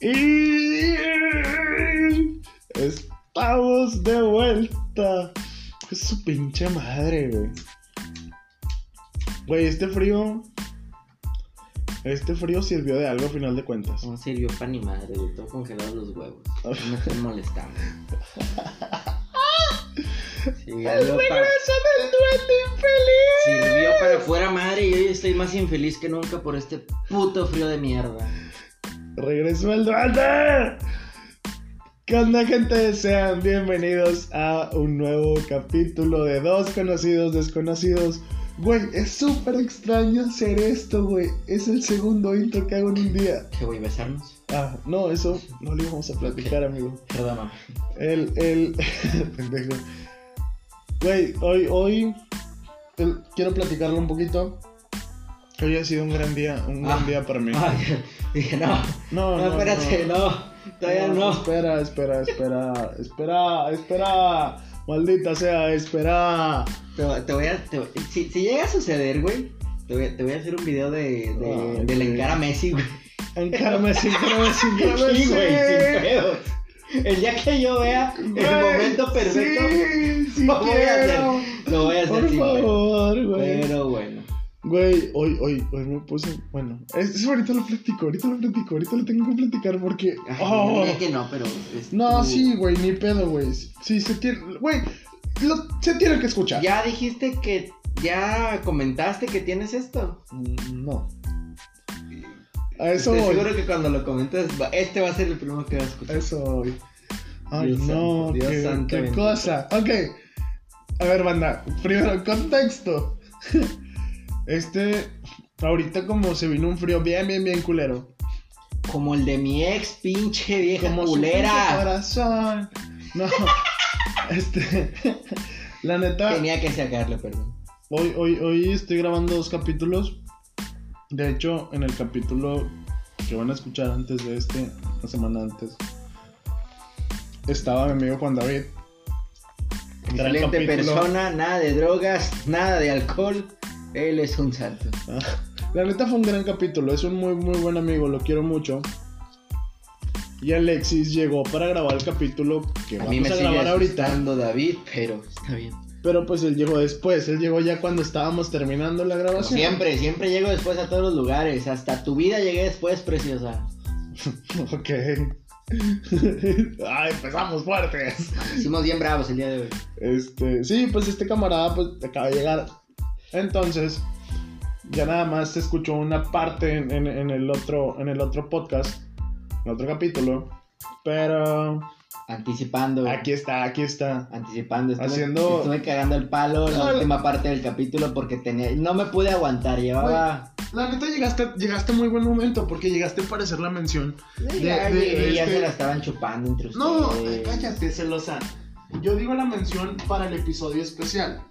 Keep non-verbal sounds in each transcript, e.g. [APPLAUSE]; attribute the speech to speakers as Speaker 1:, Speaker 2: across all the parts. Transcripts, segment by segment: Speaker 1: Y estamos de vuelta. Es su pinche madre, güey. Güey, este frío. Este frío sirvió de algo a final de cuentas.
Speaker 2: No sirvió para ni madre, güey. Todo congelado los huevos. No me estén [LAUGHS] molestando. Sí,
Speaker 1: ¡El
Speaker 2: algo
Speaker 1: regreso
Speaker 2: pa-
Speaker 1: del duende infeliz!
Speaker 2: Sirvió para fuera madre y hoy estoy más infeliz que nunca por este puto frío de mierda.
Speaker 1: ¡Regresó el duende! ¿Qué onda, gente? Sean bienvenidos a un nuevo capítulo de Dos Conocidos Desconocidos. Güey, es súper extraño hacer esto, güey. Es el segundo intro que hago en un día.
Speaker 2: ¿Qué voy a besarnos?
Speaker 1: Ah, no, eso no lo íbamos a platicar, amigo.
Speaker 2: Perdóname.
Speaker 1: El, el. [LAUGHS] pendejo. Güey, hoy, hoy. el- quiero platicarlo un poquito. Hoy ha sido un gran día, un gran
Speaker 2: Ah.
Speaker 1: día para mí.
Speaker 2: Ay, [LAUGHS] dije, no,
Speaker 1: No,
Speaker 2: no,
Speaker 1: no,
Speaker 2: espérate, no, todavía no.
Speaker 1: Espera, espera, espera, espera, espera. Maldita sea, espera.
Speaker 2: Te, va- te voy a. te voy- si, si llega a suceder, güey, te voy, a- te voy a hacer un video de, de,
Speaker 1: Ay,
Speaker 2: del
Speaker 1: güey.
Speaker 2: encara Messi, güey.
Speaker 1: Encárame, sin créame, sin
Speaker 2: [LAUGHS] Sí,
Speaker 1: créame,
Speaker 2: güey, sin
Speaker 1: sí.
Speaker 2: pedos. El día que yo vea el
Speaker 1: Güey,
Speaker 2: momento perfecto,
Speaker 1: Sí, sí
Speaker 2: lo voy a hacer.
Speaker 1: quiero.
Speaker 2: Lo voy a hacer,
Speaker 1: Por
Speaker 2: sin pedos.
Speaker 1: favor, güey.
Speaker 2: Pero bueno.
Speaker 1: Güey, hoy, hoy, hoy me puse. Bueno, es- eso ahorita lo platico, ahorita lo platico, ahorita lo tengo que platicar porque.
Speaker 2: Ay,
Speaker 1: Oh.
Speaker 2: diría que no, pero. es
Speaker 1: no,
Speaker 2: tu-
Speaker 1: sí, güey, ni pedo, güey. Sí, se tiene. Güey, lo- se tiene que escuchar.
Speaker 2: Ya dijiste que. Ya comentaste que tienes esto.
Speaker 1: Mm, No. A eso
Speaker 2: Estoy
Speaker 1: voy.
Speaker 2: seguro que cuando lo comentes, va- este va a ser el primero que vas a escuchar.
Speaker 1: Eso hoy. Ay,
Speaker 2: Dios
Speaker 1: no,
Speaker 2: santo, Dios
Speaker 1: qué,
Speaker 2: santo
Speaker 1: qué
Speaker 2: bendito.
Speaker 1: cosa. Ok. A ver, banda. Primero, contexto. [LAUGHS] Este, ahorita como se vino un frío bien, bien, bien culero.
Speaker 2: Como el de mi ex, pinche vieja
Speaker 1: Como su pinche
Speaker 2: culera.
Speaker 1: corazón. No. [LAUGHS] este. [LAUGHS] La neta.
Speaker 2: Tenía que sacarle, perdón.
Speaker 1: Hoy, hoy, hoy estoy grabando dos capítulos. De hecho, en el capítulo que van a escuchar antes de este, una semana antes, estaba mi amigo Juan David. Gran
Speaker 2: Excelente
Speaker 1: capítulo.
Speaker 2: persona, nada de drogas, nada de alcohol. Él es un santo.
Speaker 1: La neta fue un gran capítulo, es un muy muy buen amigo, lo quiero mucho. Y Alexis llegó para grabar el capítulo que
Speaker 2: A
Speaker 1: vamos
Speaker 2: mí me
Speaker 1: a
Speaker 2: sigue
Speaker 1: grabar ahorita.
Speaker 2: asustando David, pero está bien.
Speaker 1: Pero pues él llegó después, él llegó ya cuando estábamos terminando la
Speaker 2: Como
Speaker 1: grabación.
Speaker 2: siempre, siempre llego después a todos los lugares. Hasta tu vida llegué después, preciosa.
Speaker 1: [LAUGHS] Ok. ah, empezamos fuertes.
Speaker 2: Hicimos bien bravos el día de hoy.
Speaker 1: Este, sí, pues este camarada pues acaba de llegar. Entonces, ya nada más se escuchó una parte en, en- en el otro en el otro podcast, en otro capítulo, pero
Speaker 2: Anticipando.
Speaker 1: aquí está, aquí está.
Speaker 2: Anticipando. Estuve,
Speaker 1: Haciendo-
Speaker 2: estuve cagando el palo la
Speaker 1: Ah,
Speaker 2: última parte del capítulo porque tenía... No me pude aguantar. Llevaba...
Speaker 1: La neta llegaste llegaste a muy buen momento porque llegaste para hacer la mención. de-
Speaker 2: ya
Speaker 1: de-
Speaker 2: llegué,
Speaker 1: de
Speaker 2: ya
Speaker 1: este-
Speaker 2: se la estaban chupando entre ustedes.
Speaker 1: No, cállate, celosa. Yo digo la mención para el episodio especial.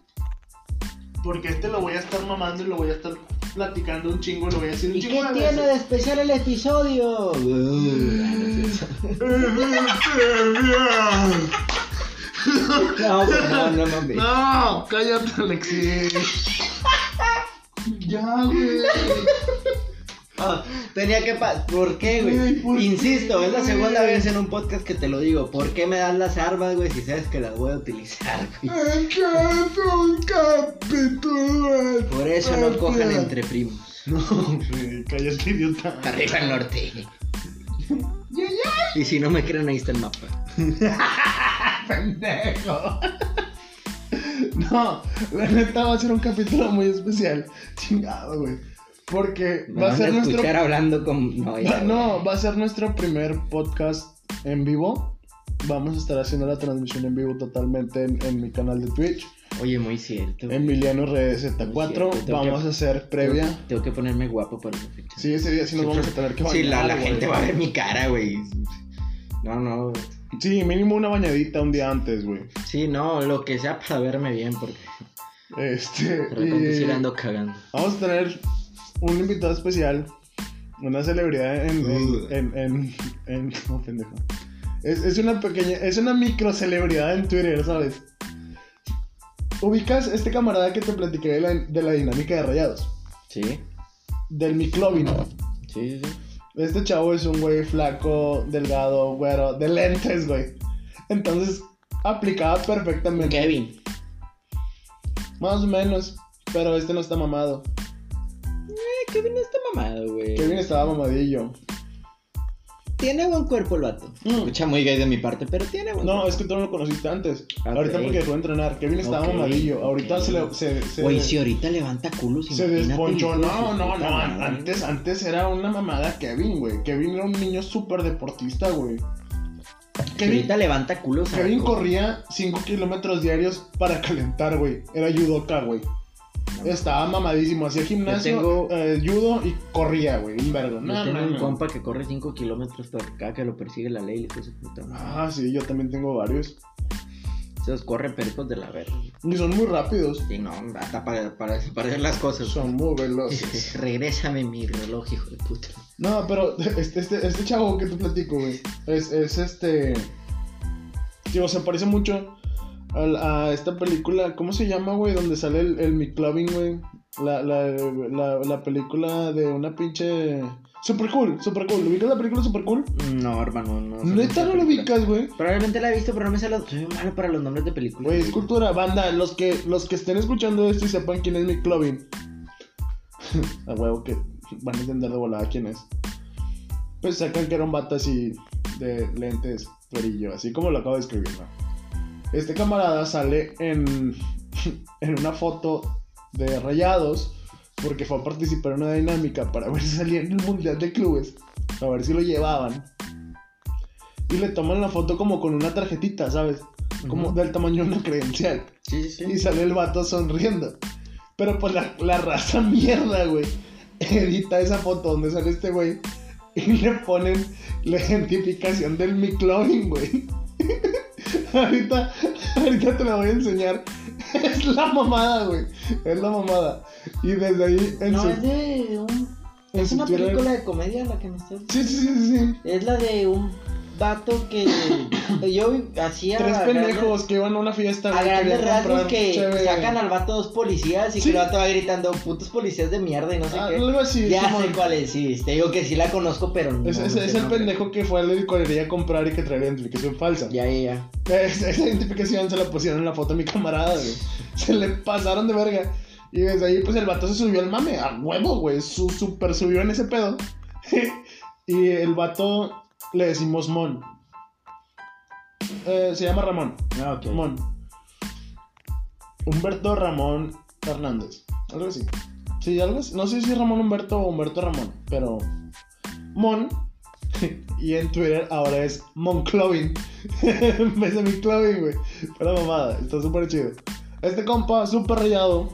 Speaker 1: Porque este lo voy a estar mamando y lo voy a estar platicando un chingo y lo voy a decir un
Speaker 2: ¿Y
Speaker 1: chingo
Speaker 2: qué
Speaker 1: de
Speaker 2: tiene
Speaker 1: veces.
Speaker 2: de especial el episodio? No, no, no, no, no.
Speaker 1: No, cállate, Alexis. Ya, güey.
Speaker 2: Ah, tenía que pa- ¿Por qué,
Speaker 1: Güey, ¿por
Speaker 2: güey?
Speaker 1: qué,
Speaker 2: Insisto, es la
Speaker 1: güey?
Speaker 2: segunda vez en un podcast que te lo digo. ¿Por qué me das las armas, güey, si sabes que las voy a utilizar, güey?
Speaker 1: Este es un capítulo.
Speaker 2: Por eso no cojan entre primos.
Speaker 1: No, güey, cállate, idiota.
Speaker 2: Arriba al norte.
Speaker 1: Ya, ya.
Speaker 2: Y si no me creen, ahí está el mapa.
Speaker 1: Pendejo. No, la neta va a ser un capítulo muy especial. Chingado, güey. Porque
Speaker 2: Me
Speaker 1: va a
Speaker 2: van a
Speaker 1: ser
Speaker 2: escuchar
Speaker 1: nuestro.
Speaker 2: hablando con. No, ya,
Speaker 1: Va- [LAUGHS]
Speaker 2: güey.
Speaker 1: no, va a ser nuestro primer podcast en vivo. Vamos a estar haciendo la transmisión en vivo totalmente en, en mi canal de Twitch,
Speaker 2: Oye, muy cierto.
Speaker 1: Emiliano
Speaker 2: Muy
Speaker 1: RDZ4.
Speaker 2: cierto,
Speaker 1: Vamos
Speaker 2: tengo que-
Speaker 1: a hacer
Speaker 2: Tengo-
Speaker 1: previa.
Speaker 2: Tengo que ponerme guapo para esa fecha.
Speaker 1: Sí, ese día sí nos vamos a tener que
Speaker 2: Sí, la, la
Speaker 1: güey.
Speaker 2: gente va a ver mi cara, güey. No, no.
Speaker 1: Sí, mínimo una bañadita un día antes, güey.
Speaker 2: Sí, no, lo que sea para verme bien, porque de
Speaker 1: Este.
Speaker 2: repente
Speaker 1: y-
Speaker 2: sí la ando cagando.
Speaker 1: Vamos a tener un invitado especial, una celebridad en.
Speaker 2: Uh.
Speaker 1: en, en, en, en- [LAUGHS] no, pendejo. Es, es una pequeña, es una micro celebridad en Twitter, ¿sabes? Ubicas este camarada que te platiqué de la, de la dinámica de rayados,
Speaker 2: Sí.
Speaker 1: del Miclovin.
Speaker 2: Sí, sí, sí.
Speaker 1: Este chavo es un güey flaco, delgado, güero, de lentes, güey. Entonces, aplicaba perfectamente.
Speaker 2: Kevin.
Speaker 1: Más o menos. Pero este no está mamado.
Speaker 2: Eh, Kevin no está mamado, güey.
Speaker 1: Kevin estaba mamadillo.
Speaker 2: Tiene buen cuerpo el vato.
Speaker 1: Mm.
Speaker 2: Escucha muy gay de mi parte, pero tiene buen
Speaker 1: No,
Speaker 2: cuerpo.
Speaker 1: es que tú no lo conociste antes.
Speaker 2: Ah,
Speaker 1: Ahorita
Speaker 2: ok.
Speaker 1: porque dejó de entrenar. Kevin estaba
Speaker 2: Ok,
Speaker 1: mamadillo.
Speaker 2: ok.
Speaker 1: Ahorita se le. Se, se,
Speaker 2: Güey, si ahorita levanta culos,
Speaker 1: se
Speaker 2: imagínate,
Speaker 1: desponchó.
Speaker 2: hijo de su
Speaker 1: No, no,
Speaker 2: puta
Speaker 1: no.
Speaker 2: madre.
Speaker 1: Antes, antes era una mamada Kevin, güey. Kevin era un niño súper deportista, güey.
Speaker 2: Si
Speaker 1: Kevin,
Speaker 2: ahorita levanta culos.
Speaker 1: Kevin
Speaker 2: saco.
Speaker 1: corría 5 kilómetros diarios para calentar, güey. Era judoka, güey. Estaba mamadísimo. Hacía gimnasio,
Speaker 2: tengo-
Speaker 1: eh, judo y corría, güey. Un vergo.
Speaker 2: Yo
Speaker 1: No,
Speaker 2: tengo
Speaker 1: no,
Speaker 2: un
Speaker 1: no.
Speaker 2: compa que corre 5 kilómetros por acá que lo persigue la ley, le dice su puta madre.
Speaker 1: Ah, sí, yo también tengo varios.
Speaker 2: Esos corren pericos de la verga.
Speaker 1: Y son muy rápidos.
Speaker 2: Sí, no, hasta para, para, para hacer las cosas. [LAUGHS]
Speaker 1: Son muy veloces.
Speaker 2: Regrésame mi reloj, hijo de puta.
Speaker 1: No, pero [LAUGHS] este, este, este chavo que te platico, güey, es, es este. Digo, se parece mucho al- a, esta película. ¿Cómo se llama, güey? Donde sale el, el McLovin, güey. La, la, la, la película de una pinche. Super cool, super cool. ¿Ubicas la película super cool?
Speaker 2: No, hermano, no.
Speaker 1: Neta no lo ubicas, güey.
Speaker 2: Probablemente la he visto, pero no me sé los. Soy malo para los nombres de películas.
Speaker 1: Güey, es cultura, banda. Los que, los que estén escuchando esto y sepan quién es McLovin. [LAUGHS] a huevo que van a entender de volada quién es. Pues sacan que era un vato así de lentes, florillo, así como lo acabo de escribir, ¿no? Este camarada sale en, [LAUGHS] en una foto de rayados porque fue a participar en una dinámica para ver si salía en el Mundial de Clubes, a ver si lo llevaban. Y le toman la foto como con una tarjetita, ¿sabes? Como
Speaker 2: Ujú.
Speaker 1: del tamaño de una credencial.
Speaker 2: Sí, sí,
Speaker 1: Y
Speaker 2: sí.
Speaker 1: sale el vato sonriendo. Pero pues la, la raza [LAUGHS] mierda, güey. Edita esa foto donde sale este güey. Y le ponen la identificación del McLovin, güey. [LAUGHS] ahorita, ahorita te la voy a enseñar. [LAUGHS] Es la mamada, güey. Es la mamada. Y desde ahí en
Speaker 2: No,
Speaker 1: su-
Speaker 2: es de un.
Speaker 1: en
Speaker 2: Es
Speaker 1: su
Speaker 2: una
Speaker 1: Twitter-
Speaker 2: película de comedia la que me estás
Speaker 1: Sí, sí, sí, sí, sí.
Speaker 2: Es la de un vato
Speaker 1: [COUGHS]
Speaker 2: que yo hacía.
Speaker 1: Tres
Speaker 2: a grandes-
Speaker 1: pendejos que iban a una fiesta.
Speaker 2: A
Speaker 1: güey,
Speaker 2: grandes
Speaker 1: querían
Speaker 2: rasgos
Speaker 1: comprar
Speaker 2: que
Speaker 1: chévere.
Speaker 2: sacan al vato dos policías y
Speaker 1: Sí.
Speaker 2: que el vato va gritando putos policías de mierda y no sé
Speaker 1: Ah,
Speaker 2: qué.
Speaker 1: Algo así.
Speaker 2: ya
Speaker 1: Simón.
Speaker 2: sé cuál es, sí. Te digo que sí la conozco, pero no.
Speaker 1: Es,
Speaker 2: no
Speaker 1: es-
Speaker 2: sé
Speaker 1: es el
Speaker 2: nombre.
Speaker 1: pendejo que fue a la licorería a comprar y que traía la identificación falsa.
Speaker 2: Ya, ya, ya.
Speaker 1: Es- esa identificación se la pusieron en la foto a mi camarada, güey. [LAUGHS] Se le pasaron de verga. Y desde ahí, pues el vato se subió al mame, a huevo, güey. Su super subió en ese pedo. [LAUGHS] y el vato le decimos Mon. Eh, se llama Ramón.
Speaker 2: Ah, ok.
Speaker 1: Mon. Humberto Ramón Hernández. Algo así. Sí, algo así. No sé si es Ramón Humberto o Humberto Ramón, pero. Mon. [LAUGHS] y en Twitter ahora es [LAUGHS] Monclovin. en vez de Miclovin, güey. Pero mamada, está súper chido. Este compa, súper rayado.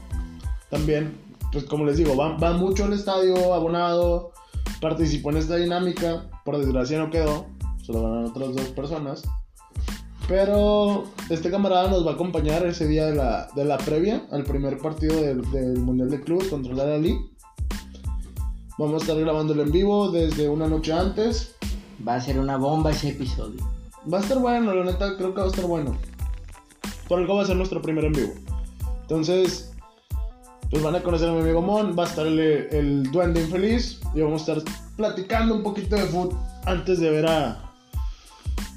Speaker 1: También, pues como les digo, va, va mucho al estadio, abonado. Participó en esta dinámica. Por desgracia no quedó. Se lo ganaron otras dos personas. Pero este camarada nos va a acompañar ese día de la, de la previa al primer partido del, del Mundial de Clubes contra la Ali. Vamos a estar grabándolo en vivo desde una noche antes.
Speaker 2: Va a ser una bomba ese episodio.
Speaker 1: Va a estar bueno, la neta, creo que va a estar bueno. Por algo va a ser nuestro primer en vivo. Entonces, pues van a conocer a mi amigo Mon, va a estar el, el Duende Infeliz y vamos a estar platicando un poquito de foot antes de ver a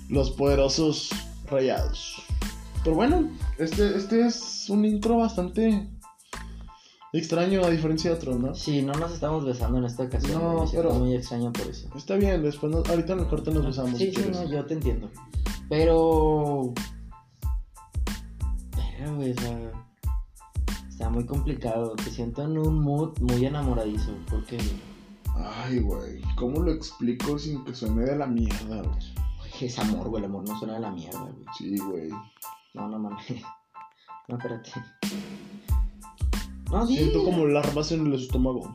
Speaker 1: los poderosos rayados. Pero bueno, este, este es un intro bastante extraño a diferencia de otros, ¿no?
Speaker 2: Sí, no nos estamos besando en esta
Speaker 1: No,
Speaker 2: ocasión. güey, me siento
Speaker 1: pero-
Speaker 2: muy extraño por eso.
Speaker 1: Está bien, después nos- ahorita en el corte nos besamos. si
Speaker 2: Ah, Sí, sí,
Speaker 1: quieres.
Speaker 2: no, yo te entiendo. Pero. Pero, güey, o sea. Está muy complicado. Te siento en un mood muy enamoradizo. Porque. güey,
Speaker 1: Ay, güey, ¿cómo lo explico sin que suene de la mierda, güey?
Speaker 2: Es amor, güey. El amor no suena a la mierda, güey.
Speaker 1: Sí, güey.
Speaker 2: No, no mames. [LAUGHS] No, espérate. No, sí.
Speaker 1: Siento como larvas en el estómago.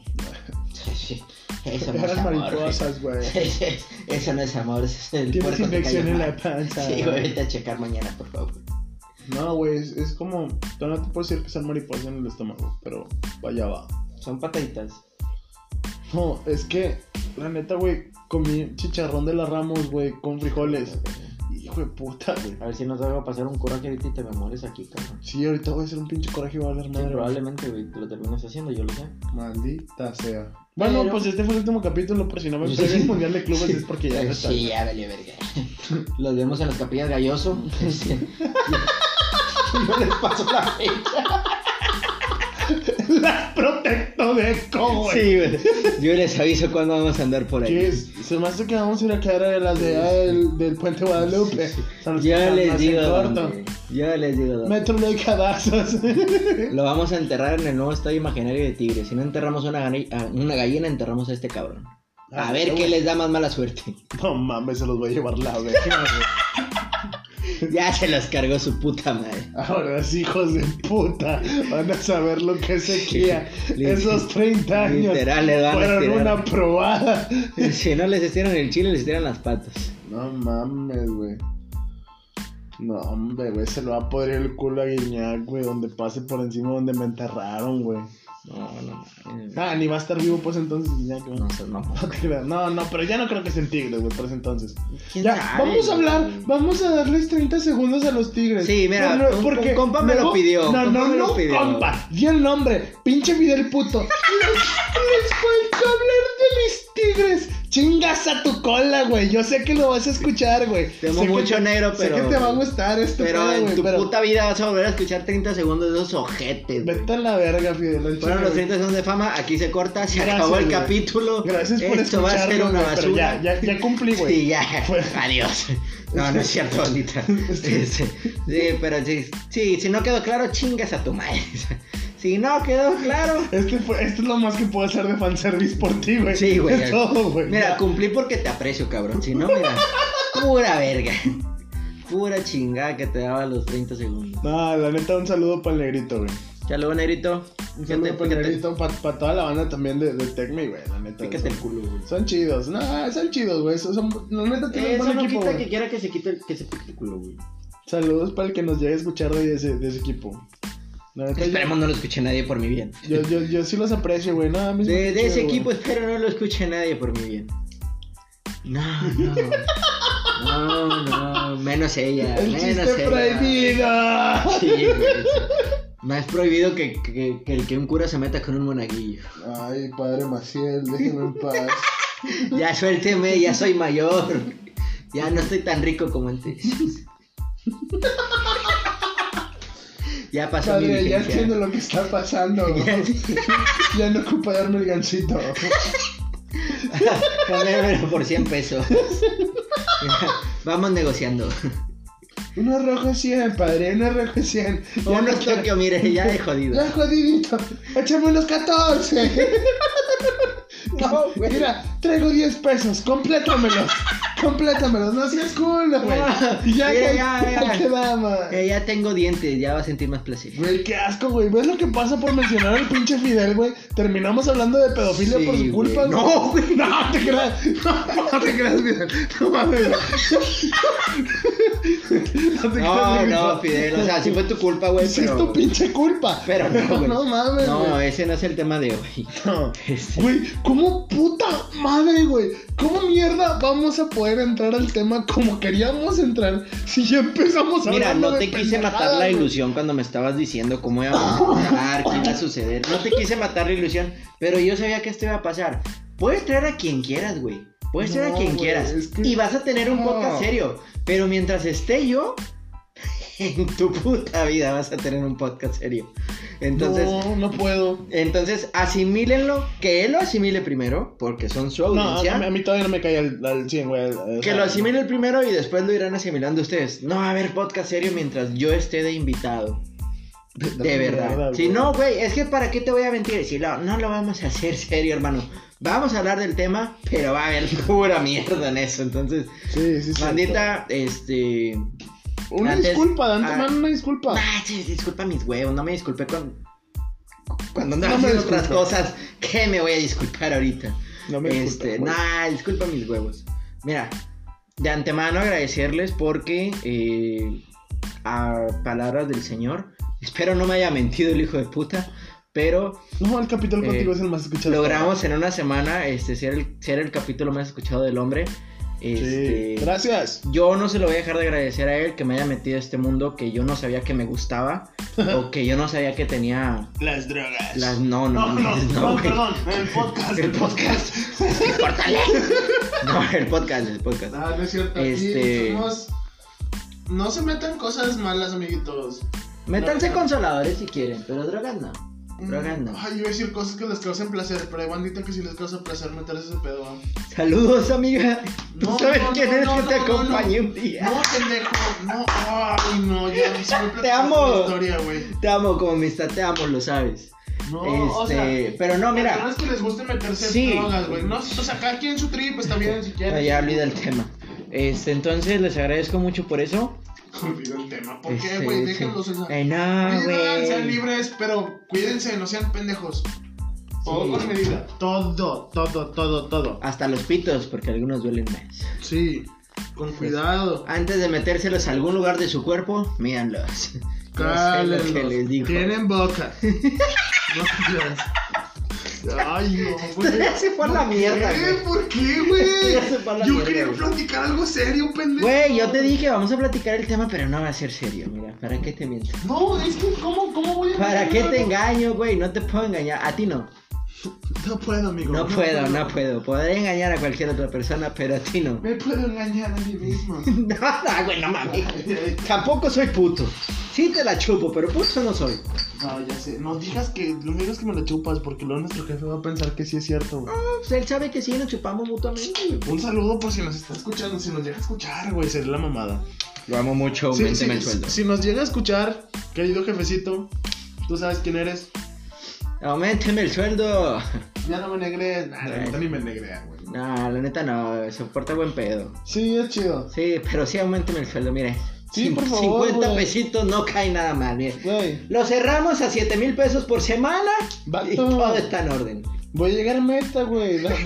Speaker 2: Sí, Eso no es
Speaker 1: Eran
Speaker 2: amor. güey.
Speaker 1: mariposas, güey.
Speaker 2: Eso no es amor. Eso es el
Speaker 1: Tienes
Speaker 2: puerco que
Speaker 1: infección
Speaker 2: cayó
Speaker 1: en la
Speaker 2: mal.
Speaker 1: panza.
Speaker 2: Sí, güey, vete a checar mañana, por favor.
Speaker 1: No, güey, es, es como. Yo no te puedo decir que sean mariposas en el estómago, pero vaya va.
Speaker 2: Son pataditas.
Speaker 1: No, es que, la neta, güey, comí chicharrón de las ramos, güey, con frijoles. Hijo de puta, güey.
Speaker 2: A ver si no te hago pasar un coraje ahorita y te me mueres aquí, cabrón.
Speaker 1: Sí, ahorita voy a hacer un pinche coraje y voy a hablar
Speaker 2: Sí,
Speaker 1: madre.
Speaker 2: probablemente, güey, te lo termines haciendo, yo lo sé.
Speaker 1: Maldita sea. Bueno,
Speaker 3: Pero-
Speaker 1: pues este fue el último capítulo, por si no me
Speaker 3: Sí.
Speaker 1: perdí el mundial de clubes es porque
Speaker 2: [LAUGHS]
Speaker 1: ya no está.
Speaker 3: Sí, ya valió verga. Los vemos en las capillas
Speaker 2: [LAUGHS]
Speaker 3: galloso. no les paso la fecha.
Speaker 1: Las protecto de cómo, güey.
Speaker 2: Sí, güey. Yo les aviso cuando vamos a andar por
Speaker 1: Que
Speaker 2: ahí.
Speaker 1: es- se me hace que vamos a ir a quedar a las de ah, del, del puente Guadalupe. Son los que
Speaker 2: Ya
Speaker 1: están
Speaker 2: les
Speaker 1: más en
Speaker 2: digo.
Speaker 1: corto.
Speaker 2: dónde. Yo les digo. dónde.
Speaker 1: Metro de cadazos.
Speaker 2: Lo vamos a enterrar en el nuevo estadio imaginario de Tigres. Si no enterramos una, gane- a una gallina, enterramos a este cabrón. [LAUGHS] A
Speaker 1: Ah,
Speaker 2: ver
Speaker 1: güey.
Speaker 2: qué les da más mala suerte. [LAUGHS]
Speaker 1: No mames, se los voy a llevar la verga, güey.
Speaker 2: Ya se las cargó su puta madre.
Speaker 1: Ahora sí, hijos de puta, van a saber lo que es sequía.
Speaker 2: Li-
Speaker 1: Esos 30 años
Speaker 2: Literal, le van a
Speaker 1: fueron
Speaker 2: tirar. [LAUGHS]
Speaker 1: una probada.
Speaker 2: Si no les estiran el chile, les estiran las patas.
Speaker 1: No mames, güey. No, hombre, güey, se lo va a podrir el culo a Guiñac, güey, donde pase por encima donde me enterraron, güey.
Speaker 2: No, no, no.
Speaker 1: Ah, ni va a estar vivo, pues entonces Guiñac, güey.
Speaker 2: No seas mamón.
Speaker 1: [LAUGHS] No, te creas. no, no, pero ya no creo que es el Tigres, güey, por ese entonces.
Speaker 2: ¿Quién
Speaker 1: Ya,
Speaker 2: sabe,
Speaker 1: vamos a hablar,
Speaker 2: güey?
Speaker 1: vamos a darles 30 segundos a los Tigres.
Speaker 2: Sí, mira, un- un compa me lo
Speaker 1: luego-
Speaker 2: pidió, un
Speaker 1: No,
Speaker 2: compa
Speaker 1: no,
Speaker 2: me lo
Speaker 1: no,
Speaker 2: pidió.
Speaker 1: compa, di el nombre, pinche Fidel puto. les, les faltó hablar de mis Tigres. Chingas a tu cola, güey. Yo sé que lo vas a escuchar, güey.
Speaker 2: Te amo
Speaker 1: Sé que
Speaker 2: mucho,
Speaker 1: te-
Speaker 2: negro,
Speaker 1: Sé
Speaker 2: pero-
Speaker 1: que te va a gustar este
Speaker 2: Pero
Speaker 1: pedo,
Speaker 2: en
Speaker 1: güey,
Speaker 2: tu
Speaker 1: pero
Speaker 2: puta vida vas a volver a escuchar 30 segundos de esos ojetes. güey.
Speaker 1: Vete a la verga, Fidel. al
Speaker 2: Fueron
Speaker 1: chile,
Speaker 2: los
Speaker 1: güey.
Speaker 2: 30 segundos de fama, aquí se corta, se
Speaker 1: Gracias,
Speaker 2: acabó el
Speaker 1: güey.
Speaker 2: capítulo.
Speaker 1: Gracias por
Speaker 2: Esto va a ser
Speaker 1: escucharnos,
Speaker 2: una
Speaker 1: güey, pero
Speaker 2: basura.
Speaker 1: ya, ya, ya cumplí, güey.
Speaker 2: Sí, ya.
Speaker 1: Fue-
Speaker 2: Adiós. No, no es cierto,
Speaker 1: [LAUGHS]
Speaker 2: bonita.
Speaker 1: Este-
Speaker 2: Este, Sí, pero sí, sí, si no quedó claro, chingas a tu madre. [LAUGHS] Si no quedó claro.
Speaker 1: Este, fue, este es lo más que puedo hacer de fanservice por ti, güey.
Speaker 2: Sí, güey.
Speaker 1: Es todo, güey.
Speaker 2: Mira,
Speaker 1: Ya.
Speaker 2: cumplí porque te aprecio, cabrón. Si
Speaker 1: [LAUGHS]
Speaker 2: no, mira, pura verga. Pura chingada que te daba los 30 segundos.
Speaker 1: No, la neta, un saludo para el negrito, güey.
Speaker 2: Ya luego, negrito.
Speaker 1: Un
Speaker 2: fíjate-
Speaker 1: saludo para el
Speaker 2: fíjate-
Speaker 1: negrito, para toda la banda también de, de Tecme, güey, la neta.
Speaker 2: Fíjate
Speaker 1: son,
Speaker 2: el culo, güey.
Speaker 1: son chidos, no, son chidos, güey. Son, son- la neta, tienen
Speaker 2: Eso
Speaker 1: buen
Speaker 2: no
Speaker 1: equipo,
Speaker 2: quita
Speaker 1: güey.
Speaker 2: que quiera que se quite el, que se quite el culo, güey.
Speaker 1: Saludos para el que nos llegue a escuchar de ese, de ese equipo. La neta, yo,
Speaker 2: Esperemos no lo escuche nadie por mi bien.
Speaker 1: yo, yo, yo sí los aprecio, güey. No, a mí se me
Speaker 2: De, de
Speaker 1: hace
Speaker 2: ese
Speaker 1: chido,
Speaker 2: equipo
Speaker 1: güey.
Speaker 2: espero no lo escuche nadie por mi bien. No, no. No, no. Menos ella.
Speaker 1: El
Speaker 2: menos
Speaker 1: chiste
Speaker 2: ella.
Speaker 1: prohibido.
Speaker 2: Sí, güey. Más prohibido que, que, que el que un cura se meta con un monaguillo.
Speaker 1: Ay, padre Maciel, déjeme en
Speaker 2: [LAUGHS]
Speaker 1: paz. [LAUGHS]
Speaker 2: Ya suélteme, ya soy mayor. Ya no estoy tan rico como antes. Ya pasó mi
Speaker 1: Padre, ya
Speaker 2: vigencia.
Speaker 1: entiendo lo que está pasando.
Speaker 2: [LAUGHS] Ya-
Speaker 1: Ya no ocupa darme el gancito.
Speaker 2: Cambiármelo por 100 pesos. Vamos negociando.
Speaker 1: Una roja 100, padre, una roja 100.
Speaker 2: Ya no
Speaker 1: quiero-
Speaker 2: Tokio, mire, ya de jodido.
Speaker 1: Ya jodidito. Échame unos
Speaker 2: [LAUGHS]
Speaker 1: 14.
Speaker 2: No, güey.
Speaker 1: Mira, traigo 10 pesos. Complétamelos. Complétamelos. No seas culo, güey. Eh,
Speaker 2: Ah,
Speaker 1: Y ya,
Speaker 2: mira,
Speaker 1: que-
Speaker 2: [LAUGHS]
Speaker 1: [LAUGHS]
Speaker 2: ya, ya.
Speaker 1: ya quedamos.
Speaker 2: Eh, ya tengo dientes, ya va a sentir más placer.
Speaker 1: Güey, qué asco, güey. ¿Ves lo que pasa por mencionar al pinche Fidel, güey? Terminamos hablando de pedofilia
Speaker 2: Sí,
Speaker 1: por su
Speaker 2: güey.
Speaker 1: culpa, güey.
Speaker 2: No, güey.
Speaker 1: No te creas.
Speaker 2: [LAUGHS]
Speaker 1: No, no te creas, Fidel. No mames. güey. No te
Speaker 2: No,
Speaker 1: creas,
Speaker 2: no,
Speaker 1: güey.
Speaker 2: Fidel, o sea, sí fue tu culpa, güey,
Speaker 1: Sí, es
Speaker 2: pero...
Speaker 1: tu pinche culpa.
Speaker 2: Pero no,
Speaker 1: [LAUGHS]
Speaker 2: güey.
Speaker 1: no mames, güey.
Speaker 2: No, ese no es el tema de hoy.
Speaker 1: No.
Speaker 2: Este-
Speaker 1: Güey, ¿cómo puta madre, güey? ¿Cómo mierda vamos a poder entrar al tema como queríamos entrar si ya empezamos a
Speaker 2: Mira,
Speaker 1: hablando
Speaker 2: no te
Speaker 1: de
Speaker 2: quise matar
Speaker 1: pendejadas,
Speaker 2: la
Speaker 1: güey?
Speaker 2: ilusión cuando me estabas diciendo cómo iba a pasar, qué iba a suceder. No te quise matar la ilusión, pero yo sabía que esto iba a pasar. Puedes traer a quien quieras, güey. Puedes traer
Speaker 1: No,
Speaker 2: a quien
Speaker 1: güey,
Speaker 2: quieras.
Speaker 1: es que-
Speaker 2: Y vas a tener un
Speaker 1: No.
Speaker 2: podcast serio. Pero mientras esté yo, [LAUGHS] en tu puta vida vas a tener un podcast serio. Entonces,
Speaker 1: No, no puedo.
Speaker 2: entonces asimílenlo, que él lo asimile primero, porque son su
Speaker 1: No,
Speaker 2: audiencia.
Speaker 1: a, a mí todavía no me cae al, al 100, güey. O
Speaker 2: Que
Speaker 1: sea,
Speaker 2: lo asimile el primero y después lo irán asimilando ustedes. No va a haber podcast serio mientras yo esté de invitado. De,
Speaker 1: De
Speaker 2: verdad.
Speaker 1: verdad,
Speaker 2: si
Speaker 1: güey.
Speaker 2: no, güey, es que para qué te voy a mentir. Si no, no lo vamos a hacer [LAUGHS] serio, hermano. Vamos a hablar del tema, pero va a haber [LAUGHS] pura mierda en eso. Entonces,
Speaker 1: Sí, sí, sí.
Speaker 2: bandita, este.
Speaker 1: Una
Speaker 2: antes-
Speaker 1: disculpa, Dante,
Speaker 2: ah.
Speaker 1: man, una disculpa.
Speaker 2: Ah, sí, disculpa mis huevos, no me disculpé con. Cuando andaba
Speaker 1: No me
Speaker 2: haciendo otras
Speaker 1: disculpo.
Speaker 2: cosas, ¿qué me voy a disculpar ahorita?
Speaker 1: No me disculpes,
Speaker 2: este,
Speaker 1: güey.
Speaker 2: nah, disculpa mis huevos. Mira, de antemano agradecerles porque eh, a palabras del señor, espero no me haya mentido el hijo de puta, pero
Speaker 1: No, el capítulo
Speaker 2: Eh,
Speaker 1: contigo es el más escuchado.
Speaker 2: logramos en una semana este ser el, ser el capítulo más escuchado del hombre. Este,
Speaker 1: Sí. Gracias.
Speaker 2: Yo no se lo voy a dejar de agradecer a él que me haya metido a este mundo que yo no sabía que
Speaker 1: [LAUGHS]
Speaker 2: me gustaba o que yo no sabía que tenía
Speaker 1: Las drogas.
Speaker 2: las no no no, no, güey.
Speaker 1: el podcast.
Speaker 2: El podcast. [LAUGHS]
Speaker 1: [LAUGHS]
Speaker 2: Córtale. No, el podcast, el podcast.
Speaker 1: Ah, no es cierto.
Speaker 2: Este-
Speaker 1: Aquí somos... No se metan cosas malas, amiguitos.
Speaker 2: Métanse
Speaker 1: No, no.
Speaker 2: consoladores si quieren, pero drogas no. Drogas no.
Speaker 1: Ay, yo iba a decir cosas que les causen placer, pero hay bandita que si les causa placer meter ese pedo. ¿va?
Speaker 2: Saludos, amiga. Tú
Speaker 1: No,
Speaker 2: sabes
Speaker 1: no,
Speaker 2: quién
Speaker 1: no,
Speaker 2: es
Speaker 1: no,
Speaker 2: que te
Speaker 1: no, no, no.
Speaker 2: acompañé un día.
Speaker 1: No, pendejo, no. Ay, no,
Speaker 2: [LAUGHS]
Speaker 1: ya se me
Speaker 2: Te amo.
Speaker 1: la historia, güey.
Speaker 2: Te amo como amistad, te amo, lo sabes.
Speaker 1: No, o
Speaker 2: este,
Speaker 1: sea,
Speaker 2: pero no,
Speaker 1: No
Speaker 2: mira.
Speaker 1: es que les guste meterse
Speaker 2: Sí.
Speaker 1: en drogas, güey. No, o sea, cada quien su trip está bien si
Speaker 2: Ya,
Speaker 1: quieren.
Speaker 2: Ah, ya olvida el tema. Este, entonces les agradezco mucho por eso.
Speaker 1: Olvidó el tema. ¿Por qué,
Speaker 2: Este,
Speaker 1: güey?
Speaker 2: sí.
Speaker 1: Déjenlos. o sea,
Speaker 2: Ay, no,
Speaker 1: vivan, sean
Speaker 2: Ah, güey.
Speaker 1: libres, pero cuídense, no sean pendejos. Todo
Speaker 2: Sí.
Speaker 1: con medida. Todo, todo, todo, todo.
Speaker 2: Hasta los pitos, porque algunos duelen más.
Speaker 1: Sí, con cuidado.
Speaker 2: Antes de metérselos a algún lugar de su cuerpo, [LAUGHS] míranlos. No sé lo
Speaker 1: Cálenlos.
Speaker 2: que les dijo.
Speaker 1: Tienen
Speaker 2: [LAUGHS]
Speaker 1: boca. No, ya. Ay, no, [LAUGHS] güey.
Speaker 2: Se fue a la mierda,
Speaker 1: ¿Qué?
Speaker 2: güey.
Speaker 1: ¿Por qué, güey?
Speaker 2: [LAUGHS] Ya se fue a la
Speaker 1: Yo
Speaker 2: mierda,
Speaker 1: quería
Speaker 2: güey.
Speaker 1: platicar algo serio, pendejo.
Speaker 2: Güey, yo te dije, vamos a platicar el tema, pero no va a ser serio, mira. ¿Para qué te miento?
Speaker 1: No, es que, ¿cómo, cómo voy a.?
Speaker 2: ¿Para qué
Speaker 1: que
Speaker 2: te engaño, güey? No te puedo engañar. A ti no.
Speaker 1: No puedo, amigo.
Speaker 2: No puedo, no puedo. Podré engañar a cualquier otra persona, pero a ti no.
Speaker 1: Me puedo engañar a mí mismo.
Speaker 2: Nada, güey, no [LAUGHS] mames. Tampoco soy puto. Sí te la chupo, pero puto no soy.
Speaker 1: No, ya sé. No digas que. No digas que me la chupas, porque luego nuestro jefe va a pensar que sí es cierto, güey.
Speaker 2: Pues él sabe que sí, nos chupamos mutuamente. güey.
Speaker 1: Un saludo por si nos está escuchando. Si nos llega a escuchar, güey, sería la mamada.
Speaker 2: Lo amo mucho,
Speaker 1: Sí,
Speaker 2: aumenteme
Speaker 1: sí, Si nos llega a escuchar, querido jefecito, tú sabes quién eres.
Speaker 2: Aumenteme el sueldo.
Speaker 1: Ya no me negrees. Nah, la neta ni me negrea, güey.
Speaker 2: No, la neta no, soporta buen pedo.
Speaker 1: Sí, es chido.
Speaker 2: Sí, pero sí aumenteme el sueldo, mire.
Speaker 1: Sí,
Speaker 2: Cin-
Speaker 1: por favor,
Speaker 2: 50
Speaker 1: güey.
Speaker 2: pesitos no cae nada mal, mire.
Speaker 1: Güey,
Speaker 2: Lo cerramos a 7 mil pesos por semana y
Speaker 1: Vato.
Speaker 2: todo está en orden.
Speaker 1: voy a llegar a meta, güey. Da- dame-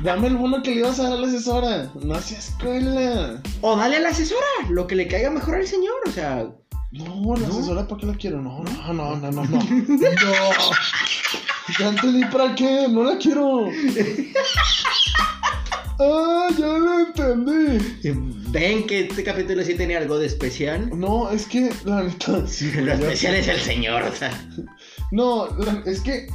Speaker 1: Dame el bono que le ibas a dar a la asesora. No haces escuela.
Speaker 2: O dale a la asesora, lo que le caiga mejor al señor, o sea,
Speaker 1: No, la
Speaker 2: ¿No?
Speaker 1: asesora, ¿para qué la quiero? No, no, no, no,
Speaker 2: [LAUGHS]
Speaker 1: no. No. no. Ya entendí para qué. No la quiero.
Speaker 2: [LAUGHS]
Speaker 1: Ah, ya la entendí.
Speaker 2: ven que este capítulo sí tiene algo de especial.
Speaker 1: No, es que, la neta.
Speaker 2: Lo especial es el señor, o sea,
Speaker 1: No, la- es que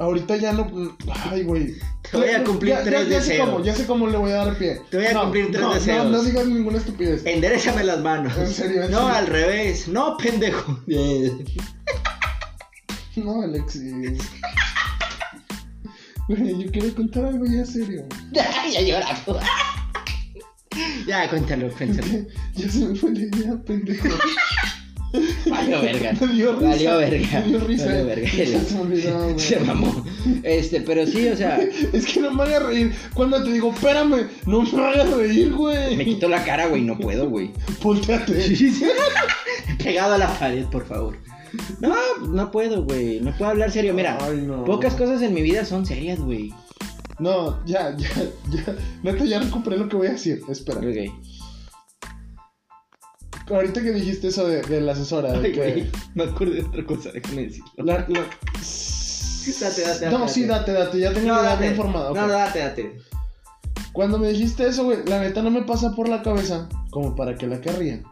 Speaker 1: ahorita ya no. Ay, güey.
Speaker 2: Te voy a cumplir
Speaker 1: Ya- ya-
Speaker 2: tres
Speaker 1: ya sé
Speaker 2: deseos.
Speaker 1: cómo, ya sé cómo le voy a dar pie.
Speaker 2: Te voy a
Speaker 1: No,
Speaker 2: cumplir tres
Speaker 1: no,
Speaker 2: deseos.
Speaker 1: No, no digas ninguna estupidez.
Speaker 2: endérezame las manos.
Speaker 1: En serio, en
Speaker 2: no,
Speaker 1: serio.
Speaker 2: al revés, no, pendejo. [LAUGHS]
Speaker 1: Eh, [LAUGHS] No, Alexis. Güey, yo quiero contar algo ya serio. [LAUGHS]
Speaker 2: ya llorando. ya, cuéntalo, cuéntalo.
Speaker 1: Ya se me fue la idea, pendejo.
Speaker 2: Valió verga.
Speaker 1: [LAUGHS] Me dio risa.
Speaker 2: Valió verga.
Speaker 1: Me dio risa.
Speaker 2: Valió verga.
Speaker 1: [LAUGHS] Ya se me olvidó, güey.
Speaker 2: [LAUGHS] Se mamó. Este, pero sí, o sea,
Speaker 1: Es que no me hagas reír. Cuando te digo, espérame, no me hagas reír,
Speaker 2: me
Speaker 1: güey.
Speaker 2: quito la cara, güey, no puedo, güey.
Speaker 1: [LAUGHS] Volteate.
Speaker 2: [LAUGHS] Pegado a la pared, por favor. No, no puedo, güey. No puedo hablar serio. Mira,
Speaker 1: Ay, no.
Speaker 2: pocas cosas en mi vida son serias, güey.
Speaker 1: No, ya, ya, ya. Neta, ya recuperé lo que voy a decir. Espera.
Speaker 2: Ok.
Speaker 1: Ahorita que dijiste eso de, de la asesora, de
Speaker 2: Ay,
Speaker 1: que-
Speaker 2: güey, me acuerdo de otra cosa, déjame decirlo.
Speaker 1: La, la-
Speaker 2: Date, date,
Speaker 1: no,
Speaker 2: date.
Speaker 1: sí, date, date. Ya tengo la idea bien formada. ok.
Speaker 2: No, date, date.
Speaker 1: Cuando me dijiste eso, güey, la neta no me pasa por la cabeza como para que la querría.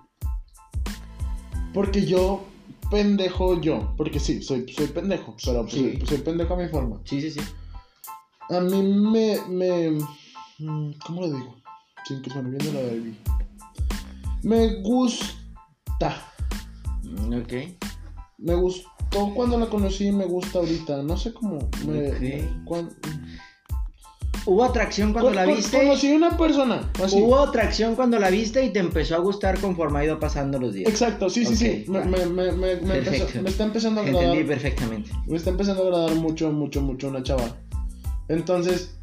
Speaker 1: Porque yo, pendejo yo. Porque sí, soy, soy pendejo. Pero pues,
Speaker 2: Sí.
Speaker 1: soy, soy pendejo a mi forma.
Speaker 2: Sí, sí, sí.
Speaker 1: A mí me. me mm, ¿Cómo lo digo? Sin que suene bien de la baby. Me gusta.
Speaker 2: Ok.
Speaker 1: Me gustó cuando la conocí y me gusta ahorita. No sé cómo. Me,
Speaker 2: Ok.
Speaker 1: cuan-
Speaker 2: ¿Hubo atracción cuando
Speaker 1: Con-
Speaker 2: la
Speaker 1: con-
Speaker 2: viste?
Speaker 1: Conocí una persona. así.
Speaker 2: Hubo atracción cuando la viste y te empezó a gustar conforme ha ido pasando los días.
Speaker 1: Exacto, sí, sí, sí.
Speaker 2: Ok,
Speaker 1: Me,
Speaker 2: va.
Speaker 1: me, me, me, me
Speaker 2: Perfecto.
Speaker 1: empezó- me está empezando a agradar.
Speaker 2: Entendí perfectamente.
Speaker 1: Me está empezando a agradar mucho, mucho, mucho una chava. Entonces,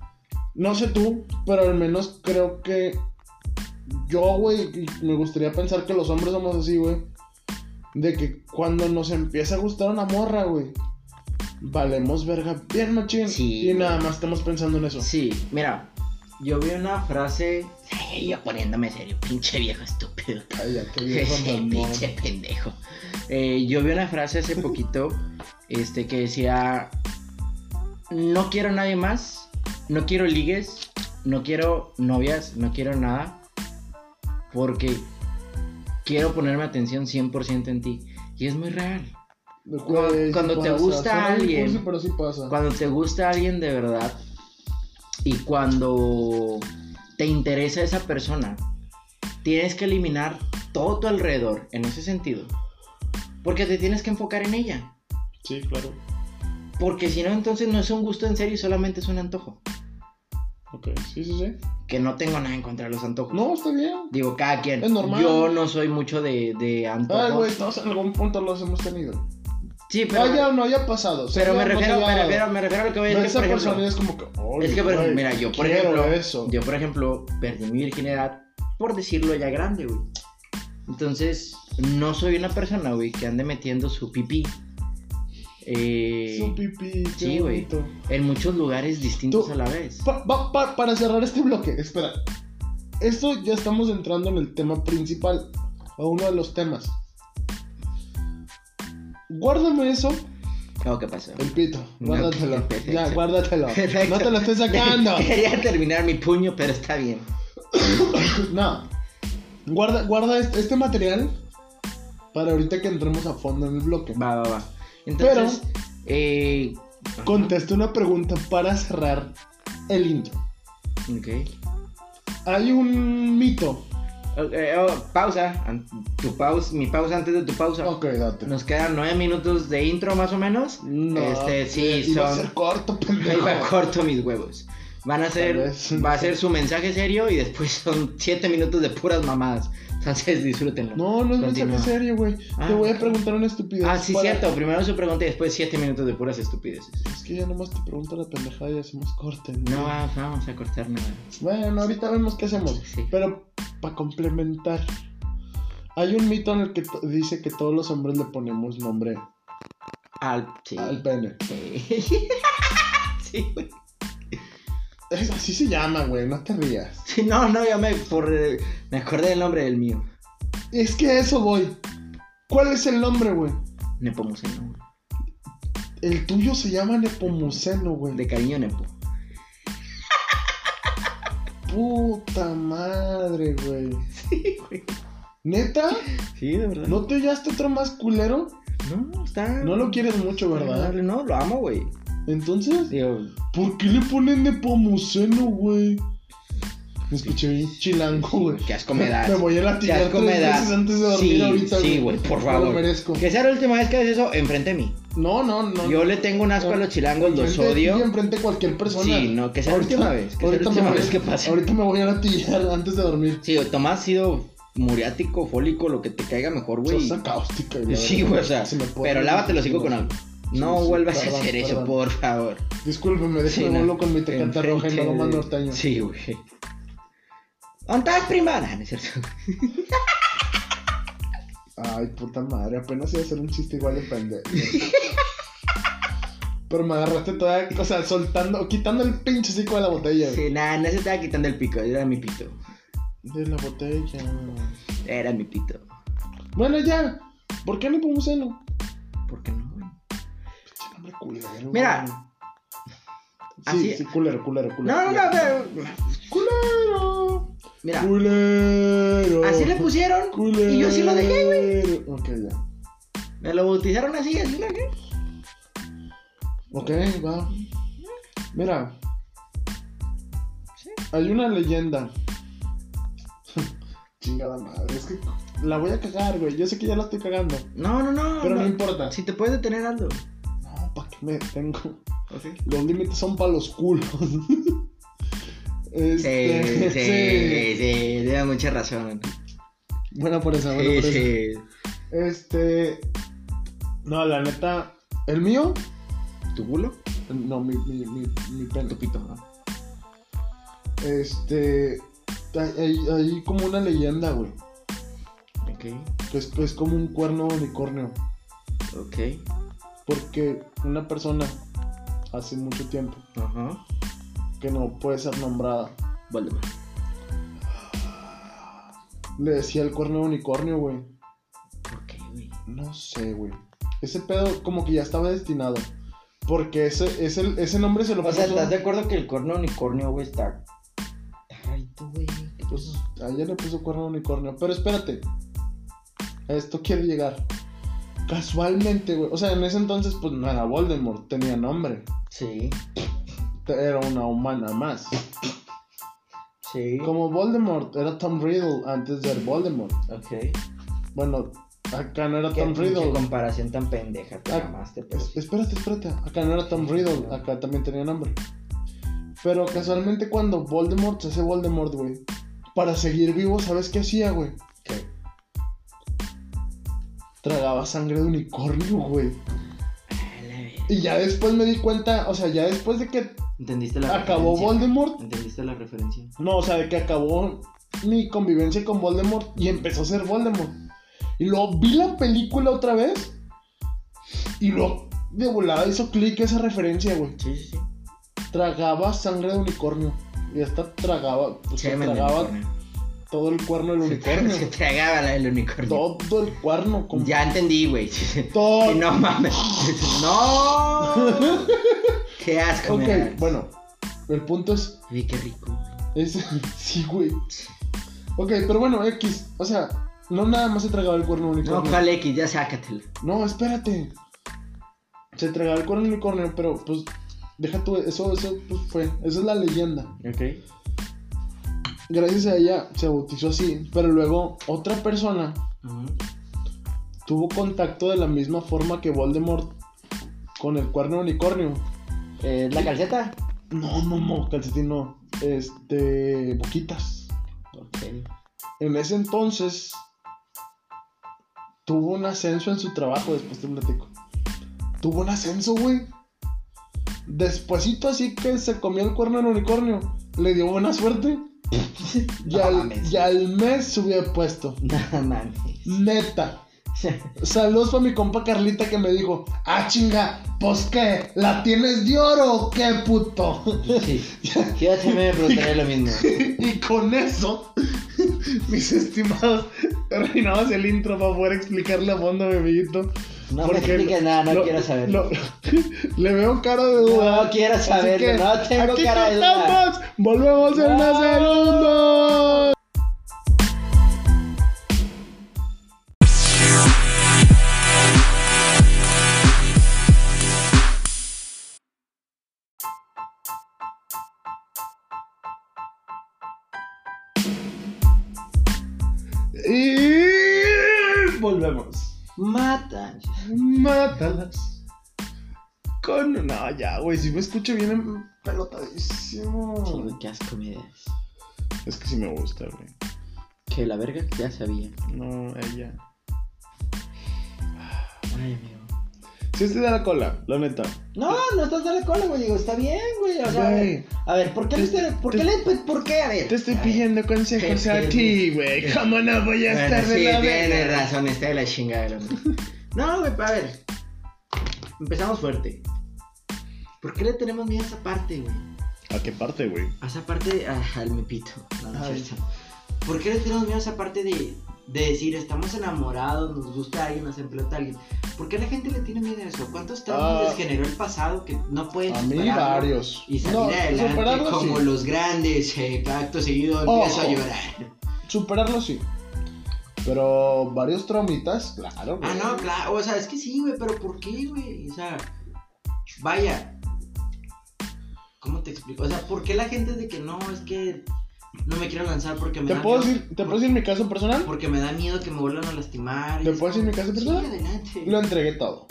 Speaker 1: no sé tú, pero al menos creo que yo, güey, y me gustaría pensar que los hombres somos así, güey. De que cuando nos empieza a gustar una morra, güey, valemos verga bien machín.
Speaker 2: Sí.
Speaker 1: Y nada más estamos pensando en eso.
Speaker 2: Sí, mira, yo vi una frase. Ay, yo poniéndome serio, pinche viejo estúpido. [LAUGHS]
Speaker 1: Cállate, viejo
Speaker 2: Ese
Speaker 1: mamón.
Speaker 2: pinche pendejo. este Eh, yo vi una frase hace poquito [LAUGHS] este, que decía: No quiero a nadie más, no quiero ligues, no quiero novias, no quiero nada, porque quiero ponerme atención 100% en ti. Y es muy real.
Speaker 1: Güey, sí
Speaker 2: cuando te
Speaker 1: pasa.
Speaker 2: gusta
Speaker 1: Suena bien
Speaker 2: alguien.
Speaker 1: cursi, pero sí pasa.
Speaker 2: Cuando te gusta alguien de verdad y cuando te interesa esa persona, tienes que eliminar todo tu alrededor en ese sentido. Porque te tienes que enfocar en ella.
Speaker 1: Sí, claro.
Speaker 2: Porque si no, entonces no es un gusto en serio y solamente es un antojo.
Speaker 1: Ok, sí, sí, sí.
Speaker 2: Que no tengo nada en contra de los antojos.
Speaker 1: No, está bien.
Speaker 2: Digo, cada quien.
Speaker 1: Es normal.
Speaker 2: Yo no soy mucho de, de antojos.
Speaker 1: Ay, güey, todos en algún punto los hemos tenido.
Speaker 2: Sí, pero,
Speaker 1: haya o no haya pasado. o sea,
Speaker 2: pero me,
Speaker 1: ya no
Speaker 2: refiero,
Speaker 1: haya-
Speaker 2: me, refiero, me refiero a lo que voy a
Speaker 1: No,
Speaker 2: decir.
Speaker 1: esa
Speaker 2: por ejemplo.
Speaker 1: personalidad es como que. "Ay,
Speaker 2: Es que, por
Speaker 1: güey,
Speaker 2: ejemplo, mira, yo por
Speaker 1: quiero
Speaker 2: ejemplo,
Speaker 1: Eso.
Speaker 2: yo por ejemplo, perdí mi virginidad por decirlo ya grande, güey. Entonces, no soy una persona, güey, que ande metiendo su pipí eh,
Speaker 1: Su pipí. qué
Speaker 2: sí, güey.
Speaker 1: bonito.
Speaker 2: en muchos lugares distintos
Speaker 1: Tú-
Speaker 2: a la vez.
Speaker 1: Pa- va- pa- para cerrar este bloque, espera. Esto ya estamos entrando en el tema principal, o uno de los temas. Guárdame eso,
Speaker 2: Claro, Oh, ¿qué pasó?
Speaker 1: el pito.
Speaker 2: No,
Speaker 1: Guárdatelo.
Speaker 2: [LAUGHS] perfecto.
Speaker 1: ya, guárdatelo.
Speaker 2: Perfecto.
Speaker 1: No te lo estés sacando.
Speaker 2: [LAUGHS] Quería terminar mi puño, pero está bien.
Speaker 1: no. Guarda, guarda este, este material para ahorita que entremos a fondo en el bloque.
Speaker 2: Va, va, va. Entonces, eh,
Speaker 1: Contesta una pregunta para cerrar el intro.
Speaker 2: ok.
Speaker 1: Hay un mito.
Speaker 2: Ok, oh, pausa. An- Tu pausa, mi pausa antes de tu pausa.
Speaker 1: Ok, date.
Speaker 2: Nos quedan nueve minutos de intro más o menos. este, sí,
Speaker 1: eh, iba a
Speaker 2: son-
Speaker 1: ser corto, pendejo.
Speaker 2: Me iba corto mis huevos. Van a ser,
Speaker 1: Tal vez.
Speaker 2: va a ser su mensaje serio y después son siete minutos de puras mamadas. Entonces disfrútenlo.
Speaker 1: No, no es
Speaker 2: Continúa.
Speaker 1: mensaje serio, güey.
Speaker 2: Ah.
Speaker 1: Te voy a preguntar una estupidez.
Speaker 2: Ah, sí,
Speaker 1: para-
Speaker 2: cierto. Primero su pregunta y después siete minutos de puras estupideces.
Speaker 1: Es que ya nomás te pregunto la pendejada y hacemos corte.
Speaker 2: No va- vamos a cortar nada.
Speaker 1: Bueno, ahorita vemos qué hacemos.
Speaker 2: Sí.
Speaker 1: Pero para complementar, hay un mito en el que to- dice que todos los hombres le ponemos nombre
Speaker 2: Al, sí.
Speaker 1: al pene.
Speaker 2: Sí. [LAUGHS] Sí, güey.
Speaker 1: Es- así se llama, güey, no te rías.
Speaker 2: Sí, no, no, ya me, por, eh, me acordé del nombre del mío.
Speaker 1: Es que a eso voy. ¿Cuál es el nombre, güey?
Speaker 2: Nepomuceno.
Speaker 1: El tuyo se llama Nepomuceno, güey.
Speaker 2: De cariño Nepo.
Speaker 1: Puta madre, güey.
Speaker 2: Sí, güey.
Speaker 1: ¿Neta?
Speaker 2: Sí, de verdad.
Speaker 1: ¿No te ollaste otro más culero?
Speaker 2: No, está.
Speaker 1: No lo quieres mucho, ¿verdad?
Speaker 2: No, lo amo, güey.
Speaker 1: Entonces,
Speaker 2: Digo,
Speaker 1: ¿por qué le ponen Nepomuceno, güey? Me escuché bien chilango, güey.
Speaker 2: qué asco me das.
Speaker 1: Me voy a
Speaker 2: Qué
Speaker 1: latigar
Speaker 2: asco
Speaker 1: tres
Speaker 2: me das.
Speaker 1: veces antes de dormir
Speaker 2: sí,
Speaker 1: ahorita,
Speaker 2: sí, güey, por
Speaker 1: Me Lo
Speaker 2: favor.
Speaker 1: merezco.
Speaker 2: Que sea la última vez que haces eso, enfrente de mí.
Speaker 1: No, no, no.
Speaker 2: Yo le tengo un asco a los chilangos, los
Speaker 1: Enfrente de ti Y
Speaker 2: odio.
Speaker 1: enfrente de cualquier persona.
Speaker 2: Sí, no, que sea la última vez. Que sea la
Speaker 1: ahorita me
Speaker 2: última
Speaker 1: voy-
Speaker 2: vez que pase.
Speaker 1: Ahorita me voy a latigar antes de dormir.
Speaker 2: Sí, o Tomás ha sido muriático, fólico, lo que te caiga mejor, güey.
Speaker 1: Sosa cáustica, la
Speaker 2: Sí,
Speaker 1: verdad.
Speaker 2: güey, o sea,
Speaker 1: Se me pone-
Speaker 2: pero lávate el hocico con algo. No
Speaker 1: Sí, sí,
Speaker 2: vuelvas a
Speaker 1: perdón,
Speaker 2: hacer eso,
Speaker 1: perdón.
Speaker 2: por favor.
Speaker 1: Discúlpeme, déjame
Speaker 2: no.
Speaker 1: hablo con mi tecata roja y
Speaker 2: Enfrente
Speaker 1: luego más
Speaker 2: de-
Speaker 1: norteño.
Speaker 2: Sí, güey. ¿Dónde estás, prima? Nah, no es cierto.
Speaker 1: Ay, puta madre, apenas iba a hacer un chiste igual de
Speaker 2: [LAUGHS]
Speaker 1: pendejo. Pero me agarraste toda, o sea, soltando, quitando el pinche hocico de la botella.
Speaker 2: Sí, nada, no se estaba quitando el pico, era mi pito.
Speaker 1: De la botella.
Speaker 2: Era mi pito.
Speaker 1: Bueno, ya. ¿Por qué no ponemos seno?
Speaker 2: ¿Por qué no, güey?
Speaker 1: Pinche nombre culero.
Speaker 2: Mira.
Speaker 1: Sí,
Speaker 2: así-
Speaker 1: sí, culero, culero, culero.
Speaker 2: No, no, no,
Speaker 1: culero.
Speaker 2: pero-
Speaker 1: Culero.
Speaker 2: Mira,
Speaker 1: Culero.
Speaker 2: así le pusieron y yo sí lo dejé, güey.
Speaker 1: güey. Ok, ya.
Speaker 2: Me lo bautizaron así, así lo dejé.
Speaker 1: Ok, va. Mira.
Speaker 2: Sí.
Speaker 1: Hay una leyenda. [LAUGHS] Chingada madre. Es que la voy a cagar, güey. Yo sé que ya la estoy cagando.
Speaker 2: No, no, no.
Speaker 1: Pero no,
Speaker 2: no.
Speaker 1: importa.
Speaker 2: Si te puedes detener, hazlo.
Speaker 1: No, ¿para qué me detengo?
Speaker 2: Ok.
Speaker 1: Los límites son para los culos. [LAUGHS]
Speaker 2: Sí,
Speaker 1: Este,
Speaker 2: sí, sí, sí, Tiene mucha razón.
Speaker 1: Buena por esa, buena
Speaker 2: Sí,
Speaker 1: por esa.
Speaker 2: sí.
Speaker 1: Este. No, la neta. ¿El mío?
Speaker 2: ¿Tu culo?
Speaker 1: No, mi, mi, mi, mi pene.
Speaker 2: Tu pito, ¿no?
Speaker 1: Este. Hay, hay- hay como una leyenda, güey.
Speaker 2: Ok,
Speaker 1: Que es, es como un cuerno de unicornio.
Speaker 2: ok.
Speaker 1: Porque una persona hace mucho tiempo
Speaker 2: Ajá.
Speaker 1: que no puede ser nombrada.
Speaker 2: Voldemort.
Speaker 1: Le decía el cuerno de unicornio, güey.
Speaker 2: ¿Por qué, güey?
Speaker 1: No sé, güey. Ese pedo como que ya estaba destinado. Porque ese, ese, ese nombre se lo
Speaker 2: O sea,
Speaker 1: puso-
Speaker 2: ¿estás de acuerdo que el corno unicornio, güey, está
Speaker 3: vato, güey. ¿Qué
Speaker 1: Pues ayer le puso cuerno a un unicornio. Pero espérate. A esto quiero llegar. Casualmente, güey. O sea, en ese entonces, pues no era Voldemort, tenía nombre.
Speaker 2: Sí,
Speaker 1: Era una humana más.
Speaker 2: sí.
Speaker 1: Como Voldemort, era Tom Riddle antes de ser Voldemort.
Speaker 2: Ok.
Speaker 1: Bueno, acá no era
Speaker 2: Qué
Speaker 1: Tom
Speaker 2: pinche
Speaker 1: Riddle.
Speaker 2: comparación tan pendeja, te pues.
Speaker 1: Ah,
Speaker 2: mamaste, pero
Speaker 1: Es-
Speaker 2: sí.
Speaker 1: espérate, espérate. Acá no era Tom Riddle, acá también tenía nombre. Pero casualmente cuando Voldemort se hace Voldemort, güey. Para seguir vivo, ¿sabes qué hacía, güey?
Speaker 2: ¿Qué?
Speaker 1: pues, Tragaba sangre de unicornio, güey.
Speaker 2: A la verga.
Speaker 1: Y ya después me di cuenta, o sea, ya después de que
Speaker 2: ¿Entendiste la
Speaker 1: acabó
Speaker 2: referencia?
Speaker 1: Voldemort,
Speaker 2: ¿Entendiste la referencia?
Speaker 1: no, o sea, de que acabó mi convivencia con Voldemort y empezó a ser Voldemort. Y luego vi la película otra vez y luego de volada hizo clic esa referencia, güey.
Speaker 2: Sí, sí, sí.
Speaker 1: Tragaba sangre de unicornio. Y esta tragaba, o sea,
Speaker 2: Semen de
Speaker 1: tragaba
Speaker 2: unicornio.
Speaker 1: todo el cuerno
Speaker 2: [LAUGHS]
Speaker 1: del
Speaker 2: Se
Speaker 1: unicornio.
Speaker 2: tragaba la del unicornio.
Speaker 1: todo el cuerno, como
Speaker 2: Ya entendí, güey.
Speaker 1: todo.
Speaker 2: [LAUGHS] no mames. ¡No! ¡Qué asco,
Speaker 1: [LAUGHS]
Speaker 2: me
Speaker 1: ok,
Speaker 2: das.
Speaker 1: bueno, el punto es
Speaker 2: Uy, qué rico. güey.
Speaker 1: Es, [LAUGHS] sí, güey. Ok, pero bueno, X. O sea, no nada más se tragaba el cuerno
Speaker 2: No,
Speaker 1: unicornio.
Speaker 2: ¿cuál X? Ya sácatela.
Speaker 1: No, espérate. Se tragaba el cuerno unicornio, pero pues. Deja tú, eso, eso pues, fue. Esa es la leyenda.
Speaker 2: Ok.
Speaker 1: Gracias a ella se bautizó así, pero luego otra persona tuvo contacto de la misma forma que Voldemort con el cuerno unicornio.
Speaker 2: ¿Es Eh, la calceta?
Speaker 1: No, no, no, calcetín no. Este. Boquitas.
Speaker 2: Ok.
Speaker 1: En ese entonces tuvo un ascenso en su trabajo, después te platico. Tuvo un ascenso, güey. Despuésito así que se comió el cuerno del unicornio, le dio buena suerte. y,
Speaker 2: No
Speaker 1: al,
Speaker 2: mames.
Speaker 1: y al mes subió de puesto.
Speaker 2: [LAUGHS] No [LAUGHS] mames.
Speaker 1: Neta.
Speaker 2: [LAUGHS]
Speaker 1: Saludos para mi compa Carlita que me dijo, ah chinga, pues qué, ¿la tienes de oro o qué puto? [LAUGHS]
Speaker 2: Sí. Yo también me preguntaría lo mismo.
Speaker 1: Y con eso, [LAUGHS] mis estimados, [LAUGHS] terminamos el intro para poder explicarle a fondo a mi amiguito.
Speaker 2: No me
Speaker 1: Porque
Speaker 2: expliques nada, no
Speaker 1: lo-
Speaker 2: quiero saber.
Speaker 1: lo- [LAUGHS] le veo cara de duda.
Speaker 2: No quiero
Speaker 1: Así
Speaker 2: saberlo,
Speaker 1: que
Speaker 2: no tengo
Speaker 1: aquí
Speaker 2: cara de duda.
Speaker 1: cortamos. Volvemos en una
Speaker 2: No.
Speaker 1: segunda. Y volvemos.
Speaker 2: Mata.
Speaker 1: Mátalas. Con. No, ya, güey. Si me escucho bien em- pelotadísimo.
Speaker 2: Sí, güey, qué asco me das.
Speaker 1: Es que sí me gusta, güey.
Speaker 2: Que la verga ya sabía.
Speaker 1: No, ella.
Speaker 2: Ay, amigo.
Speaker 1: Sí, estoy de la cola, la neta.
Speaker 2: No, no estás de la cola, güey. Digo, está bien, güey. O sea, a
Speaker 1: Güey.
Speaker 2: ver, a ver, ¿por qué
Speaker 1: Te-
Speaker 2: le estoy- ¿Por
Speaker 1: te-
Speaker 2: qué le.? pues, ¿Por qué? A ver.
Speaker 1: Te estoy
Speaker 2: a ver.
Speaker 1: pidiendo consejos
Speaker 2: Sí,
Speaker 1: a
Speaker 2: sí,
Speaker 1: ti, güey. ¿Cómo no voy a
Speaker 2: Bueno,
Speaker 1: estar de
Speaker 2: sí,
Speaker 1: la
Speaker 2: tienes
Speaker 1: verga?
Speaker 2: razón, está de la chingada. el hombre. No, güey, a ver. Empezamos fuerte. ¿Por qué le tenemos miedo a esa parte, güey?
Speaker 1: ¿A qué parte, güey?
Speaker 2: A esa parte, ah, al mepito. No, no
Speaker 1: Ay.
Speaker 2: es cierto. ¿Por qué le tenemos miedo a esa parte de, de decir estamos enamorados, nos gusta alguien, nos emplota alguien? ¿Por qué la gente le tiene miedo a eso? ¿Cuántos traumas
Speaker 1: Ah.
Speaker 2: les generó el pasado que no pueden
Speaker 1: A mí
Speaker 2: superarlo
Speaker 1: varios.
Speaker 2: Y salir
Speaker 1: No,
Speaker 2: adelante
Speaker 1: superarlo
Speaker 2: como
Speaker 1: sí.
Speaker 2: los grandes, eh, acto seguido empiezo a
Speaker 1: Ojo.
Speaker 2: llorar.
Speaker 1: Superarlo sí. Pero varios traumitas, claro, güey.
Speaker 2: Ah, no, claro, o sea, es que sí, güey, pero ¿por qué, güey? O sea, vaya, ¿cómo te explico? O sea, ¿por qué la gente es de que no, es que no me quiero lanzar porque me
Speaker 1: ¿Te
Speaker 2: da
Speaker 1: puedo,
Speaker 2: miedo?
Speaker 1: decir, ¿Te puedo decir mi caso personal?
Speaker 2: Porque me da miedo que me vuelvan a lastimar. y
Speaker 1: ¿Te
Speaker 2: es
Speaker 1: puedo decir
Speaker 2: como,
Speaker 1: mi caso
Speaker 2: sí,
Speaker 1: personal?
Speaker 2: adelante.
Speaker 1: Lo entregué todo.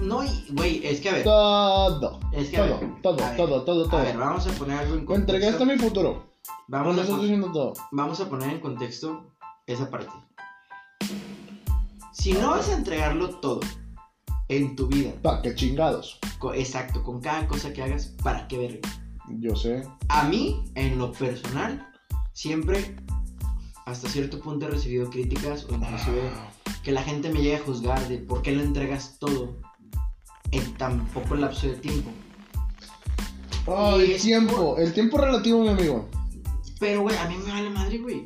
Speaker 2: No, y, güey, es que a ver,
Speaker 1: Todo.
Speaker 2: es que a
Speaker 1: Todo,
Speaker 2: ver,
Speaker 1: todo,
Speaker 2: a ver,
Speaker 1: todo, todo,
Speaker 2: A
Speaker 1: todo.
Speaker 2: ver, vamos a poner algo en
Speaker 1: Lo
Speaker 2: contexto.
Speaker 1: entregué hasta mi futuro. Por
Speaker 2: Vamos a
Speaker 1: eso estoy
Speaker 2: pon-
Speaker 1: diciendo todo.
Speaker 2: vamos a poner en contexto esa parte. Si no vas a entregarlo todo en tu vida,
Speaker 1: Pa' que chingados.
Speaker 2: Co- Exacto, con cada cosa que hagas, ¿para qué verga?
Speaker 1: Yo sé.
Speaker 2: A mí, en lo personal, siempre, hasta cierto punto he recibido críticas o
Speaker 1: Ah.
Speaker 2: inclusive que la gente me llegue a juzgar de por qué lo entregas todo en tan poco lapso de tiempo.
Speaker 1: Oh,
Speaker 2: Y
Speaker 1: el
Speaker 2: es
Speaker 1: tiempo. El tiempo relativo, mi amigo.
Speaker 2: Pero, güey, a mí me vale madre, güey.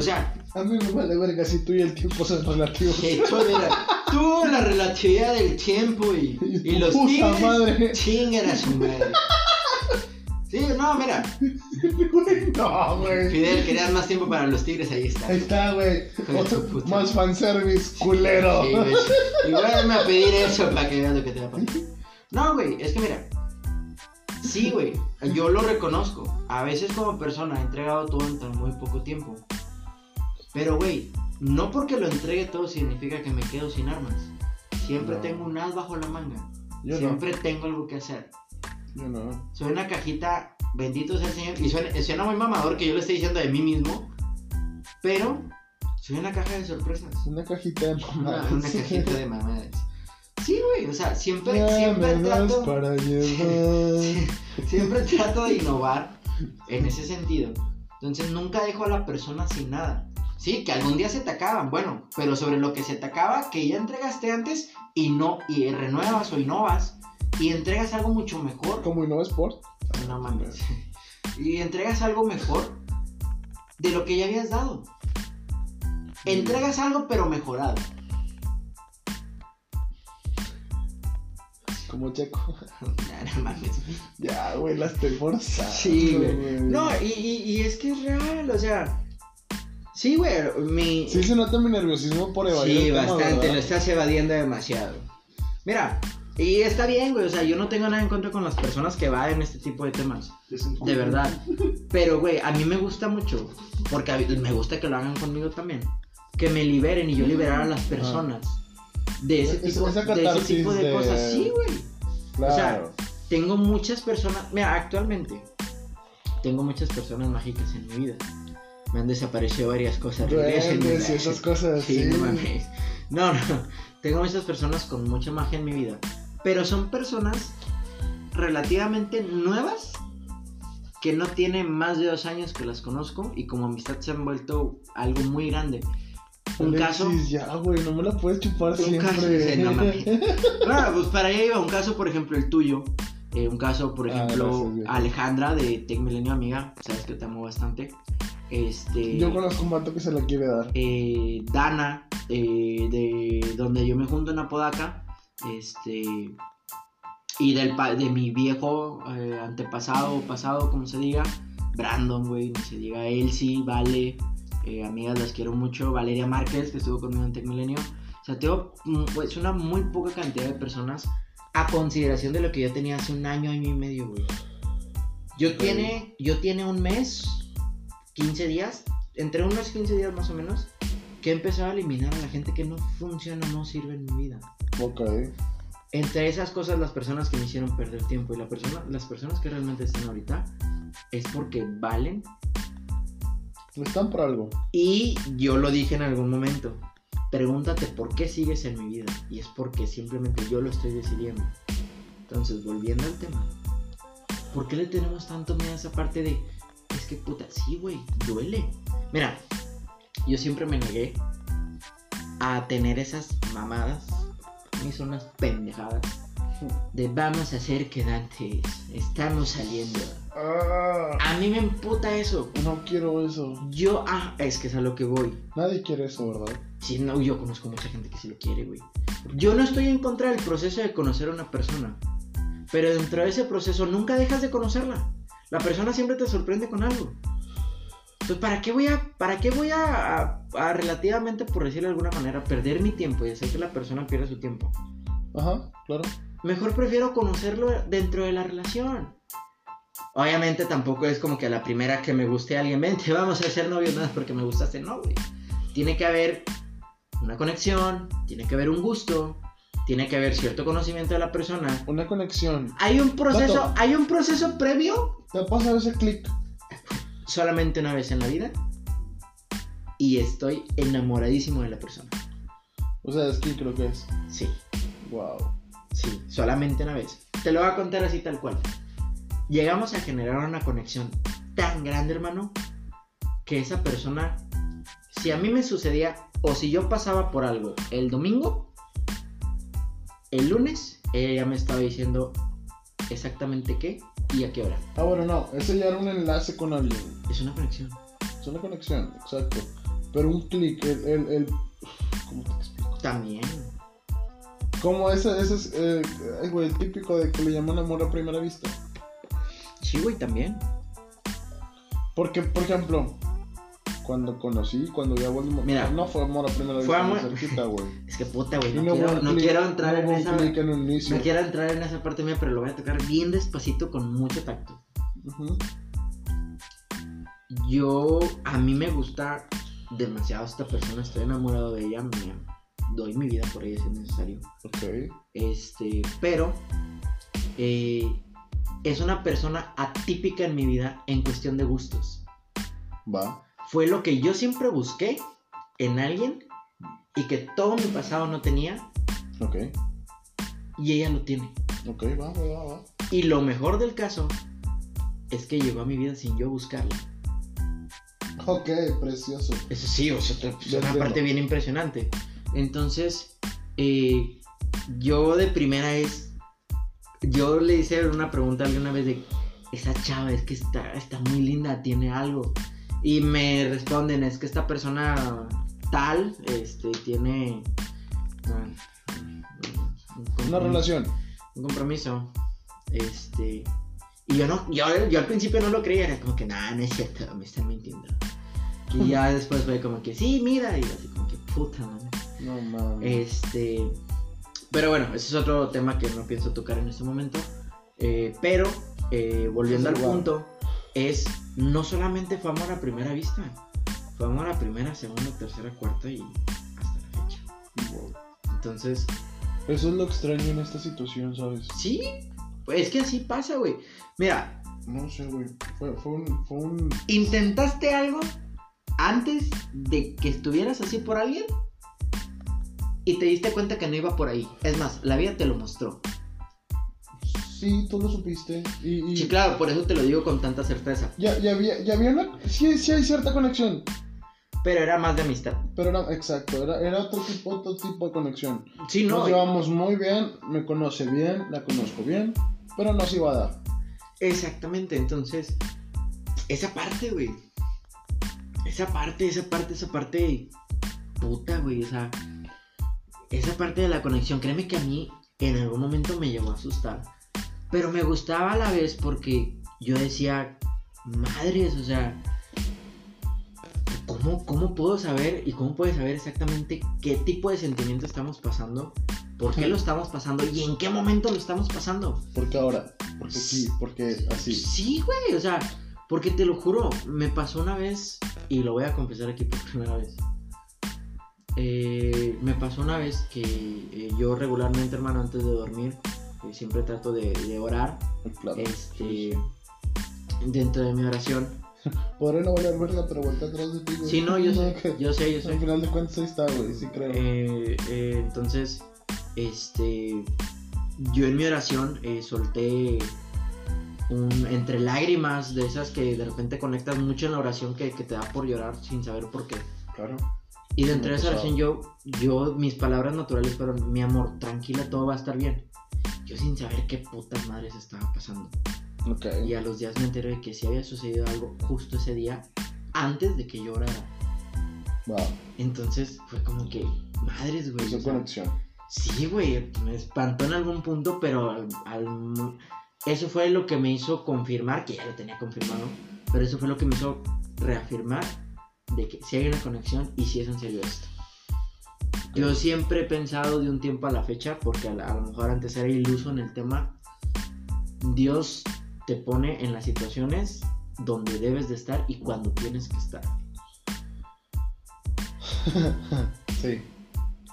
Speaker 1: [LAUGHS]
Speaker 2: sea,
Speaker 1: A mí me vale verga si tú y el tiempo son relativos. [LAUGHS]
Speaker 2: que tú, mira, tú la relatividad del tiempo y, y
Speaker 1: tu
Speaker 2: los
Speaker 1: puta
Speaker 2: tigres
Speaker 1: madre. [LAUGHS]
Speaker 2: chingan a su madre. Sí, no, mira,
Speaker 1: Güey, no, güey.
Speaker 2: Fidel, querías más tiempo para los tigres, ahí está.
Speaker 1: Ahí está, güey.
Speaker 2: Hijo de su puta.
Speaker 1: Más fanservice, culero.
Speaker 2: Sí, güey. Y vuélveme a pedir eso para que veas lo que te va a pasar. No, güey, es que mira. Sí, güey, yo lo reconozco. A veces como persona he entregado todo en tan muy poco tiempo. Pero, güey, no porque lo entregue todo significa que me quedo sin armas. Siempre
Speaker 1: No.
Speaker 2: tengo un as bajo la manga.
Speaker 1: [LAUGHS] Yo no,
Speaker 2: Siempre tengo algo que hacer.
Speaker 1: yo no.
Speaker 2: Soy una cajita, bendito sea el Señor. Y suena, suena muy mamador que yo lo esté diciendo de mí mismo. Pero soy una caja
Speaker 1: [LAUGHS]
Speaker 2: de sorpresas.
Speaker 1: Una cajita de
Speaker 2: Una,
Speaker 1: mamadas.
Speaker 2: una
Speaker 1: [LAUGHS]
Speaker 2: cajita de mamadas. Sí, güey, o sea, siempre,
Speaker 1: Nada
Speaker 2: siempre
Speaker 1: más
Speaker 2: trato.
Speaker 1: para llevar.
Speaker 2: Siempre trato de innovar en ese sentido. Entonces nunca dejo a la persona sin nada. Sí, que algún día se te acaban, bueno, pero sobre lo que se te acaba, que ya entregaste antes y no, y renuevas o innovas y entregas algo mucho mejor.
Speaker 1: Como Innova Sport.
Speaker 2: No mames. Y entregas algo mejor de lo que ya habías dado. Entregas algo pero mejorado. [LAUGHS]
Speaker 1: Como Checo. [LAUGHS]
Speaker 2: Nah, no mames.
Speaker 1: Ya, güey, las estoy forzando,
Speaker 2: Sí, güey. No, y, y- y es que es real, o sea. Sí, güey, mi.
Speaker 1: Sí se nota mi nerviosismo por evadir
Speaker 2: Sí,
Speaker 1: el tema,
Speaker 2: bastante,
Speaker 1: ¿verdad?
Speaker 2: lo estás evadiendo demasiado. Mira, y está bien, güey, o sea, yo no tengo nada en contra con las personas que evaden este tipo de temas, de verdad. Pero, güey, a mí me gusta mucho, porque a mí- me gusta que lo hagan conmigo también, que me liberen y yo liberar a las personas de ese
Speaker 1: Es-
Speaker 2: tipo,
Speaker 1: esa
Speaker 2: de, ese
Speaker 1: catarsis
Speaker 2: tipo de,
Speaker 1: de-
Speaker 2: cosas. Sí, güey.
Speaker 1: Claro.
Speaker 2: o sea, Tengo muchas personas, mira, actualmente tengo muchas personas mágicas en mi vida. Me han desaparecido varias cosas. regrésenme
Speaker 1: duendes y
Speaker 2: la-
Speaker 1: esas cosas.
Speaker 2: Sí,
Speaker 1: Sí,
Speaker 2: no mames. No, no. Tengo muchas personas con mucha magia en mi vida. Pero son personas relativamente nuevas que no tienen más de dos años que las conozco y como amistad se han vuelto algo muy grande. Un
Speaker 1: Alexis,
Speaker 2: caso. [LAUGHS]
Speaker 1: ya, güey, no me la puedes chupar
Speaker 2: Un
Speaker 1: siempre.
Speaker 2: caso, sí, no mames. Claro, pues para ella iba un caso, por ejemplo, el tuyo. eh, un caso, por
Speaker 1: Ah,
Speaker 2: ejemplo,
Speaker 1: gracias, viejo.
Speaker 2: Alejandra de Tech Milenio Amiga. Sabes que te amo bastante.
Speaker 1: [LAUGHS]
Speaker 2: Este.
Speaker 1: Yo conozco un vato que se la quiere dar.
Speaker 2: eh, Dana, eh, de donde yo me junto en Apodaca, este, y del pa- de mi viejo eh, antepasado o pasado, como se diga, Brandon, güey, ni se diga Elsie, Vale, eh, amigas, las quiero mucho, Valeria Márquez, que estuvo conmigo en Tecmilenio. O sea, tengo mm, pues, una muy poca cantidad de personas a consideración de lo que yo tenía hace un año, año y medio, güey. Yo,
Speaker 1: Ok.
Speaker 2: tiene, yo tiene un mes, 15 días, entre unos 15 días más o menos, que he empezado a eliminar a la gente que no funciona, no sirve en mi vida.
Speaker 1: Ok.
Speaker 2: Entre esas cosas, las personas que me hicieron perder tiempo y la persona, las personas que realmente están ahorita es porque valen.
Speaker 1: Están por algo.
Speaker 2: Y yo lo dije en algún momento. Pregúntate por qué sigues en mi vida. Y es porque simplemente yo lo estoy decidiendo. Entonces, volviendo al tema. ¿Por qué le tenemos tanto miedo a esa parte de... Es que puta, sí, güey, duele. Mira, yo siempre me negué a tener esas mamadas. Me hizo unas pendejadas. De vamos a hacer quedantes. Estamos saliendo.
Speaker 1: Ah,
Speaker 2: A mí me emputa eso.
Speaker 1: no quiero eso.
Speaker 2: Yo, ah, es que es a lo que voy.
Speaker 1: Nadie quiere eso, ¿verdad?
Speaker 2: Sí, no, yo conozco mucha gente que sí lo quiere, güey. Yo no estoy en contra del proceso de conocer a una persona. Pero dentro de ese proceso nunca dejas de conocerla. La persona siempre te sorprende con algo. Entonces, ¿para qué voy a, para qué voy a, a- a relativamente, por decirlo de alguna manera, perder mi tiempo y hacer que la persona pierda su tiempo?
Speaker 1: Ajá, claro.
Speaker 2: Mejor prefiero conocerlo dentro de la relación. Obviamente tampoco es como que a la primera que me guste a alguien, vente, vamos a ser novios, nada más porque me gustaste, no, güey. Tiene que haber una conexión, tiene que haber un gusto, tiene que haber cierto conocimiento de la persona.
Speaker 1: Una conexión.
Speaker 2: Hay un proceso,
Speaker 1: Vato.
Speaker 2: hay un proceso previo
Speaker 1: Te pasa ese clic.
Speaker 2: solamente una vez en la vida. Y estoy enamoradísimo de la persona.
Speaker 1: O sea, es clic, creo que es.
Speaker 2: Sí.
Speaker 1: Wow.
Speaker 2: Sí, solamente una vez. Te lo voy a contar así tal cual. Llegamos a generar una conexión tan grande, hermano, que esa persona, si a mí me sucedía o si yo pasaba por algo el domingo, el lunes, ella ya me estaba diciendo exactamente qué y a qué hora.
Speaker 1: Ah, bueno, no. Ese ya era un enlace con alguien.
Speaker 2: Es una conexión.
Speaker 1: Es una conexión, exacto. Pero un clic, el, el, el... ¿Cómo te explico?
Speaker 2: También.
Speaker 1: Como ese, ese es, eh, ay, güey, el típico de que le llaman amor a primera vista.
Speaker 2: Sí, güey, también.
Speaker 1: Porque, por ejemplo, cuando conocí, cuando vi a Voldemort.
Speaker 2: Mira.
Speaker 1: no fue amor a primera
Speaker 2: Fue
Speaker 1: vista, muy
Speaker 2: amor.
Speaker 1: cerquita, güey.
Speaker 2: Es que puta, güey.
Speaker 1: Y
Speaker 2: [LAUGHS] No,
Speaker 1: no hubo
Speaker 2: quiero,
Speaker 1: un
Speaker 2: no
Speaker 1: clic,
Speaker 2: quiero entrar
Speaker 1: no
Speaker 2: en
Speaker 1: hubo un
Speaker 2: esa.
Speaker 1: clic en un inicio.
Speaker 2: No quiero entrar en esa parte mía, pero lo voy a tocar bien despacito con mucho tacto.
Speaker 1: Ujú.
Speaker 2: Yo, a mí me gusta demasiado esta persona, estoy enamorado de ella, me doy mi vida por ella si es necesario.
Speaker 1: Ok.
Speaker 2: Este, pero eh, es una persona atípica en mi vida en cuestión de gustos.
Speaker 1: Va.
Speaker 2: Fue lo que yo siempre busqué en alguien y que todo mi pasado no tenía
Speaker 1: Ok.
Speaker 2: y ella lo tiene.
Speaker 1: Ok, va, va, va, va.
Speaker 2: Y lo mejor del caso es que llegó a mi vida sin yo buscarla.
Speaker 1: Ok, precioso.
Speaker 2: Eso sí, o sea, te- es
Speaker 1: Ya
Speaker 2: una
Speaker 1: entiendo.
Speaker 2: parte bien impresionante. Entonces, eh, yo de primera es. Yo le hice una pregunta alguna vez de. Esa chava es que está, está muy linda, tiene algo. Y me responden, es que esta persona tal, este, tiene. ah, un
Speaker 1: Una
Speaker 2: compromiso-
Speaker 1: relación.
Speaker 2: Un compromiso. Este. Y yo no, yo, yo al principio no lo creía, era como que nada, no es cierto, me están mintiendo. Y ya después fue como que, sí, mira, y así como que, puta madre.
Speaker 1: No mames.
Speaker 2: Este. Pero bueno, ese es otro tema que no pienso tocar en este momento. Eh, pero, eh, volviendo al
Speaker 1: Igual.
Speaker 2: punto, es. No solamente fue amor a primera vista, fue amor a primera, segunda, tercera, cuarta y hasta la fecha.
Speaker 1: Wow.
Speaker 2: Entonces,
Speaker 1: Eso es lo extraño en esta situación, ¿sabes?
Speaker 2: sí, pues es que así pasa, güey. Mira,
Speaker 1: No sé, güey. Fue, fue un. Fue un...
Speaker 2: ¿intentaste algo antes de que estuvieras así por alguien? Y te diste cuenta que no iba por ahí. Es más, la vida te lo mostró.
Speaker 1: Sí, tú lo supiste. Y. y...
Speaker 2: Sí, claro, por eso te lo digo con tanta certeza.
Speaker 1: Ya, ya había, ya había una. Sí, sí hay cierta conexión.
Speaker 2: Pero era más de amistad.
Speaker 1: Pero era, exacto, era, era otro tipo, otro tipo de conexión.
Speaker 2: Sí, no.
Speaker 1: Nos llevamos muy bien, me conoce bien, la conozco bien, pero no se iba a dar.
Speaker 2: Exactamente, entonces. Esa parte, güey. Esa parte, esa parte, esa parte. Puta, güey. Esa. Esa parte de la conexión. Créeme que a mí en algún momento me llegó a asustar. Pero me gustaba a la vez porque yo decía. Madres, o sea. ¿Cómo, ¿Cómo puedo saber y cómo puedes saber exactamente qué tipo de sentimiento estamos pasando? ¿Por qué lo estamos pasando? ¿Y en qué momento lo estamos pasando?
Speaker 1: Porque ahora, porque sí, porque así.
Speaker 2: Sí, güey, o sea, porque te lo juro, me pasó una vez, y lo voy a confesar aquí por [LAUGHS] primera vez. Eh, me pasó una vez que eh, yo regularmente, hermano, antes de dormir, eh, siempre trato de, de orar.
Speaker 1: Claro.
Speaker 2: Este, dentro de mi oración.
Speaker 1: Podré no valer verga, pero vuelta atrás de ti, güey.
Speaker 2: Sí, no, yo
Speaker 1: [LAUGHS]
Speaker 2: sé,
Speaker 1: que-
Speaker 2: yo sé, yo
Speaker 1: Al
Speaker 2: sé.
Speaker 1: final de cuentas ahí está, güey, sí creo.
Speaker 2: Eh, eh, entonces, este, yo en mi oración eh, solté un- entre lágrimas de esas que de repente conectas mucho en la oración que, que te da por llorar sin saber por qué.
Speaker 1: claro.
Speaker 2: Y
Speaker 1: me
Speaker 2: dentro
Speaker 1: ha
Speaker 2: de esa
Speaker 1: pasado.
Speaker 2: oración yo, yo, mis palabras naturales fueron, mi amor, tranquila, todo va a estar bien. Yo sin saber qué putas madres estaba pasando.
Speaker 1: Ok.
Speaker 2: Y a los días me enteré de que sí había sucedido algo justo ese día antes de que yo orara.
Speaker 1: Va,
Speaker 2: Entonces fue como que, madres, güey. o
Speaker 1: hizo
Speaker 2: sea,
Speaker 1: conexión. [LAUGHS]
Speaker 2: Sí, güey, me espantó en algún punto, pero al- al- eso fue lo que me hizo confirmar, que ya lo tenía confirmado, pero eso fue lo que me hizo reafirmar de que si hay una conexión y si es en serio esto. Yo siempre he pensado de un tiempo a la fecha, porque a, la- a lo mejor antes era iluso en el tema, Dios te pone en las situaciones donde debes de estar y cuando tienes que estar.
Speaker 1: sí,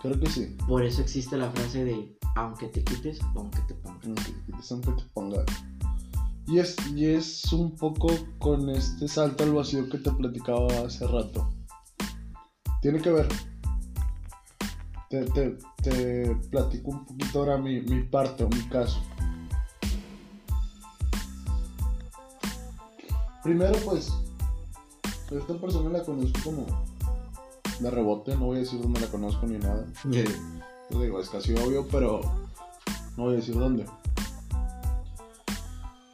Speaker 1: creo que sí.
Speaker 2: Por eso existe la frase de aunque te quites, aunque te pongas.
Speaker 1: Ok, son que te ponga. Y es, y es un poco con este salto al vacío que te platicaba hace rato. Tiene que ver. Te, te- te platico un poquito ahora mi, mi parte o mi caso. Primero, pues, esta persona la conozco como de rebote. No voy a decir dónde la conozco ni nada. Yo digo, es casi obvio, pero no voy a decir dónde.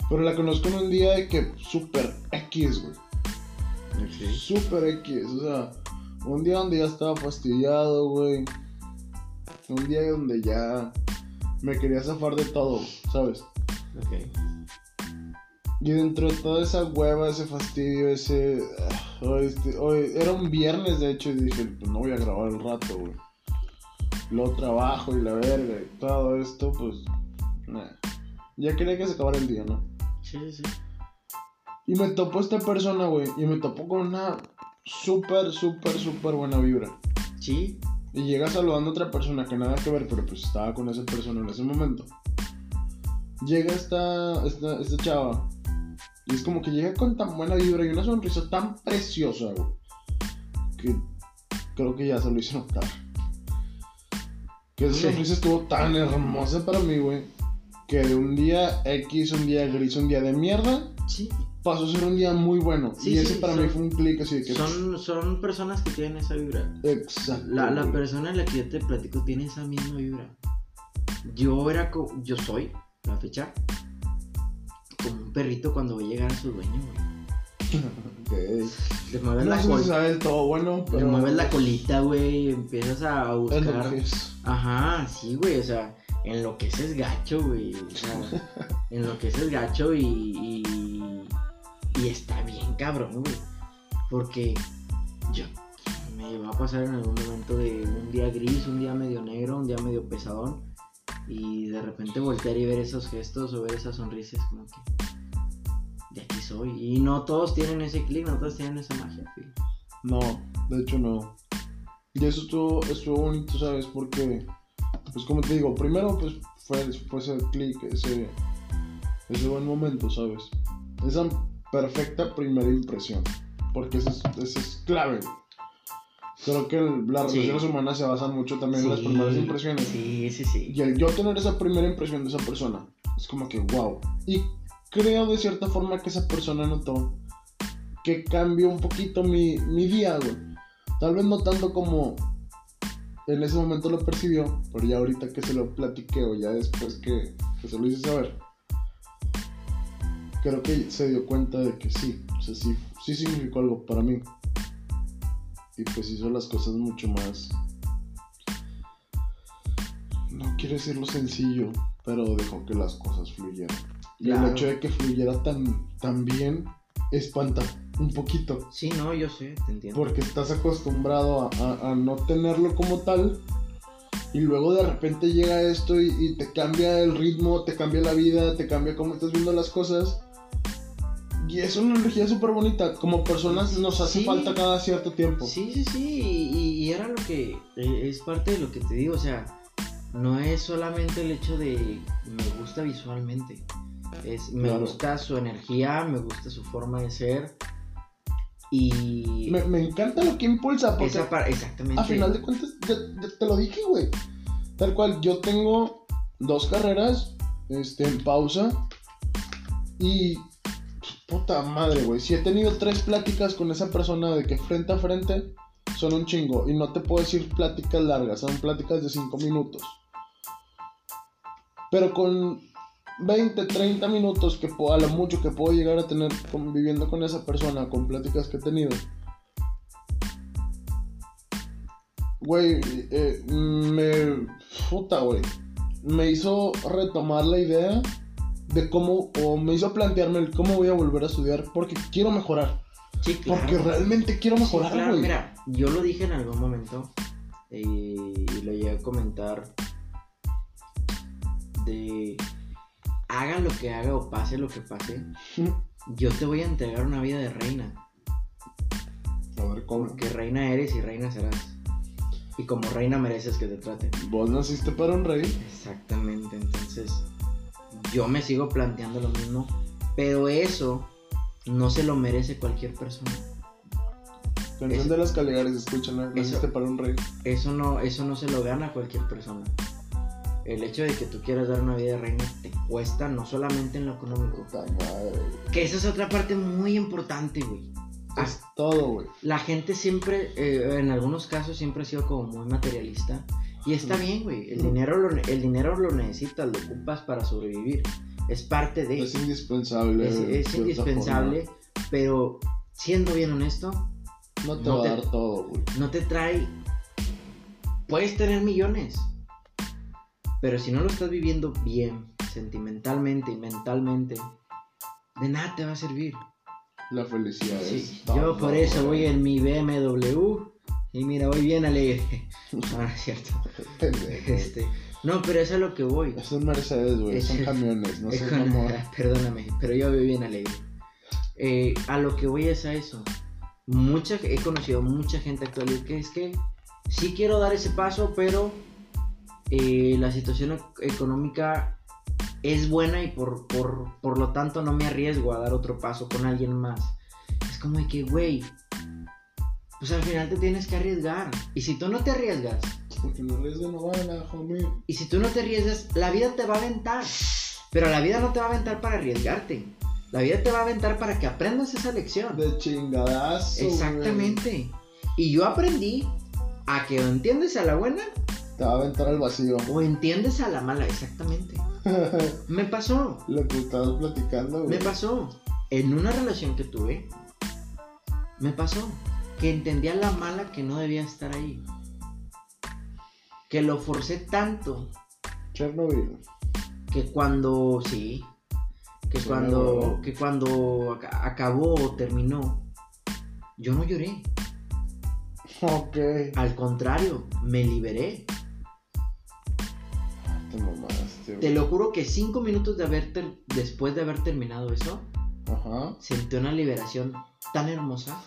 Speaker 1: Pero la conozco en un día de que super X, güey. Super X, o sea, un día donde ya estaba fastidiado, güey. Un día donde ya me quería zafar de todo, ¿sabes?
Speaker 2: Ok.
Speaker 1: Y dentro de toda esa hueva, ese fastidio, ese. ah, hoy, este- hoy- era un viernes, de hecho, y dije, pues no voy a grabar el rato, güey. Lo trabajo y la verga y todo esto, pues. nah. Ya quería que se acabara el día, ¿no?
Speaker 2: Sí, sí, sí.
Speaker 1: Y me topó esta persona, güey. Y me topó con una súper, súper, súper buena vibra.
Speaker 2: Sí,
Speaker 1: Y llega saludando a otra persona que nada que ver, pero pues estaba con esa persona en ese momento. Llega esta, esta, esta chava. Y es como que llega con tan buena vibra y una sonrisa tan preciosa, güey. Que creo que ya se lo hice notar. Que esa
Speaker 2: Sí.
Speaker 1: sonrisa estuvo tan hermosa para mí, güey. Que de un día X, un día gris, un día de mierda,
Speaker 2: sí.
Speaker 1: pasó a ser un día muy bueno.
Speaker 2: Sí,
Speaker 1: y ese
Speaker 2: sí,
Speaker 1: para
Speaker 2: son-
Speaker 1: mí fue un clic así de que...
Speaker 2: Son, son personas que tienen esa vibra.
Speaker 1: Exacto.
Speaker 2: La, la
Speaker 1: güey.
Speaker 2: persona en la que yo te platico tiene esa misma vibra. Yo era co- yo soy, la fecha, como un perrito cuando va a llegar a su dueño, güey.
Speaker 1: Ok.
Speaker 2: Le mueves,
Speaker 1: No
Speaker 2: la,
Speaker 1: sé
Speaker 2: col-
Speaker 1: si sabes todo bueno,
Speaker 2: le
Speaker 1: pero.
Speaker 2: mueves la colita, güey, empiezas a
Speaker 1: Es lo
Speaker 2: buscar.
Speaker 1: que es.
Speaker 2: Ajá, sí, güey, o sea, enloqueces gacho, güey.
Speaker 1: [LAUGHS]
Speaker 2: O sea, enloqueces gacho y, y. y está bien, cabrón, güey. Porque yo me iba a pasar en algún momento de un día gris, un día medio negro, un día medio pesadón. Y de repente voltear y ver esos gestos o ver esas sonrisas, como que. De aquí soy. Y no todos tienen ese clic, no todos tienen esa magia, güey.
Speaker 1: No, de hecho no. Y eso estuvo, estuvo bonito, ¿sabes? Porque, pues como te digo, primero pues fue, fue ese clic, ese, ese buen momento, ¿sabes? Esa perfecta primera impresión. Porque eso es, eso es clave. Creo que el- las
Speaker 2: Sí.
Speaker 1: relaciones humanas se basan mucho también en las
Speaker 2: Sí,
Speaker 1: primeras impresiones.
Speaker 2: Sí, sí, sí.
Speaker 1: Y el yo tener esa primera impresión de esa persona es como que wow. Y creo de cierta forma que esa persona notó que cambió un poquito mi, mi día, güey. Tal vez no tanto como en ese momento lo percibió, pero ya ahorita que se lo platiqué o ya después que, que se lo hice saber, creo que se dio cuenta de que sí, o sea, sí, sí significó algo para mí. Y pues hizo las cosas mucho más no quiero decirlo sencillo, pero dejó que las cosas fluyeran. Y
Speaker 2: Claro.
Speaker 1: el hecho de que fluyera tan, tan bien espanta un poquito.
Speaker 2: Sí, no, yo sé, te entiendo.
Speaker 1: Porque estás acostumbrado a, a- a no tenerlo como tal. Y luego de repente llega esto y, y te cambia el ritmo, te cambia la vida, te cambia cómo estás viendo las cosas. Y es una energía súper bonita. Como personas nos hace
Speaker 2: Sí.
Speaker 1: falta cada cierto tiempo.
Speaker 2: Sí, sí, sí, y, y- y era lo que, eh, es parte de lo que te digo, o sea, no es solamente el hecho de me gusta visualmente, es me
Speaker 1: Claro.
Speaker 2: gusta su energía, me gusta su forma de ser, y
Speaker 1: Me, me encanta lo que impulsa. Porque
Speaker 2: esa par- exactamente,
Speaker 1: A final de cuentas, ya- ya te lo dije, güey. Tal cual, yo tengo dos carreras este, en pausa. Y. pues, Puta madre, güey. Si he tenido tres pláticas con esa persona de que frente a frente son un chingo. Y no te puedo decir pláticas largas, son pláticas de cinco minutos. Pero con 20, 30 minutos que po- a lo mucho que puedo llegar a tener conviviendo con esa persona, con pláticas que he tenido. Güey, eh, me. Puta, güey. Me hizo retomar la idea de cómo. O me hizo plantearme el cómo voy a volver a estudiar. Porque quiero mejorar.
Speaker 2: sí, claro.
Speaker 1: Porque realmente quiero
Speaker 2: Sí,
Speaker 1: mejorar,
Speaker 2: claro,
Speaker 1: güey.
Speaker 2: mira, yo lo dije en algún momento eh, y lo llegué a comentar de haga lo que haga o pase lo que pase,
Speaker 1: Mm,
Speaker 2: yo te voy a entregar una vida de reina.
Speaker 1: a ver cómo.
Speaker 2: Porque reina eres y reina serás. Y como reina mereces que te traten.
Speaker 1: Vos naciste para un rey.
Speaker 2: Exactamente, entonces yo me sigo planteando lo mismo, pero eso no se lo merece cualquier persona.
Speaker 1: Canción
Speaker 2: Eso.
Speaker 1: de las Caligares, escúchala. Naciste para un rey.
Speaker 2: Eso no, eso no se lo gana cualquier persona. El hecho de que tú quieras dar una vida de reina te cuesta no solamente en lo económico.
Speaker 1: Puta madre. güey.
Speaker 2: Que esa es otra parte muy importante, güey. Ah.
Speaker 1: Es todo, güey.
Speaker 2: La gente siempre, eh, en algunos casos, siempre ha sido como muy materialista. Y está bien, güey. El dinero, lo, ne- el dinero lo necesitas, lo ocupas para sobrevivir. Es parte de.
Speaker 1: Es
Speaker 2: Es,
Speaker 1: indispensable.
Speaker 2: es
Speaker 1: Pues de cierta
Speaker 2: indispensable. Pero siendo bien honesto,
Speaker 1: forma. No te
Speaker 2: No
Speaker 1: va
Speaker 2: te-
Speaker 1: a dar todo, güey.
Speaker 2: no te trae. Puedes tener millones. Pero si no lo estás viviendo bien, sentimentalmente y mentalmente, de nada te va a servir.
Speaker 1: La felicidad
Speaker 2: Sí,
Speaker 1: es
Speaker 2: yo
Speaker 1: todo,
Speaker 2: por eso voy
Speaker 1: güey.
Speaker 2: en mi BMW y mira, voy bien [LAUGHS] alegre. No, no Ah, es cierto.
Speaker 1: Pendejo.
Speaker 2: Este, no, pero eso es a lo que voy.
Speaker 1: Es un Mercedes, güey. Son
Speaker 2: Es-
Speaker 1: camiones, no
Speaker 2: Es
Speaker 1: sé
Speaker 2: con-
Speaker 1: cómo.
Speaker 2: Perdóname, pero yo voy bien alegre. Eh, a lo que voy es a eso. Mucha, he conocido mucha gente actual que es que sí quiero dar ese paso, pero eh, la situación ec- económica es buena y por, por, por lo tanto no me arriesgo a dar otro paso con alguien más. Es como de que, güey, pues al final te tienes que arriesgar. Y si tú no te arriesgas,
Speaker 1: Porque no les no van a, homie.
Speaker 2: y si tú no te arriesgas, la vida te va a aventar. Pero la vida no te va a aventar para arriesgarte. La vida te va a aventar para que aprendas esa lección.
Speaker 1: De chingadazo. güey.
Speaker 2: Exactamente. Y yo aprendí a que o entiendes a la buena
Speaker 1: Te va a aventar al vacío.
Speaker 2: o entiendes a la mala. Exactamente.
Speaker 1: Lo
Speaker 2: Me pasó.
Speaker 1: que estabas platicando,
Speaker 2: Me
Speaker 1: güey.
Speaker 2: pasó. En una relación que tuve, me pasó que entendí a la mala que no debía estar ahí. Que lo forcé tanto
Speaker 1: Chernobyl.
Speaker 2: que cuando sí que
Speaker 1: Sí,
Speaker 2: cuando
Speaker 1: ¿no?
Speaker 2: que cuando aca- acabó o terminó yo no lloré
Speaker 1: Ok.
Speaker 2: al contrario me liberé
Speaker 1: Te mamaste,
Speaker 2: te
Speaker 1: güey.
Speaker 2: lo juro que cinco minutos de haber ter- después de haber terminado eso
Speaker 1: Ajá.
Speaker 2: sentí una liberación tan hermosa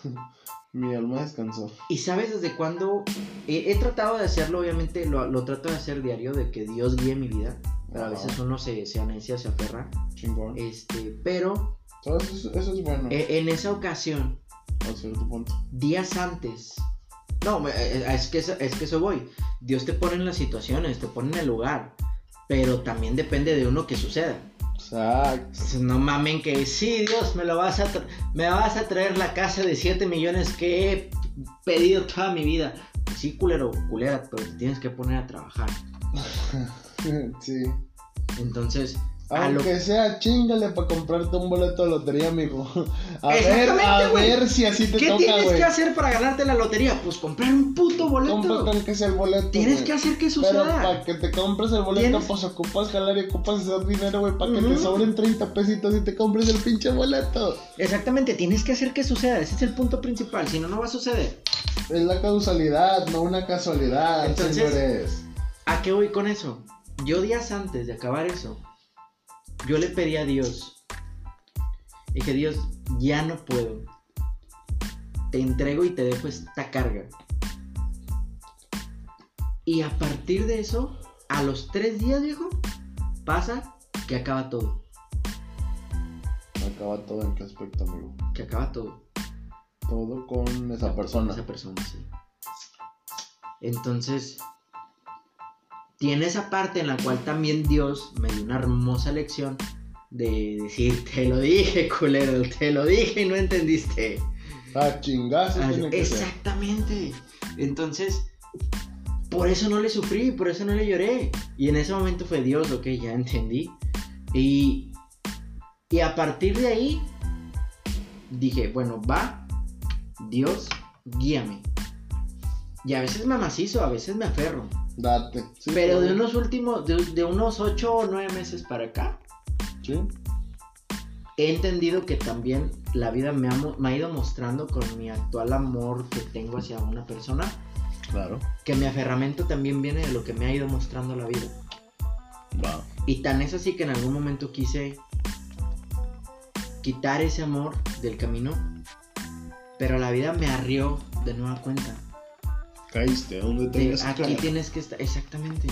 Speaker 1: Mi alma descansó.
Speaker 2: y sabes desde cuándo he, he tratado de hacerlo obviamente lo, lo trato de hacer diario de que Dios guíe mi vida pero a
Speaker 1: Ajá.
Speaker 2: veces uno se, se anecia se aferra
Speaker 1: Chingón.
Speaker 2: este pero
Speaker 1: Todo eso, eso es bueno.
Speaker 2: eh, en esa ocasión
Speaker 1: A cierto punto.
Speaker 2: días antes. No, me- eh, es que, eso- es que eso voy. Dios te pone en las situaciones, te pone en el lugar. Pero también depende de uno que suceda.
Speaker 1: Exacto. [LAUGHS]
Speaker 2: Entonces, No mamen que sí, Dios, me lo vas a tra- me vas a traer la casa de 7 millones que he pedido toda mi vida. Sí, culero, culera, pero te tienes que poner a trabajar.
Speaker 1: sí.
Speaker 2: Entonces, a lo-
Speaker 1: Aunque sea, chingale para comprarte un boleto de lotería, mijo. A ver, a
Speaker 2: Exactamente, güey.
Speaker 1: ver si así te
Speaker 2: ¿qué
Speaker 1: toca,
Speaker 2: tienes
Speaker 1: güey.
Speaker 2: que hacer para ganarte la lotería? Pues comprar un puto boleto.
Speaker 1: Cómprate aunque sea el boleto.
Speaker 2: Tienes
Speaker 1: güey.
Speaker 2: que hacer que
Speaker 1: Pero
Speaker 2: suceda.
Speaker 1: para que te compres el boleto,
Speaker 2: Tienes-
Speaker 1: pues ocupas jalar y ocupas hacer dinero, güey, para que te
Speaker 2: Ujú.
Speaker 1: sobren 30 pesitos y te compres el pinche boleto.
Speaker 2: Exactamente, tienes que hacer que suceda, ese es el punto principal, si no, no va a suceder.
Speaker 1: Es la causalidad, no una casualidad,
Speaker 2: Entonces-
Speaker 1: señores.
Speaker 2: ¿A qué voy con eso? Yo días antes de acabar eso, yo le pedí a Dios, y dije, Dios, ya no puedo, te entrego y te dejo esta carga. Y a partir de eso, a los tres días, viejo, pasa que acaba todo,
Speaker 1: Acaba todo en qué aspecto, amigo.
Speaker 2: que acaba todo.
Speaker 1: Todo con esa persona.
Speaker 2: Esa persona, sí. Entonces, tiene esa parte en la cual también Dios me dio una hermosa lección de decir, te lo dije, culero, te lo dije y no entendiste.
Speaker 1: Ah, chingazo
Speaker 2: Ah,
Speaker 1: tiene que ser.
Speaker 2: Exactamente. Entonces, por eso no le sufrí, por eso no le lloré. Y en ese momento fue Dios, ok, ya entendí. Y, y a partir de ahí, dije, bueno, va, Dios, guíame. Y a veces me macizo, a veces me aferro.
Speaker 1: Date. Sí,
Speaker 2: pero
Speaker 1: güey.
Speaker 2: de unos últimos, de, de unos 8 o 9 meses para acá,
Speaker 1: Sí.
Speaker 2: he entendido que también la vida me ha, mo- me ha ido mostrando con mi actual amor que tengo hacia una persona.
Speaker 1: Claro.
Speaker 2: que mi aferramento también viene de lo que me ha ido mostrando la vida.
Speaker 1: Va.
Speaker 2: Y tan es así que en algún momento quise quitar ese amor del camino, pero la vida me arrió de nueva cuenta.
Speaker 1: Caíste, donde
Speaker 2: De
Speaker 1: tenías que
Speaker 2: aquí
Speaker 1: caer.
Speaker 2: tienes que estar, exactamente.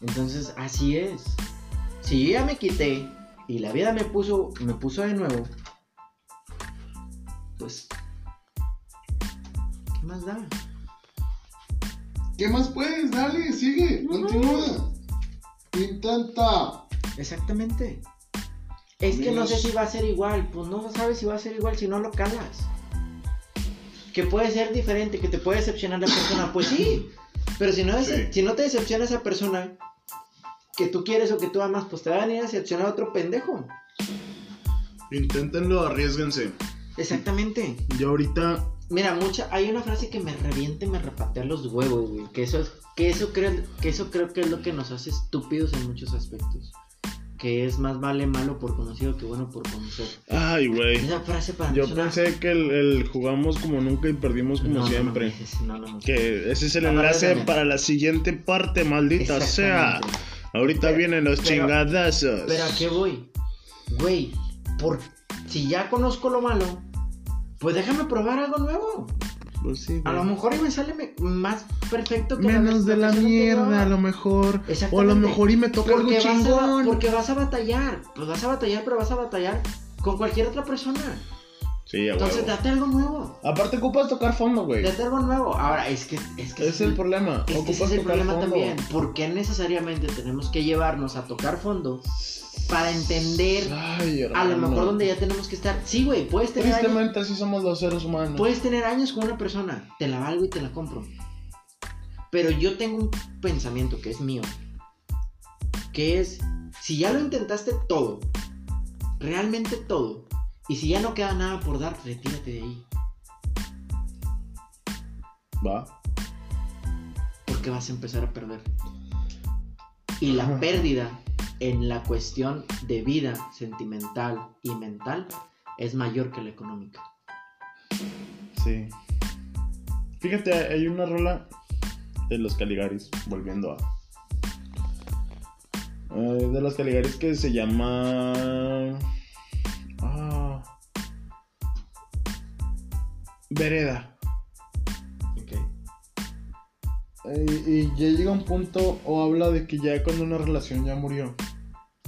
Speaker 2: Entonces, así es. Si yo ya me quité y la vida me puso, me puso de nuevo, pues, ¿qué más da?
Speaker 1: ¿Qué más puedes? Dale, sigue, continúa. Intenta.
Speaker 2: Exactamente. Es que no sé si va a ser igual, pues no sabes si va a ser igual si no lo calas. Que puede ser diferente, que te puede decepcionar la persona, pues sí. Pero si no, dece-
Speaker 1: Sí.
Speaker 2: si no te decepciona esa persona que tú quieres o que tú amas, pues te va a venir a decepcionar otro pendejo.
Speaker 1: Inténtenlo, arriesguense.
Speaker 2: Exactamente.
Speaker 1: Yo ahorita
Speaker 2: Mira, mucha, hay una frase que me revienta y me repatea los huevos, güey. Que eso, es- que eso creo, que eso creo que es lo que nos hace estúpidos en muchos aspectos. que es más vale malo por conocido que bueno por conocer.
Speaker 1: Ay, güey.
Speaker 2: Esa frase para mí
Speaker 1: Yo
Speaker 2: es una-
Speaker 1: pensé que el, el jugamos como nunca y perdimos como
Speaker 2: No, no,
Speaker 1: siempre.
Speaker 2: No, mames, no, no, no.
Speaker 1: que ese es el
Speaker 2: La verdad
Speaker 1: enlace
Speaker 2: también.
Speaker 1: para la siguiente parte, maldita sea.
Speaker 2: Exactamente.
Speaker 1: Ahorita
Speaker 2: Pero-
Speaker 1: vienen los
Speaker 2: pero-
Speaker 1: chingadazos.
Speaker 2: Pero a qué voy? Güey, por si ya conozco lo malo, pues déjame probar algo nuevo.
Speaker 1: Pues sí,
Speaker 2: A
Speaker 1: güey.
Speaker 2: lo mejor y me sale me- más perfecto que
Speaker 1: Menos
Speaker 2: vez-
Speaker 1: de la
Speaker 2: vez que
Speaker 1: mierda, a
Speaker 2: probaba.
Speaker 1: lo mejor. O a lo
Speaker 2: Exactamente.
Speaker 1: mejor y me toca algo
Speaker 2: porque vas, a,
Speaker 1: chingón.
Speaker 2: porque vas a batallar. Pues vas a batallar, pero vas a batallar con cualquier otra persona.
Speaker 1: Sí, a
Speaker 2: Entonces
Speaker 1: huevo.
Speaker 2: date algo nuevo.
Speaker 1: Aparte ocupas tocar fondo, güey.
Speaker 2: Date algo nuevo. Ahora, es que es que
Speaker 1: Ese es el problema.
Speaker 2: Este es que
Speaker 1: ocupas
Speaker 2: ese es el
Speaker 1: tocar
Speaker 2: problema
Speaker 1: fondo.
Speaker 2: también. ¿Por qué necesariamente tenemos que llevarnos a tocar fondo para entender
Speaker 1: Ay,
Speaker 2: a lo
Speaker 1: hermano.
Speaker 2: mejor donde ya tenemos que estar? Sí, güey, puedes tener años,
Speaker 1: Tristemente así somos los seres humanos.
Speaker 2: puedes tener años con una persona, te la valgo y te la compro. Pero yo tengo un pensamiento que es mío, que es si ya lo intentaste todo, realmente todo, y si ya no queda nada por dar, retírate de ahí,
Speaker 1: Va.
Speaker 2: porque vas a empezar a perder. Y la pérdida en la cuestión de vida sentimental y mental es mayor que la económica.
Speaker 1: Sí. Fíjate, hay una rola de los Caligaris, volviendo a. Eh, de los Caligaris que se llama. Ah. Vereda. Eh, y ya llega un punto o habla de que ya cuando una relación ya murió.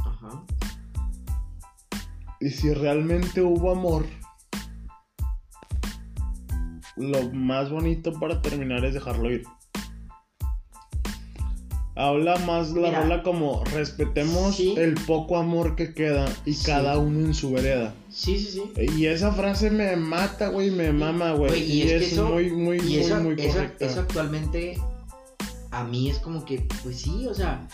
Speaker 2: Ajá.
Speaker 1: Y si realmente hubo amor, lo más bonito para terminar es dejarlo ir. Habla más la
Speaker 2: Mira.
Speaker 1: rola como respetemos
Speaker 2: Sí.
Speaker 1: el poco amor que queda y
Speaker 2: Sí.
Speaker 1: cada uno en su vereda.
Speaker 2: Sí, sí, sí.
Speaker 1: Y esa frase me mata, güey, me mama, güey.
Speaker 2: Güey,
Speaker 1: Y,
Speaker 2: y es
Speaker 1: es,
Speaker 2: que eso-
Speaker 1: muy, muy,
Speaker 2: Y
Speaker 1: muy,
Speaker 2: eso,
Speaker 1: muy
Speaker 2: eso-
Speaker 1: correcta.
Speaker 2: eso actualmente a mí es como que, pues sí, o sea,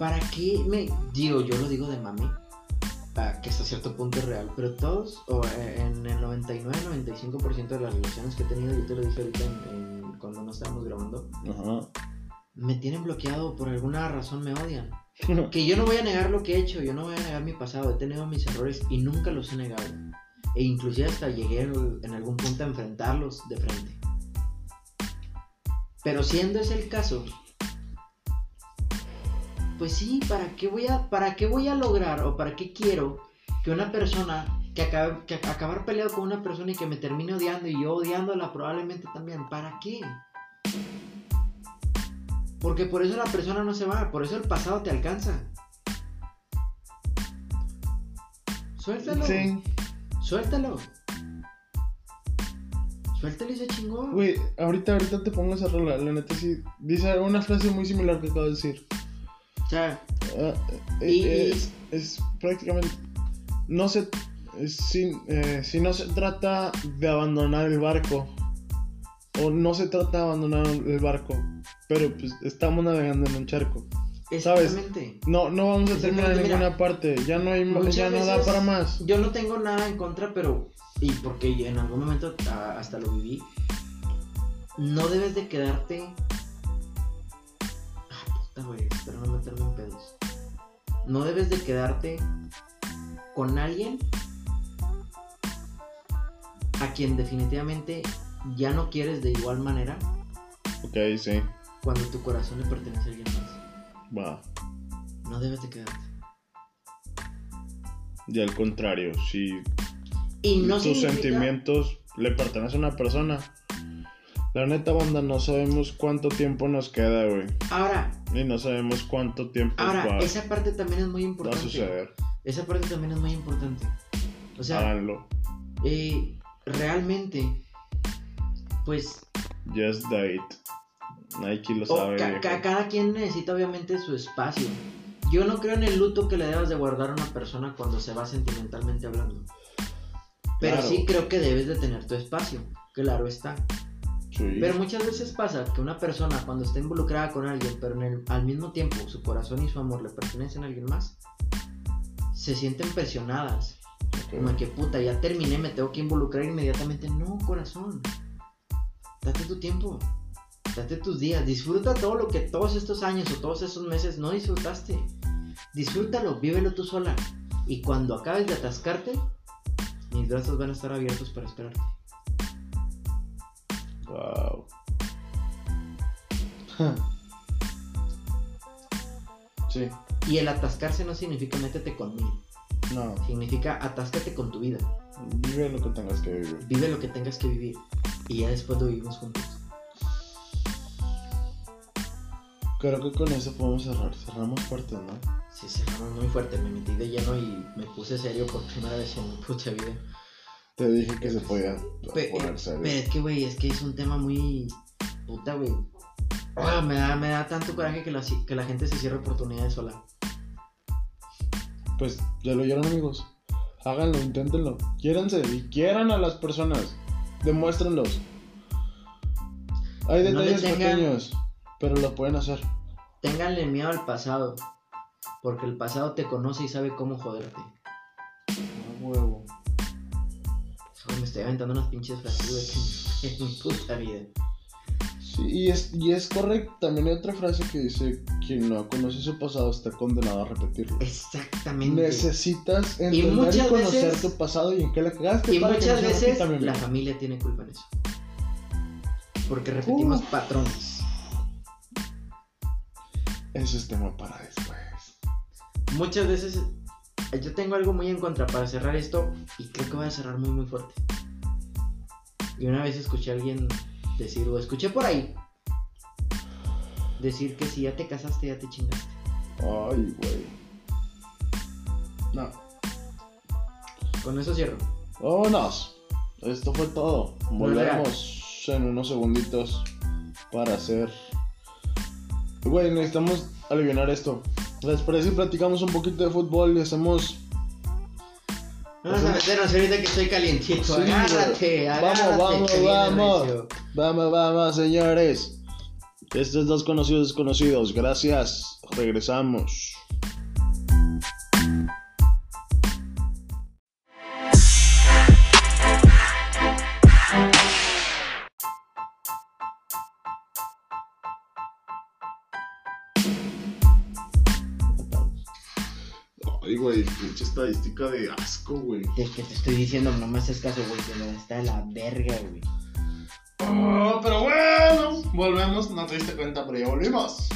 Speaker 2: ¿para qué me digo? Yo lo digo de mami, ah, que hasta cierto punto es real, pero todos, o eh, en el 99-95% de las relaciones que he tenido, yo te lo dije ahorita en- en- cuando no estábamos grabando, me tienen bloqueado, por alguna razón me odian.
Speaker 1: Ajá.
Speaker 2: Que yo no voy a negar lo que he hecho, yo no voy a negar mi pasado, he tenido mis errores y nunca los he negado. E inclusive hasta llegué en en algún punto a enfrentarlos de frente. Pero siendo ese el caso, pues sí, ¿para qué voy a, para qué voy a lograr o para qué quiero que una persona, que, acabe- que acabar peleado con una persona y que me termine odiando y yo odiándola probablemente también? ¿Para qué? Porque por eso la persona no se va, por eso el pasado te alcanza. Suéltalo.
Speaker 1: [LAUGHS] Sí.
Speaker 2: Suéltalo. Suéltalo y se chingó.
Speaker 1: Güey, ahorita, ahorita te pongo esa rola. La neta sí. Dice una frase muy similar que acabo de decir.
Speaker 2: O sea,
Speaker 1: Ah, eh,
Speaker 2: Y-
Speaker 1: es, es prácticamente. No se. eh, Si, eh, si no se trata de abandonar el barco. O no se trata de abandonar el barco. Pero pues estamos navegando en un charco. ¿Sabes?
Speaker 2: exactamente.
Speaker 1: No, no vamos a terminar en
Speaker 2: Exactamente, mira.
Speaker 1: ninguna parte. Ya no hay ma-
Speaker 2: Muchas
Speaker 1: ya no da
Speaker 2: veces-
Speaker 1: para más.
Speaker 2: Yo no tengo nada en contra, pero. Y porque yo en algún momento a- hasta lo viví. No debes de quedarte. Ah, puta, güey. Espero no meterme en pedos. No debes de quedarte con alguien a quien definitivamente ya no quieres de igual manera
Speaker 1: Ok, sí.
Speaker 2: cuando tu corazón le pertenece a alguien más.
Speaker 1: Va.
Speaker 2: No debes de quedarte.
Speaker 1: Y al contrario, si
Speaker 2: Y no
Speaker 1: tus
Speaker 2: significa-
Speaker 1: sentimientos le pertenecen a una persona. La neta, banda, no sabemos cuánto tiempo nos queda, güey.
Speaker 2: Ahora,
Speaker 1: Y no sabemos cuánto tiempo
Speaker 2: ahora,
Speaker 1: va,
Speaker 2: esa parte también es muy
Speaker 1: va a
Speaker 2: importante.
Speaker 1: suceder.
Speaker 2: Esa parte también es muy importante. O sea,
Speaker 1: Háganlo.
Speaker 2: eh, realmente, pues,
Speaker 1: Just do it. Nike lo
Speaker 2: o-
Speaker 1: sabe. Pues,
Speaker 2: Oh, ca-
Speaker 1: viejo.
Speaker 2: ca- cada quien necesita obviamente su espacio. Yo no creo en el luto que le debas de guardar a una persona cuando se va sentimentalmente hablando. Pero
Speaker 1: Claro.
Speaker 2: sí creo que debes de tener tu espacio. Claro está.
Speaker 1: Sí.
Speaker 2: Pero muchas veces pasa que una persona cuando está involucrada con alguien, pero en el- al mismo tiempo su corazón y su amor le pertenecen a alguien más, se sienten presionadas. Como de que puta, ya terminé, me tengo que involucrar inmediatamente. No, corazón. Date tu tiempo. Date tus días. Disfruta todo lo que todos estos años o todos estos meses no disfrutaste.
Speaker 3: Disfrútalo, vívelo tú sola. Y cuando acabes de atascarte, mis brazos van a estar abiertos para esperarte.
Speaker 1: Wow. Ja. Sí,
Speaker 3: Y el atascarse no significa métete con mil,
Speaker 1: no.
Speaker 3: significa atáscate con tu vida.
Speaker 1: Vive lo que tengas que vivir.
Speaker 3: Vive lo que tengas que vivir. Y ya después lo vivimos juntos.
Speaker 1: Creo que con eso podemos cerrar. Cerramos fuerte, ¿no?
Speaker 3: Sí, cerramos muy fuerte. Me metí de lleno y me puse serio por primera vez en mi puta vida.
Speaker 1: Te dije que se podía
Speaker 3: Pe-
Speaker 1: poner
Speaker 3: Pero
Speaker 1: serio.
Speaker 3: es que, güey, es que es un tema muy. Puta, güey. Ah, me, da, me da tanto coraje que la, que la gente se cierre oportunidades sola.
Speaker 1: Pues ya lo oyeron, amigos. Háganlo, inténtenlo. Quiéranse y quieran a las personas. Demuéstrenlos. Hay
Speaker 3: No le
Speaker 1: detalles
Speaker 3: tengan- Ah,
Speaker 1: pequeños, pero lo pueden hacer.
Speaker 3: Ténganle miedo al pasado. Porque el pasado te conoce y sabe cómo joderte.
Speaker 1: A huevo.
Speaker 3: Güey, me estoy aventando unas pinches frases, güey, que [LAUGHS] en mi puta vida.
Speaker 1: Sí, y es, y es correcto. También hay otra frase que dice: Quien no conoce su pasado está condenado a repetirlo.
Speaker 3: Exactamente.
Speaker 1: Necesitas entender y,
Speaker 3: muchas
Speaker 1: conocer
Speaker 3: veces-
Speaker 1: tu pasado y en qué la cagaste.
Speaker 3: Y
Speaker 1: para que
Speaker 3: muchas
Speaker 1: no se
Speaker 3: veces
Speaker 1: repita, mi
Speaker 3: la
Speaker 1: amigo.
Speaker 3: familia tiene culpa en eso. Porque repetimos
Speaker 1: Uf.
Speaker 3: patrones.
Speaker 1: Eso es este tema para después.
Speaker 3: Muchas veces yo tengo algo muy en contra para cerrar esto y creo que voy a cerrar muy muy fuerte. Y una vez escuché a alguien decir, o escuché por ahí, decir que si ya te casaste ya te chingaste.
Speaker 1: Ay, güey. No.
Speaker 3: Con eso cierro.
Speaker 1: Vámonos. Esto fue todo.
Speaker 3: Volverá.
Speaker 1: Volveremos en unos segunditos para hacer. Güey, necesitamos aliviar esto. ¿Les parece si platicamos un poquito de fútbol y hacemos.
Speaker 3: Vamos a meternos ahorita que estoy calientito.
Speaker 1: Sí, güey.
Speaker 3: agárrate,
Speaker 1: Vamos,
Speaker 3: agárrate.
Speaker 1: vamos,
Speaker 3: que viene
Speaker 1: vamos.
Speaker 3: recio.
Speaker 1: Vamos, vamos, señores. Estos dos conocidos desconocidos. Gracias. Regresamos. Ay, güey, pinche estadística de asco, güey.
Speaker 2: Es que te estoy diciendo, no me haces caso, güey. De verdad está de la verga, güey.
Speaker 1: Oh, pero bueno, volvemos. No te diste cuenta, pero ya volvimos.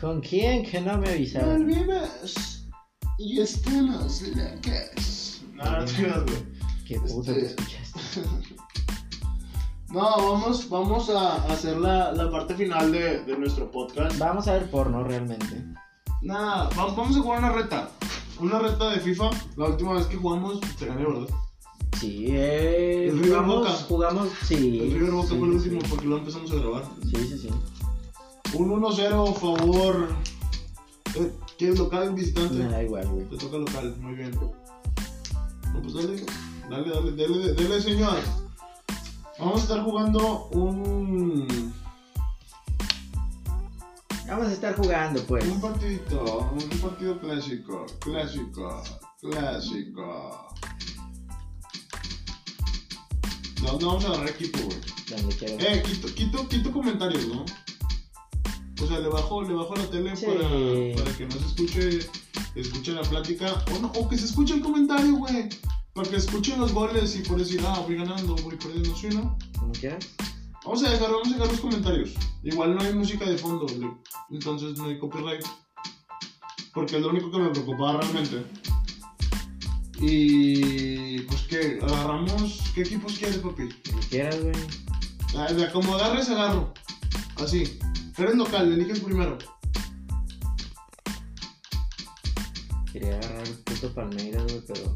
Speaker 2: ¿Con quién? Que no me avisaron.
Speaker 1: Volvimos. Y estamos locas. No, no te creas, güey.
Speaker 2: Qué puto te
Speaker 1: Este-
Speaker 2: escuchaste.
Speaker 1: No, vamos, vamos a hacer la, la parte final de, de nuestro podcast.
Speaker 2: Vamos a ver porno realmente.
Speaker 1: Nada, va- vamos a jugar una reta. Una reta de FIFA. La última vez que jugamos, pues, te gané, ¿verdad?
Speaker 2: Sí, eh,
Speaker 1: El River Boca.
Speaker 2: jugamos, jugamos, sí.
Speaker 1: El River Boca
Speaker 2: sí,
Speaker 1: fue el
Speaker 2: sí,
Speaker 1: último porque lo empezamos a grabar.
Speaker 2: Sí, sí, sí.
Speaker 1: Un 1-0, favor. Eh, ¿Quieres local, visitante?
Speaker 2: Me da igual, güey.
Speaker 1: Te toca local, muy bien. No, pues dale, dale, dale, dale, dale, señor. Vamos a estar jugando un,
Speaker 2: Vamos a estar jugando, pues.
Speaker 1: un partidito, un partido clásico, clásico, clásico. No, no vamos a agarrar equipo, güey.
Speaker 2: Donde quiero.
Speaker 1: Eh, quito, quito, quito comentarios, ¿no? O sea, le bajo, le bajo la tele
Speaker 2: Sí.
Speaker 1: para, para que no se escuche, escuche la plática. O, no, o que se escuche el comentario, güey. Para que escuchen los goles y por decir, ah, voy ganando, voy perdiendo, sí, ¿no?
Speaker 2: Como quieras.
Speaker 1: Vamos a dejar, vamos a dejar los comentarios. Igual no hay música de fondo, güey. Entonces no hay copyright. Porque es lo único que me preocupaba realmente. Y pues que agarramos. ¿Qué equipos quieres, papi?
Speaker 2: Como quieras, güey.
Speaker 1: Ah, De como agarres, agarro. Así. Eres local, eliges primero.
Speaker 2: Quería agarrar el puto Palmeiras, güey, pero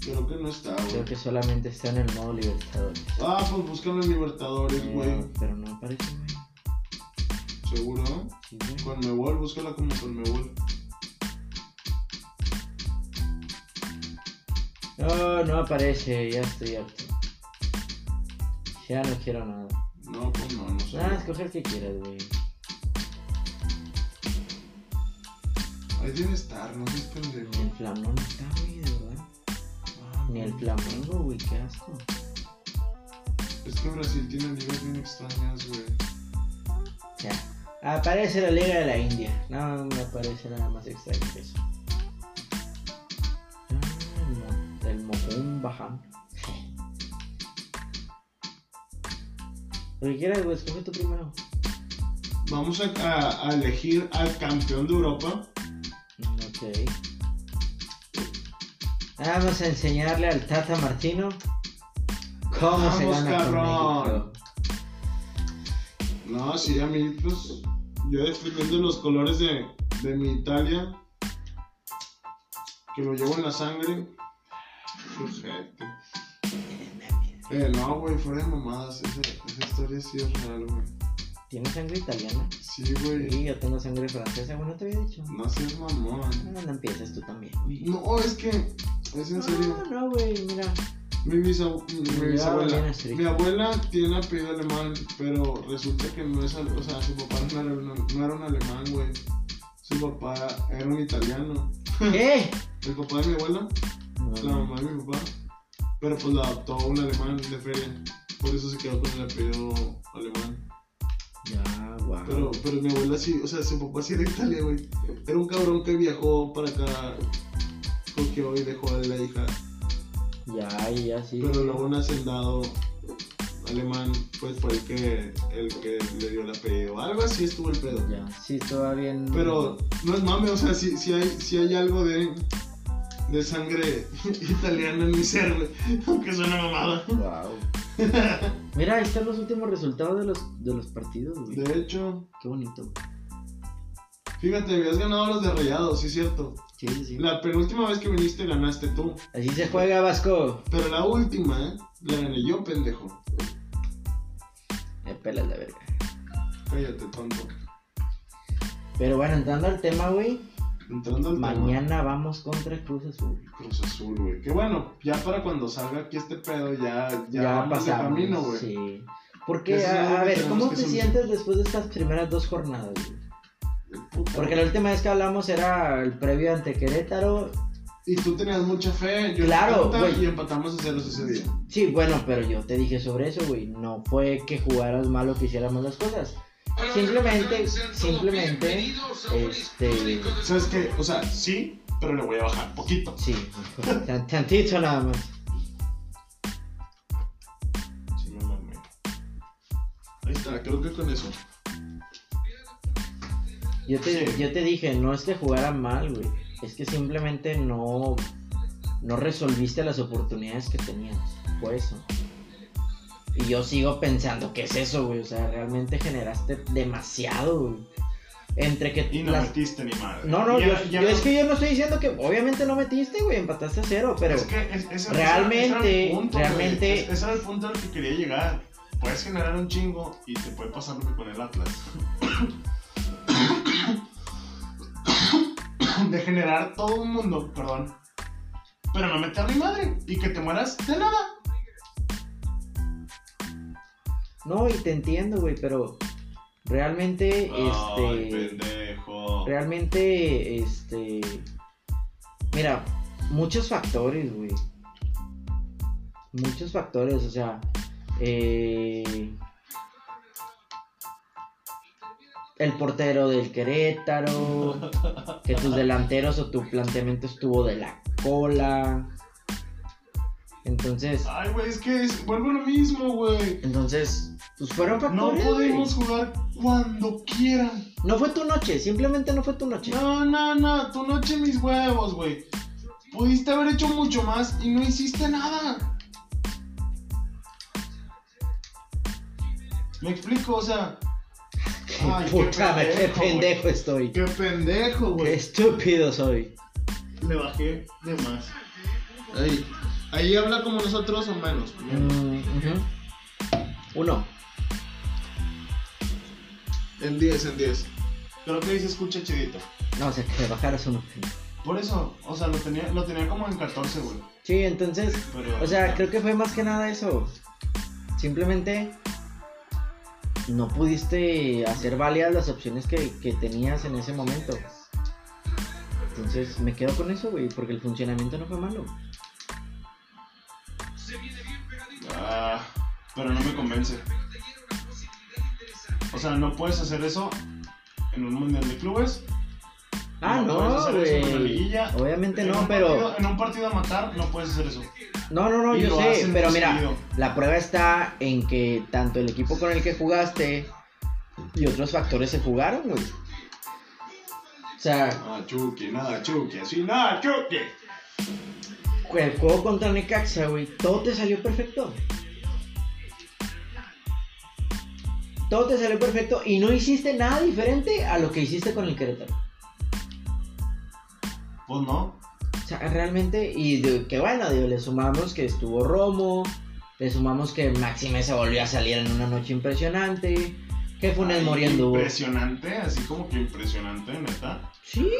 Speaker 1: Creo que no está,
Speaker 2: creo
Speaker 1: güey.
Speaker 2: que solamente está en el modo Libertadores.
Speaker 1: Ah, pues búscalo en Libertadores,
Speaker 2: Eh,
Speaker 1: güey.
Speaker 2: pero no aparece, güey.
Speaker 1: Seguro, ¿no?
Speaker 2: Sí, güey.
Speaker 1: Con Mebol, búscala como con Mebol.
Speaker 2: No, no aparece, ya estoy harto. Ya no quiero nada.
Speaker 1: No, pues no, no sé.
Speaker 2: Nada, escoge el que quieras, güey.
Speaker 1: Ahí debe estar, no seas
Speaker 2: Ni el
Speaker 1: pendejo.
Speaker 2: flamón está, güey, de verdad.
Speaker 1: Ah,
Speaker 2: Ni el
Speaker 1: güey.
Speaker 2: flamengo, güey, qué asco.
Speaker 1: Es que Brasil tiene ligas bien extrañas, güey.
Speaker 2: Ya, Aparece la Liga de la India. No me parece nada más extraño que eso. Ah, el Mo- El Mohun Bajan. Lo que quieras, güey, escoge tú primero.
Speaker 1: Vamos a, a- a elegir al campeón de Europa.
Speaker 2: Ok. Vamos a enseñarle al Tata Martino cómo se
Speaker 1: Vamos,
Speaker 2: gana con
Speaker 1: cabrón.
Speaker 2: México.
Speaker 1: No, sí, a mí, pues, yo defendiendo los colores de, de mi Italia, que lo llevo en la sangre. Pues, gente. Eh, no, güey, fuera de mamadas, esa, esa historia sí es real, güey.
Speaker 2: ¿Tienes sangre italiana?
Speaker 1: Sí, güey,
Speaker 2: Sí, yo tengo sangre francesa, bueno, te había dicho.
Speaker 1: no seas mamón.
Speaker 2: No, no empiezas tú también.
Speaker 1: No, es que, es en serio.
Speaker 2: No, no, güey,
Speaker 1: [LAUGHS]
Speaker 2: mira.
Speaker 1: Mi, bisab- mi
Speaker 2: Ya, bien
Speaker 1: bisabuela.
Speaker 2: estricto.
Speaker 1: Mi abuela tiene apellido alemán, pero resulta que no es. al- O sea, su papá no era, un- no era un alemán, güey. Su papá era un italiano.
Speaker 2: ¿Qué?
Speaker 1: El papá de mi abuela, la
Speaker 2: No,
Speaker 1: mamá de mi papá. Pero pues la adoptó un alemán de feria. Por eso se quedó con el apellido alemán.
Speaker 2: ya, guau.
Speaker 1: Pero, pero mi abuela sí, o sea, su papá sí era italiano, güey. Era un cabrón que viajó para acá. Porque hoy dejó a la hija.
Speaker 2: Ya, ya, sí.
Speaker 1: Pero luego un hacendado alemán, pues fue el que, el que le dio el apellido. Algo así estuvo el pedo.
Speaker 2: Ya, sí, todavía no.
Speaker 1: Pero no es mame, o sea, si, hay, sí hay algo de, de sangre [LAUGHS] italiana en mi ser, güey. [LAUGHS] aunque suena mamada. [LAUGHS]
Speaker 2: Guau. Mira, ahí están los últimos resultados de los, de los partidos, güey.
Speaker 1: De hecho,
Speaker 2: Qué bonito.
Speaker 1: fíjate, habías ganado los de rayados, sí es cierto.
Speaker 2: Sí, sí, sí.
Speaker 1: La penúltima vez que viniste ganaste tú.
Speaker 2: Así se juega, Vasco.
Speaker 1: Pero la última, ¿eh? La gané yo, pendejo.
Speaker 2: Me pelas la verga.
Speaker 1: Cállate, tonto.
Speaker 2: Pero bueno, entrando al tema, güey.
Speaker 1: Entrando al tema.
Speaker 2: Mañana vamos contra Cruz Azul.
Speaker 1: Cruz Azul, güey. Que bueno, ya para cuando salga aquí este pedo, ya, ya, vamos
Speaker 2: pasamos,
Speaker 1: de camino, güey.
Speaker 2: Sí. Porque,
Speaker 1: Eso es algo
Speaker 2: a, a
Speaker 1: que
Speaker 2: ver,
Speaker 1: tenemos
Speaker 2: ¿cómo
Speaker 1: que
Speaker 2: te
Speaker 1: solucionar.
Speaker 2: sientes después de estas primeras dos jornadas, güey?
Speaker 1: Puta.
Speaker 2: Porque la última vez que hablamos era el previo ante Querétaro.
Speaker 1: Y tú tenías mucha fe, yo
Speaker 2: Claro,
Speaker 1: tanta,
Speaker 2: güey.
Speaker 1: y empatamos a ceros ese día.
Speaker 2: Sí, bueno, pero yo te dije sobre eso, güey. No fue que jugaras mal o que hicieras mal las cosas. Simplemente, simplemente, este,
Speaker 1: ¿Sabes qué? O sea, sí, pero le voy a bajar poquito.
Speaker 2: sí, [LAUGHS] tan- tantito nada más.
Speaker 1: Sí, me mamé. Ahí está, creo que con eso.
Speaker 2: Yo te,
Speaker 1: Sí.
Speaker 2: yo te dije, no es que jugara mal, güey. Es que simplemente no, no resolviste las oportunidades que tenías. Por eso. Y yo sigo pensando, ¿qué es eso, güey? O sea, realmente generaste demasiado, güey. Entre que
Speaker 1: Y no
Speaker 2: las-
Speaker 1: metiste ni madre.
Speaker 2: No, no,
Speaker 1: Y
Speaker 2: yo,
Speaker 1: era- y
Speaker 2: yo-
Speaker 1: era-
Speaker 2: es que yo no estoy diciendo que obviamente no metiste, güey, empataste a cero, pero
Speaker 1: es que es- ese-
Speaker 2: realmente,
Speaker 1: ese era el punto, güey.
Speaker 2: realmente-
Speaker 1: Es- Ese era el punto al que quería llegar. Puedes generar un chingo y te puede pasar lo que con el Atlas. [COUGHS] De generar todo un mundo, perdón. Pero no meter ni madre y que te mueras de nada.
Speaker 2: no, y te entiendo, güey, pero realmente este
Speaker 1: pendejo.
Speaker 2: realmente este mira, muchos factores, güey. Muchos factores, o sea, eh, el portero del Querétaro, que tus delanteros o tu planteamiento estuvo de la cola. Entonces,
Speaker 1: Ay, güey, es que es, vuelvo a lo mismo, güey.
Speaker 2: entonces, pues fueron
Speaker 1: No
Speaker 2: factores. güey.
Speaker 1: podemos jugar cuando quieran.
Speaker 2: No fue tu noche, simplemente no fue tu noche.
Speaker 1: No, no, no, tu noche mis huevos, güey. Pudiste haber hecho mucho más y no hiciste nada. Me explico, o sea. Ay, qué
Speaker 2: Puta, qué pendejo,
Speaker 1: pendejo, güey.
Speaker 2: estoy.
Speaker 1: Qué pendejo,
Speaker 2: Qué estúpido soy.
Speaker 1: Le bajé de más. Ahí, ahí habla como nosotros o menos.
Speaker 2: Mm, ujú. Uno.
Speaker 1: En 10, en 10. Creo que ahí se escucha chidito.
Speaker 2: No, o sea, que le bajaras uno.
Speaker 1: Por eso, o sea, lo tenía, lo tenía como en 14, güey.
Speaker 2: Sí, entonces,
Speaker 1: Pero,
Speaker 2: o sea, creo que fue más que nada eso. Simplemente no pudiste hacer válidas las opciones que, que tenías en ese momento. Entonces me quedo con eso, güey, porque el funcionamiento no fue malo.
Speaker 1: Ah, pero no me convence. O sea, no puedes hacer eso en un mundial de clubes. puedes
Speaker 2: Ah, no,
Speaker 1: hacer eso en una
Speaker 2: güey.
Speaker 1: liguilla.
Speaker 2: Obviamente
Speaker 1: En un
Speaker 2: no, pero.
Speaker 1: partido- en un partido a matar no puedes hacer eso.
Speaker 2: No, no, no,
Speaker 1: y
Speaker 2: yo
Speaker 1: lo
Speaker 2: sé,
Speaker 1: hacen
Speaker 2: pero
Speaker 1: muy
Speaker 2: mira,
Speaker 1: seguido.
Speaker 2: la prueba está en que tanto el equipo con el que jugaste y otros factores se jugaron, güey. O sea,
Speaker 1: Ah, Chucky, nada, Chucky, así, nada, Chucky.
Speaker 2: el juego contra Necaxa, güey, todo te salió perfecto. Todo te salió perfecto y no hiciste nada diferente a lo que hiciste con el Querétaro.
Speaker 1: Pues no.
Speaker 2: O sea, realmente, y de- que bueno, digo, le sumamos que estuvo Romo, le sumamos que Maxime se volvió a salir en una noche impresionante, que Funes
Speaker 1: Ay,
Speaker 2: Mori anduvo.
Speaker 1: Impresionante, así como que impresionante, neta.
Speaker 2: Sí,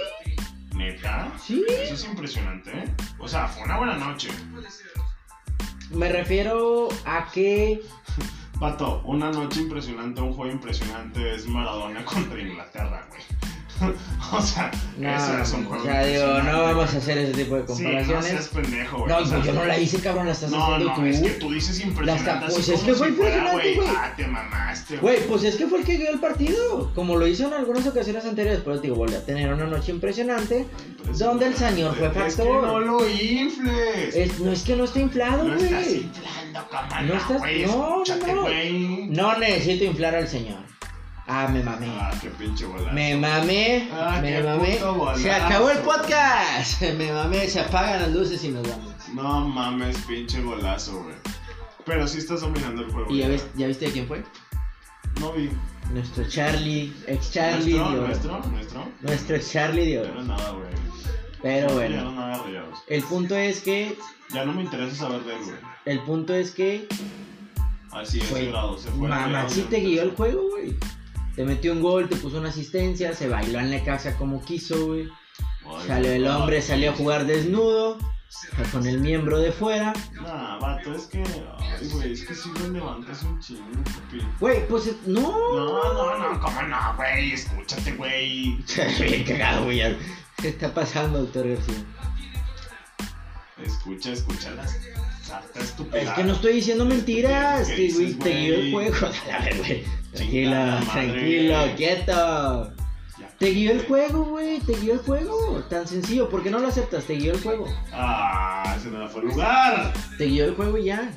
Speaker 1: Neta.
Speaker 2: sí.
Speaker 1: Eso es impresionante, ¿eh? O sea, fue una buena noche.
Speaker 2: Me refiero a que.
Speaker 1: Pato, una noche impresionante, un juego impresionante es Maradona [LAUGHS] contra Inglaterra, güey. [LAUGHS] o sea,
Speaker 2: No,
Speaker 1: eso es un
Speaker 2: ah, o
Speaker 1: juego.
Speaker 2: sea, digo,
Speaker 1: impresionante.
Speaker 2: no vamos a hacer ese tipo de
Speaker 1: Sí, no seas
Speaker 2: comparaciones.
Speaker 1: pendejo,
Speaker 2: No,
Speaker 1: güey. O
Speaker 2: pues
Speaker 1: sea,
Speaker 2: yo no la hice, cabrón, la estás
Speaker 1: No,
Speaker 2: haciendo
Speaker 1: no,
Speaker 2: tú.
Speaker 1: es que tú dices impresionante.
Speaker 2: Las-
Speaker 1: así
Speaker 2: pues es
Speaker 1: como
Speaker 2: que fue
Speaker 1: si fuera,
Speaker 2: impresionante, güey.
Speaker 1: Ah, te mamaste, güey.
Speaker 2: Güey, pues es que fue el que dio el partido, como lo hizo en algunas ocasiones anteriores, pero digo, volvió a tener una noche impresionante. ¿Dónde el señor fue
Speaker 1: Pues, Es que
Speaker 2: factor?
Speaker 1: no lo infles.
Speaker 2: Es- no es que no esté inflado,
Speaker 1: no
Speaker 2: güey.
Speaker 1: estás inflando, camarada,
Speaker 2: No estás-
Speaker 1: güey.
Speaker 2: no, no,
Speaker 1: Escúchate,
Speaker 2: no.
Speaker 1: güey.
Speaker 2: No necesito inflar al señor. Ah, me mamé.
Speaker 1: Ah, qué pinche bola.
Speaker 2: Me mamé.
Speaker 1: Ah,
Speaker 2: me
Speaker 1: qué
Speaker 2: mamé.
Speaker 1: puto bolazo.
Speaker 2: Se acabó el podcast. [LAUGHS] Me mamé. Se apagan las luces y nos vamos.
Speaker 1: No mames, pinche golazo, güey. Pero sí estás dominando el juego.
Speaker 2: ¿Y ya,
Speaker 1: güey.
Speaker 2: ves- ya viste de quién fue?
Speaker 1: No vi.
Speaker 2: Nuestro Charlie. Ex Charlie de
Speaker 1: ¿Nuestro?
Speaker 2: oro.
Speaker 1: ¿Nuestro? ¿Nuestro?
Speaker 2: Nuestro ex Charlie de
Speaker 1: Ya
Speaker 2: oro.
Speaker 1: no nada, güey.
Speaker 2: Pero
Speaker 1: Ya no
Speaker 2: bueno.
Speaker 1: nada, rayados.
Speaker 2: El punto es que.
Speaker 1: Ya no me interesa saber de él, güey.
Speaker 2: El punto es que.
Speaker 1: Así es,
Speaker 2: Güey,
Speaker 1: grado. Se fue.
Speaker 2: Mamachi te guió el juego, güey. Te metió un gol, te puso una asistencia, se bailó en la casa como quiso, güey.
Speaker 1: Ay,
Speaker 2: Salió el
Speaker 1: güey,
Speaker 2: hombre,
Speaker 1: vato.
Speaker 2: salió a jugar desnudo, con el miembro de fuera.
Speaker 1: Nah, vato, es que. Ay, güey, es que si lo levantas un chingo, papi.
Speaker 2: Güey, pues es- no.
Speaker 1: No, no,
Speaker 2: [LAUGHS]
Speaker 1: no, cómo no, güey. Escúchate, güey.
Speaker 2: Bien cagado, güey. ¿Qué está pasando, doctor García?
Speaker 1: Escucha, escucha las sarta estúpida.
Speaker 2: Es que no estoy diciendo mentiras,
Speaker 1: ¿Qué
Speaker 2: que güey,
Speaker 1: dices,
Speaker 2: te guió el
Speaker 1: güey?
Speaker 2: juego. [LAUGHS] A ver, güey. Tranquilo,
Speaker 1: Chingada madre.
Speaker 2: tranquilo, quieto.
Speaker 1: Ya.
Speaker 2: Te guió el juego, güey, te guió el juego. Tan sencillo, ¿por qué no lo aceptas? Te guió el juego.
Speaker 1: Ah, se me fue el lugar.
Speaker 2: Te guió el juego y ya.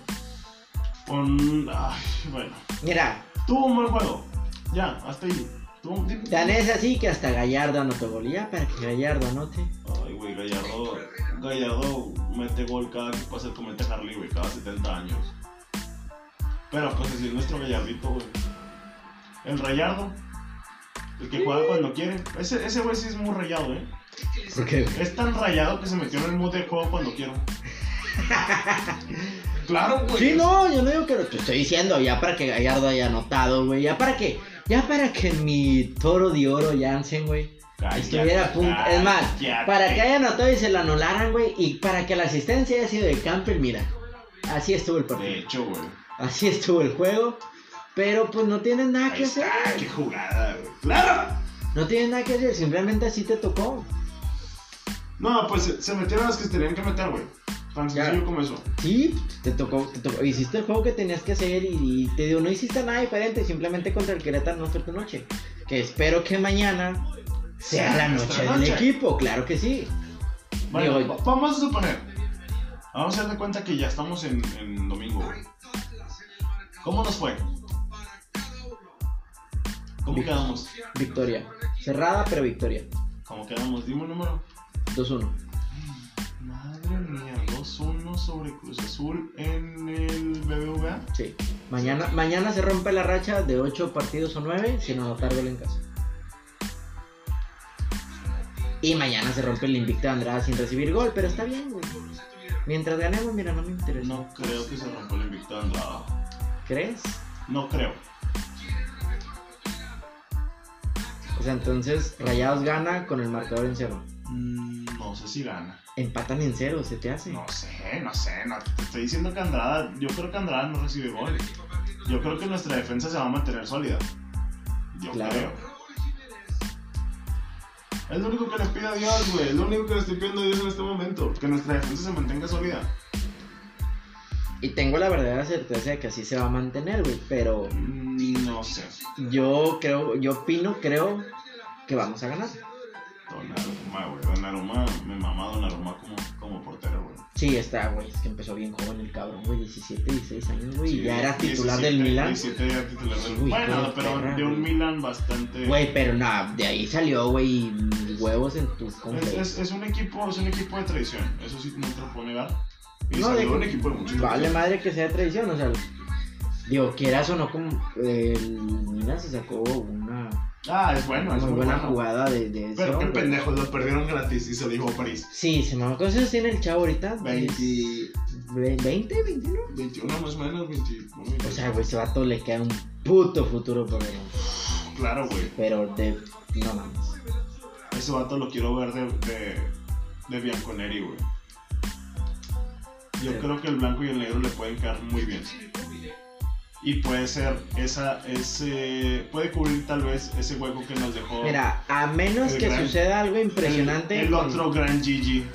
Speaker 1: Pon. Ay, bueno.
Speaker 2: Mira,
Speaker 1: Tuvo un buen juego. Ya, hasta ahí. Tuvo un.
Speaker 2: tan es así que hasta Gallardo anotó gol. Ya, para que Gallardo anote.
Speaker 1: Ay, güey, Gallardo. Gallardo mete gol cada que pasa el comete Harley, güey, cada 70 años. Pero pues así es nuestro Gallardito, güey. El Rayardo. El que juega cuando quiere. Ese, ese güey sí es muy rayado, eh.
Speaker 2: ¿Por qué?
Speaker 1: Es tan rayado que se metió en el mood de juego cuando
Speaker 2: [LAUGHS]
Speaker 1: quiero. claro, güey.
Speaker 2: Sí, no, yo no digo que lo te estoy diciendo, ya para que Gallardo haya anotado, güey, ya para que, ya para que mi toro de oro Jansen, güey,
Speaker 1: Cállate,
Speaker 2: estuviera a punto, es más,
Speaker 1: cállate.
Speaker 2: para que haya anotado y se lo anularan, güey, y para que la asistencia haya sido de Campbell, mira, así estuvo el
Speaker 1: De
Speaker 2: partido,
Speaker 1: hecho, güey.
Speaker 2: así estuvo el juego, pero pues no tienes nada
Speaker 1: Ahí
Speaker 2: que hacer,
Speaker 1: está, qué jugada, güey. ¡Claro!
Speaker 2: no tienes nada que hacer, simplemente así te tocó,
Speaker 1: No, pues se- se metieron las que se tenían que meter, güey. Tan
Speaker 2: Ya.
Speaker 1: sencillo como eso.
Speaker 2: sí, te tocó, te tocó, hiciste el juego que tenías que hacer y, y te digo, no hiciste nada diferente, simplemente contra el Querétaro no fue tu noche. Que espero que mañana sea la noche
Speaker 1: Nuestra
Speaker 2: del equipo, claro que sí.
Speaker 1: Bueno,
Speaker 2: Digo,
Speaker 1: va- vamos a suponer. Vamos a dar de cuenta que ya estamos en, en domingo, güey. ¿Cómo nos fue? ¿Cómo
Speaker 2: Bien.
Speaker 1: quedamos?
Speaker 2: victoria. Cerrada, pero victoria.
Speaker 1: ¿Cómo quedamos? Dime un número.
Speaker 2: 2-1.
Speaker 1: Madre mía, 2-1 sobre Cruz Azul en el BBVA.
Speaker 2: Sí. Mañana, mañana se rompe la racha de 8 partidos o 9 sin anotar gol en casa. Y mañana se rompe el invicto de Andrada sin recibir gol, pero está bien, güey. Mientras ganemos, mira, no me interesa.
Speaker 1: No creo que se rompa el invicto de Andrada.
Speaker 2: ¿Crees?
Speaker 1: No creo.
Speaker 2: O sea, entonces Rayados gana con el marcador en cero.
Speaker 1: Mm, No sé si gana.
Speaker 2: Empatan en cero, se te hace.
Speaker 1: No sé, no sé. No, te estoy diciendo que Andrada. Yo creo que Andrada no recibe gol. Yo creo que nuestra defensa se va a mantener sólida. Yo
Speaker 2: Claro.
Speaker 1: creo. Es lo único que les pido a Dios, güey. Es lo único que le estoy pidiendo a Dios en este momento. Que nuestra defensa se mantenga sólida.
Speaker 2: Y tengo la verdadera certeza de que así se va a mantener, güey. Pero
Speaker 1: Mm, No sé.
Speaker 2: yo creo, yo opino, creo que vamos a ganar.
Speaker 1: Don Aruma, güey. Don Aruma, me mamá Don Aruma como, como portero, güey.
Speaker 2: Sí, está, güey. Es que empezó bien joven el cabrón, güey. 17, 16 años, güey.
Speaker 1: Sí,
Speaker 2: y ya era titular
Speaker 1: 17,
Speaker 2: del Milan.
Speaker 1: 17 ya titular del
Speaker 2: Uy,
Speaker 1: Bueno,
Speaker 2: qué
Speaker 1: pero
Speaker 2: perra,
Speaker 1: de un
Speaker 2: güey.
Speaker 1: Milan bastante.
Speaker 2: Güey, pero nada, de ahí salió, güey, huevos en tus
Speaker 1: es,
Speaker 2: complejos.
Speaker 1: es, es un equipo, es un equipo de tradición. Eso sí no te lo puedo negar. Y
Speaker 2: No,
Speaker 1: salió
Speaker 2: de-
Speaker 1: un equipo de mucho
Speaker 2: Vale madre que sea tradición, o sea, digo, quieras o no, como eh, el Milan se sacó una
Speaker 1: Ah, es bueno,
Speaker 2: muy
Speaker 1: es muy
Speaker 2: buena
Speaker 1: bueno.
Speaker 2: jugada de, de ese
Speaker 1: Pero qué
Speaker 2: hombre.
Speaker 1: pendejos, lo perdieron gratis y se lo dijo a París.
Speaker 2: Sí, se me cosas tiene el chavo ahorita.
Speaker 1: 20,
Speaker 2: Ve- 20, 21.
Speaker 1: 21 más o menos, 21.
Speaker 2: O sea, güey, ese vato le queda un puto futuro por él.
Speaker 1: claro, güey.
Speaker 2: Pero de. No mames.
Speaker 1: Ese vato lo quiero ver de, de, de Bianconeri, güey. Yo
Speaker 2: Sí.
Speaker 1: creo que el blanco y el negro le pueden quedar muy bien. Y puede ser esa, ese, puede cubrir tal vez ese hueco que nos dejó
Speaker 2: Mira, a menos
Speaker 1: El
Speaker 2: que
Speaker 1: gran-
Speaker 2: suceda algo
Speaker 1: el-
Speaker 2: impresionante.
Speaker 1: el,
Speaker 2: con-
Speaker 1: otro gran Gigi.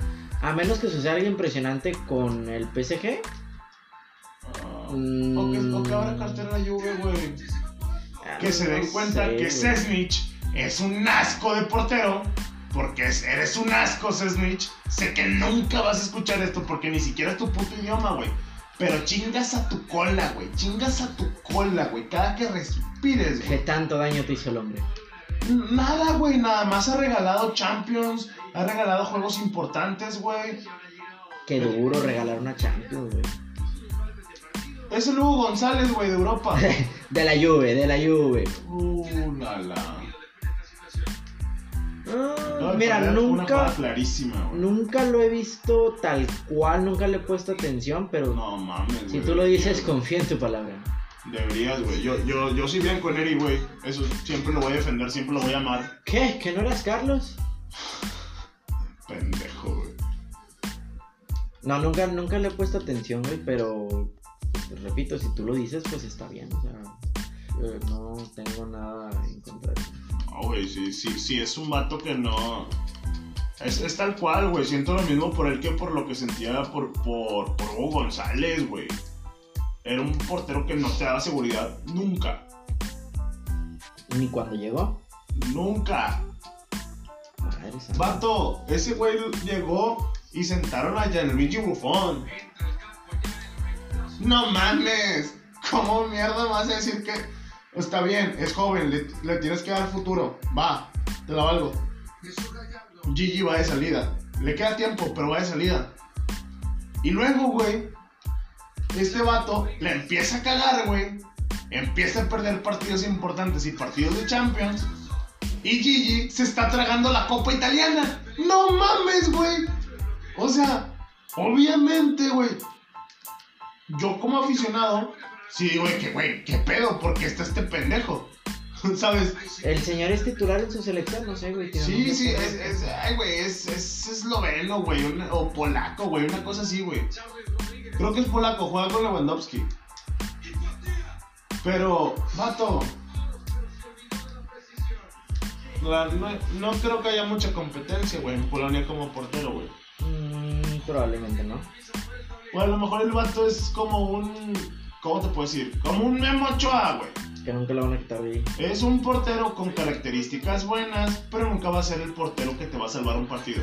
Speaker 2: A menos que suceda algo impresionante con el PSG.
Speaker 1: Ah, o, que,
Speaker 2: mm,
Speaker 1: o que abra cartera la Juve, güey.
Speaker 2: ah,
Speaker 1: Que se
Speaker 2: no
Speaker 1: den cuenta
Speaker 2: sé,
Speaker 1: que
Speaker 2: güey.
Speaker 1: Sesnich es un asco de portero. Porque es- eres un asco, Sesnich. Sé que nunca vas a escuchar esto porque ni siquiera es tu puto idioma, güey. Pero chingas a tu cola, güey. Chingas a tu cola, güey. Cada que respires,
Speaker 2: ¿Qué
Speaker 1: güey.
Speaker 2: tanto daño te hizo el hombre?
Speaker 1: Nada, güey. Nada más ha regalado Champions. Ha regalado juegos importantes, güey.
Speaker 2: Qué duro regalar una Champions, güey.
Speaker 1: Es el Hugo González, güey, de
Speaker 2: [LAUGHS]
Speaker 1: Europa.
Speaker 2: De la Juve, de la Juve.
Speaker 1: Uh, la, la.
Speaker 2: Ah,
Speaker 1: No,
Speaker 2: mira,
Speaker 1: fue Una jugada
Speaker 2: nunca,
Speaker 1: clarísima, güey.
Speaker 2: nunca lo he visto tal cual, nunca le he puesto atención, pero
Speaker 1: No mames,
Speaker 2: si
Speaker 1: güey,
Speaker 2: tú lo dices,
Speaker 1: deberías,
Speaker 2: confío en tu palabra.
Speaker 1: güey. Deberías, güey. Yo, yo, yo soy bien con Eri, güey. Eso siempre lo voy a defender, siempre lo voy a amar.
Speaker 2: ¿Qué? ¿Que no eras Carlos?
Speaker 1: Pendejo, güey.
Speaker 2: No, nunca, nunca le he puesto atención, güey, pero pues, repito, si tú lo dices, pues está bien, o sea, eh, no tengo nada en contra de eso.
Speaker 1: No, güey, sí, sí, sí, es un vato que no. Es, es tal cual, güey. Siento lo mismo por él que por lo que sentía por, por, por Hugo González, güey. Era un portero que no te daba seguridad nunca.
Speaker 2: Ni cuando llegó.
Speaker 1: Nunca.
Speaker 2: Madre santa.
Speaker 1: Vato, ese güey llegó y sentaron a Gianluigi Buffon. No mames, ¿cómo mierda me vas a decir que está bien, es joven, le, le tienes que dar futuro? Va, te la valgo. Gigi va de salida, le queda tiempo, pero va de salida. Y luego, güey, este vato le empieza a cagar, güey. Empieza a perder partidos importantes y partidos de Champions. Y Gigi se está tragando la copa italiana. No mames, güey. O sea, obviamente, güey. Yo como aficionado, sí digo, "Güey, que, güey, ¿qué pedo? porque está este pendejo? [LAUGHS] ¿Sabes?
Speaker 2: El señor es titular en su selección, no sé, güey. tiene
Speaker 1: Sí,
Speaker 2: nombre
Speaker 1: sí,
Speaker 2: por
Speaker 1: es,
Speaker 2: ahí.
Speaker 1: es, ay, güey, es, es esloveno, güey, una- o polaco, güey, una cosa así, güey. Creo que es polaco, juega con Lewandowski. Pero, vato. la- no, no creo que haya mucha competencia, güey, en Polonia como portero, güey.
Speaker 2: Mm, probablemente, ¿no?
Speaker 1: O a lo mejor el vato es como un. ¿Cómo te puedo decir? Como un Memo Ochoa, güey.
Speaker 2: Que nunca lo van a quitar güey.
Speaker 1: Es un portero con características buenas, pero nunca va a ser el portero que te va a salvar un partido.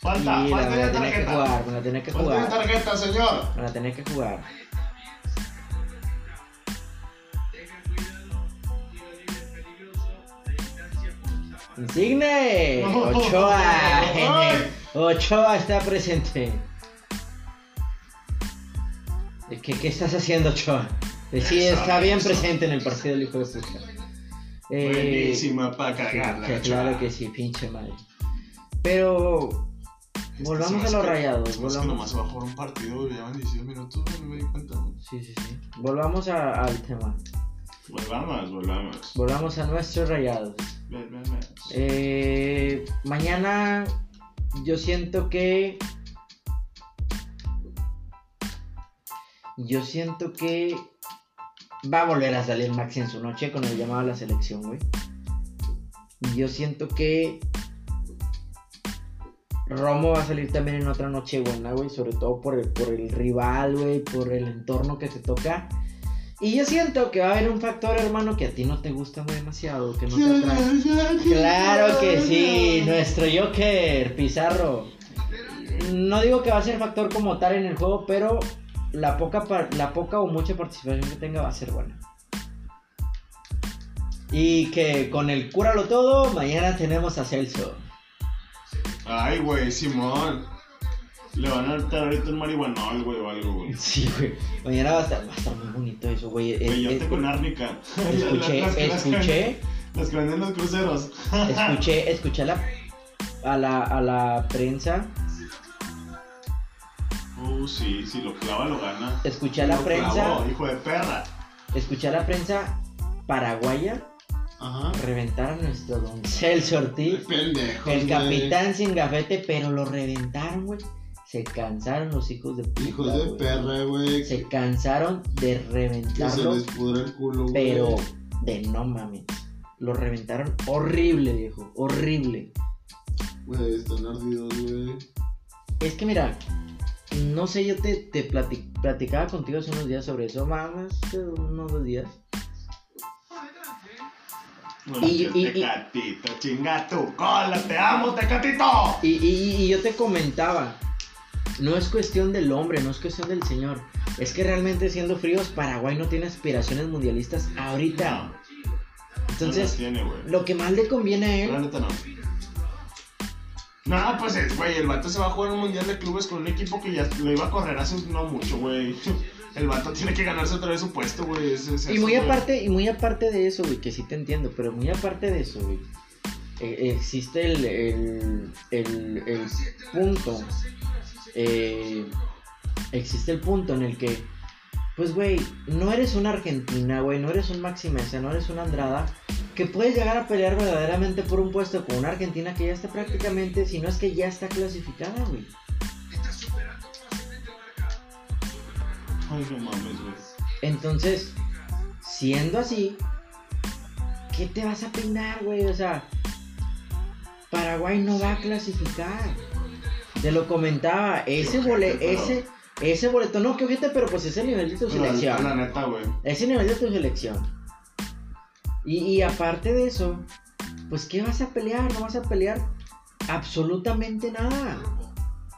Speaker 1: Falta,
Speaker 2: Y la
Speaker 1: falta
Speaker 2: me
Speaker 1: de
Speaker 2: la tenía que
Speaker 1: tarjeta.
Speaker 2: jugar, me la tenía que
Speaker 1: Falta de
Speaker 2: jugar.
Speaker 1: tarjeta, señor.
Speaker 2: Me la tenía que jugar.
Speaker 1: [LAUGHS]
Speaker 2: Insigne, Ochoa, Ochoa está presente. ¿Qué, qué estás haciendo, Ochoa? Sí,
Speaker 1: Eso,
Speaker 2: está bien
Speaker 1: eso.
Speaker 2: presente en el partido del hijo de puta. Eh,
Speaker 1: Buenísima para cagarla.
Speaker 2: que
Speaker 1: Ochoa.
Speaker 2: claro que sí, pinche madre. Pero
Speaker 1: Este
Speaker 2: volvamos
Speaker 1: se me
Speaker 2: a
Speaker 1: hace
Speaker 2: los
Speaker 1: que-
Speaker 2: rayados,
Speaker 1: se me hace que
Speaker 2: volvamos.
Speaker 1: nomás se va a jugar un partido, güey, llevan 18 minutos, güey, no me di cuenta. güey.
Speaker 2: Sí, sí, sí. Volvamos a- al tema.
Speaker 1: Volvamos, volvamos.
Speaker 2: Volvamos a nuestros rayados.
Speaker 1: Ven, ven, ven.
Speaker 2: Eh, mañana yo siento que... Yo siento que va a volver a salir Maxi en su noche con el llamado a la selección, güey. Yo siento que Romo va a salir también en otra noche buena, güey. Sobre todo por el, por el rival, güey. Por el entorno que te toca. Y yo siento que va a haber un factor, hermano, que a ti no te gusta demasiado, que no te atrae. Claro que sí, nuestro Joker, Pizarro. No digo que va a ser factor como tal en el juego, pero la poca, par- la poca o mucha participación que tenga va a ser buena. Y que con el cúralo todo, mañana tenemos a Celso.
Speaker 1: Ay, güey, Simón. Le van a dar ahorita un marihuanol, güey, o algo, güey.
Speaker 2: Sí, güey. Mañana va a estar, va a estar muy bonito eso, güey. Es-
Speaker 4: Eh,
Speaker 2: es-
Speaker 1: Peyote con árnica. [LAUGHS]
Speaker 2: escuché,
Speaker 1: Las que- las que-
Speaker 2: escuché,
Speaker 1: Las que venden en los cruceros.
Speaker 2: escuché, escuché a la, a la, a la prensa,
Speaker 1: Uh, sí, si lo clava lo gana.
Speaker 2: escuché a la
Speaker 1: Lo
Speaker 2: prensa,
Speaker 1: clavó, hijo de perra.
Speaker 2: escuché a la prensa paraguaya
Speaker 1: Ajá.
Speaker 2: reventar a nuestro don Celso Ortiz.
Speaker 1: Pendejo.
Speaker 2: El capitán sin gafete, pero lo reventaron, güey. Se cansaron los hijos de puta,
Speaker 4: Hijos de
Speaker 2: güey.
Speaker 4: perra, güey.
Speaker 2: Se cansaron
Speaker 4: Que
Speaker 2: de
Speaker 4: se
Speaker 2: reventarlo,
Speaker 4: les pudra el culo, güey.
Speaker 2: pero de no mames. Lo reventaron horrible, viejo, horrible.
Speaker 4: Güey, están ardidos, güey.
Speaker 2: Es que mira, no sé, yo te, te plati- platicaba contigo hace unos días sobre eso, más, más que unos dos días.
Speaker 1: Y,
Speaker 2: Y- y- y-
Speaker 1: tecatito, chinga tu cola, te amo, tecatito.
Speaker 2: Y, y- y yo te comentaba, no es cuestión del hombre, no es cuestión del señor. Es que realmente siendo fríos, Paraguay no tiene aspiraciones mundialistas ahorita.
Speaker 1: No
Speaker 2: Entonces,
Speaker 1: tiene, güey.
Speaker 2: lo que más le conviene a
Speaker 1: La
Speaker 2: él,
Speaker 1: neta no. No, pues, es, güey, el vato se va a jugar un mundial de clubes con un equipo que ya lo iba a correr hace no mucho, güey. [LAUGHS] El vato tiene que ganarse otra vez su puesto, güey. es- es
Speaker 2: y
Speaker 1: eso,
Speaker 2: muy
Speaker 1: güey.
Speaker 2: aparte, y muy aparte de eso, güey, que sí te entiendo, pero muy aparte de eso, güey, eh, existe el, el, el- el punto, eh, existe el punto en el que, pues, güey, no eres una Argentina, güey, no eres un Maxi Mesa, no eres una Andrada, que puedes llegar a pelear verdaderamente por un puesto con una Argentina que ya está prácticamente, si no es que ya está clasificada, güey.
Speaker 1: Ay, no mames, güey.
Speaker 2: Entonces, siendo así, ¿qué te vas a peinar, güey? O sea, Paraguay no va a clasificar. Te lo comentaba, ese
Speaker 1: ojete,
Speaker 2: boleto,
Speaker 1: pero-
Speaker 2: ese, ese boleto, no, que ojete, pero pues es el nivel de tu
Speaker 1: Pero la- La
Speaker 2: selección.
Speaker 1: neta, güey.
Speaker 2: Es el nivel de tu selección. Y, y aparte de eso, pues ¿qué vas a pelear? No vas a pelear absolutamente nada.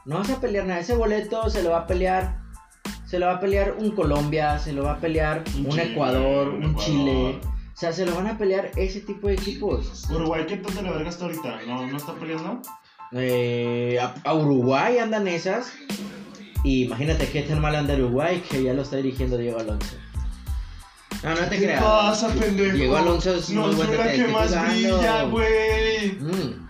Speaker 2: No vas a pelear nada. Ese boleto se lo va a pelear. Se lo va a pelear un Colombia, se lo va a pelear un,
Speaker 1: Chile,
Speaker 2: Ecuador, un
Speaker 1: Ecuador.
Speaker 2: Chile. O sea, se lo van a pelear ese tipo de equipos.
Speaker 1: Uruguay, ¿qué tanto le verga hasta ahorita? ¿No, no está peleando?
Speaker 2: Eh, a, a Uruguay andan esas. Y imagínate qué tan mal anda Uruguay que ya lo está dirigiendo Diego Alonso. No, no te
Speaker 1: ¿Qué
Speaker 2: creas.
Speaker 1: pasa, pendejo?
Speaker 2: Diego Alonso es
Speaker 1: No
Speaker 2: muy
Speaker 1: soy
Speaker 2: bueno
Speaker 1: la que
Speaker 2: detective
Speaker 1: más
Speaker 2: jugando.
Speaker 1: brilla, güey.
Speaker 2: Mm,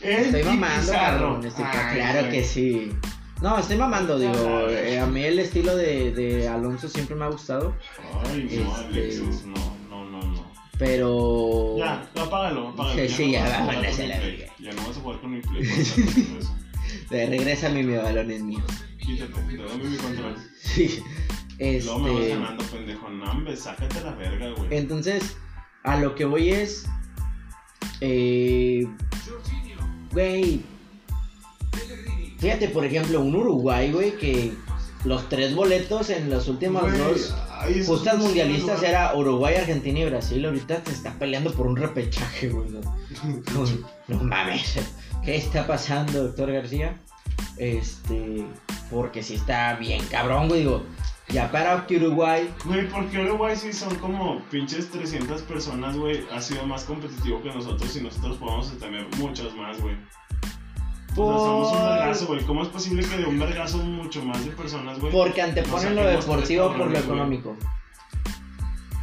Speaker 1: El
Speaker 2: estoy
Speaker 1: Piti
Speaker 2: mamando,
Speaker 1: Pizarro.
Speaker 2: cabrón, estoy-
Speaker 1: Ay,
Speaker 2: claro
Speaker 1: güey.
Speaker 2: que sí. No, estoy mamando, digo.
Speaker 1: Ay.
Speaker 2: eh, a mí el estilo de, de Alonso siempre me ha gustado.
Speaker 1: Ay, no,
Speaker 2: Este-
Speaker 1: Alexis, no, no, no, no.
Speaker 2: Pero.
Speaker 1: Ya, apágalo, apágalo.
Speaker 2: Sí, sí,
Speaker 1: no
Speaker 2: ya,
Speaker 1: vas a jugar
Speaker 2: vámonos
Speaker 1: con
Speaker 2: a
Speaker 1: mi
Speaker 2: la
Speaker 1: Play.
Speaker 2: verga.
Speaker 1: Ya no vas a jugar con mi play. vas a jugar
Speaker 2: [LAUGHS]
Speaker 1: con eso.
Speaker 2: Eh, regrésame mi balón es mío.
Speaker 1: Quítate, te dame mi control.
Speaker 2: Sí.
Speaker 1: Luego me vas
Speaker 2: Este.
Speaker 1: ganando, pendejo. No, hombre, sácate la verga, güey.
Speaker 2: Entonces, a lo que voy es. Eh. Güey. Fíjate, por ejemplo, un Uruguay, güey, que los tres boletos en los últimos
Speaker 1: Güey,
Speaker 2: dos pues,
Speaker 1: ay, esos
Speaker 2: justas
Speaker 1: dos
Speaker 2: mundialistas
Speaker 1: lugares.
Speaker 2: era Uruguay, Argentina y Brasil. Ahorita te está peleando por un repechaje, güey. No, No mames. ¿Qué está pasando, doctor García? Este. Porque si está bien cabrón, güey. Digo, ya para que Uruguay
Speaker 1: [LAUGHS] Güey, porque Uruguay sí son como pinches 300 personas, güey. Ha sido más competitivo que nosotros y nosotros podemos tener muchas más, güey. O sea, somos un
Speaker 2: Por-
Speaker 1: vergazo, güey. ¿Cómo es posible que de un vergazo mucho más de personas, güey?
Speaker 2: Porque anteponen
Speaker 1: No
Speaker 2: lo
Speaker 1: saquemos
Speaker 2: deportivo
Speaker 1: tres
Speaker 2: por
Speaker 1: cabrones,
Speaker 2: lo
Speaker 1: güey.
Speaker 2: económico.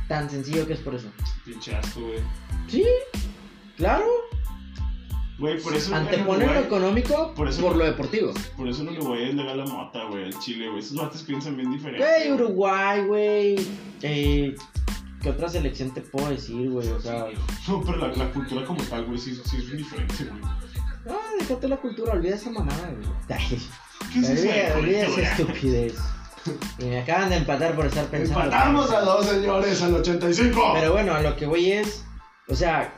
Speaker 2: Tan sencillo que es por eso.
Speaker 1: Pinche asco, güey.
Speaker 2: Sí, claro.
Speaker 1: Güey, por eso. en
Speaker 2: Anteponen lo
Speaker 1: Uruguay-
Speaker 2: económico
Speaker 1: por
Speaker 2: por,
Speaker 1: eso-
Speaker 2: lo deportivo.
Speaker 1: Por eso en Uruguay es legal la mota, güey, el chile, güey. Esos vatos piensan bien diferente.
Speaker 2: Güey, Uruguay, güey. Eh, ¿Qué otra selección te puedo decir, güey? O sea,
Speaker 1: No, pero la, la cultura como tal, güey, sí, sí es bien diferente, güey.
Speaker 2: ah, déjate la cultura, olvida esa mamada, güey. [LAUGHS] Ay,
Speaker 1: ¿Qué es eso?
Speaker 2: Olvida, olvida
Speaker 1: de
Speaker 2: esa
Speaker 1: cultura?
Speaker 2: estupidez. Y me acaban de empatar por estar pensando.
Speaker 1: Empatamos a dos, señores, al 85.
Speaker 2: Pero bueno, a lo que voy es. O sea,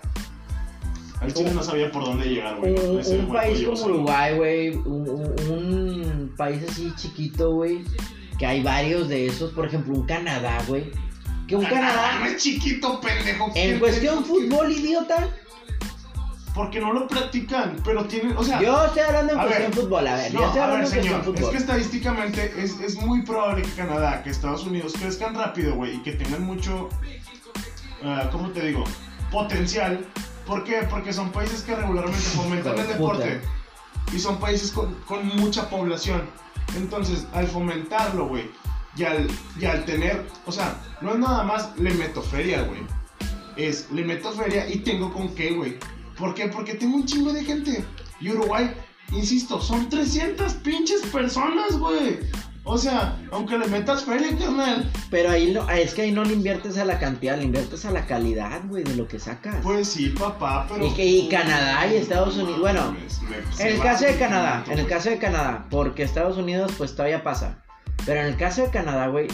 Speaker 1: Al chile no sabía por dónde llegar, güey.
Speaker 2: Un,
Speaker 1: Ese
Speaker 2: un
Speaker 1: güey
Speaker 2: país
Speaker 1: orgulloso,
Speaker 2: como Uruguay, güey, un, un- un país así chiquito, güey, que hay varios de esos, por ejemplo, un Canadá, güey, que un
Speaker 1: Ah, No
Speaker 2: Canadá,
Speaker 1: es chiquito, pendejo.
Speaker 2: en cuestión fútbol, idiota,
Speaker 1: Porque no lo practican, pero tienen, o sea...
Speaker 2: yo estoy hablando en
Speaker 1: A
Speaker 2: cuestión
Speaker 1: ver.
Speaker 2: fútbol, a ver,
Speaker 1: No,
Speaker 2: yo estoy
Speaker 1: a
Speaker 2: hablando
Speaker 1: ver,
Speaker 2: en cuestión
Speaker 1: señor, es
Speaker 2: fútbol.
Speaker 1: que estadísticamente es, es muy probable que Canadá, que Estados Unidos crezcan rápido, güey, y que tengan mucho, ah, ¿cómo te digo? Potencial. ¿Por qué? Porque son países que regularmente fomentan el
Speaker 2: Hijo de
Speaker 1: deporte. Y son países con, con mucha población. Entonces, al fomentarlo, güey, y al, y al tener, o sea, no es nada más le meto feria, güey. Es le meto feria y tengo con qué, güey. ¿Por qué? Porque tengo un chingo de gente. Y Uruguay, insisto, son 300 pinches personas, güey. O sea, aunque le metas feria, carnal,
Speaker 2: Pero ahí no, es que ahí no le inviertes a la cantidad, le inviertes a la calidad, güey, de lo que sacas.
Speaker 1: pues sí, papá, pero.
Speaker 2: Y que- y Canadá y Estados Unidos, bueno,
Speaker 1: mames, me-
Speaker 2: En
Speaker 1: se
Speaker 2: el
Speaker 1: va
Speaker 2: caso de
Speaker 1: un
Speaker 2: Canadá,
Speaker 1: momento,
Speaker 2: en el
Speaker 1: güey.
Speaker 2: caso de Canadá, porque Estados Unidos pues todavía pasa. Pero en el caso de Canadá, güey,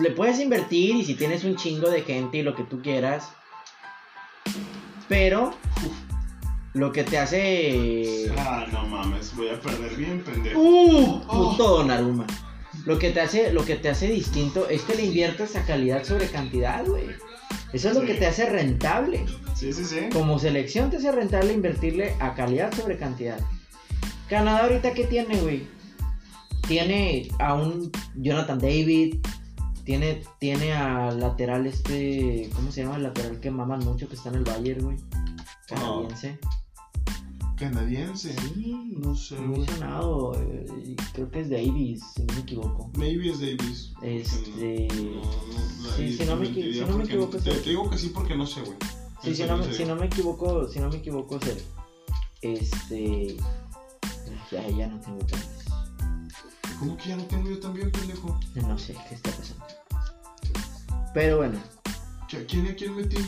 Speaker 2: le puedes invertir y si tienes un chingo de gente y lo que tú quieras. Pero lo que te hace...
Speaker 1: Ah, no mames, voy a perder bien, pendejo.
Speaker 2: ¡Uh! Puto Donnarumma. Lo que te hace, lo que te hace distinto es que le inviertas a calidad sobre cantidad, güey. Eso es lo
Speaker 1: Sí.
Speaker 2: que te hace rentable.
Speaker 1: Sí, sí, sí.
Speaker 2: Como selección te hace rentable invertirle a calidad sobre cantidad. Canadá ahorita que tiene, güey. Tiene a un Jonathan David. Tiene, tiene a lateral este. ¿Cómo se llama el lateral que maman mucho que está en el Bayern, güey? Canadiense.
Speaker 5: Canadiense.
Speaker 2: Sí,
Speaker 5: No sé,
Speaker 2: muy
Speaker 5: güey.
Speaker 2: sonado. eh, Creo que es Davis, si no me equivoco.
Speaker 5: Maybe es Davis.
Speaker 2: Este.
Speaker 5: No, no, la-
Speaker 2: Sí, si no me equi-
Speaker 5: mentiría
Speaker 2: si no me
Speaker 5: porque-
Speaker 2: equivoco,
Speaker 5: Te,
Speaker 2: sí.
Speaker 5: te digo que sí porque no sé, güey.
Speaker 2: Sí,
Speaker 5: En
Speaker 2: si
Speaker 5: serio,
Speaker 2: no, me-
Speaker 5: en
Speaker 2: si
Speaker 5: serio.
Speaker 2: no me equivoco, si no me equivoco, es él. Este. Ya, ya no tengo planes.
Speaker 5: ¿Cómo que ya no tengo yo también, pendejo?
Speaker 2: No sé qué está pasando. Pero bueno,
Speaker 5: ¿Que ¿A quién y a quién metí?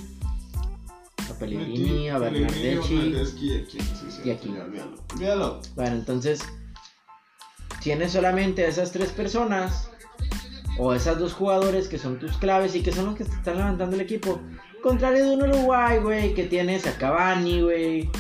Speaker 2: a Pellegrini, a
Speaker 5: Pellegrini, a
Speaker 2: Bernardeschi.
Speaker 5: Bernardeschi y a quién. Sí, sí,
Speaker 2: Y aquí.
Speaker 5: ya, olvídalo. Olvídalo.
Speaker 2: Bueno, entonces, tienes solamente a esas tres personas o a esas dos jugadores que son tus claves y que son los que te están levantando el equipo. Contrario de un Uruguay, güey, que tienes a Cavani, güey.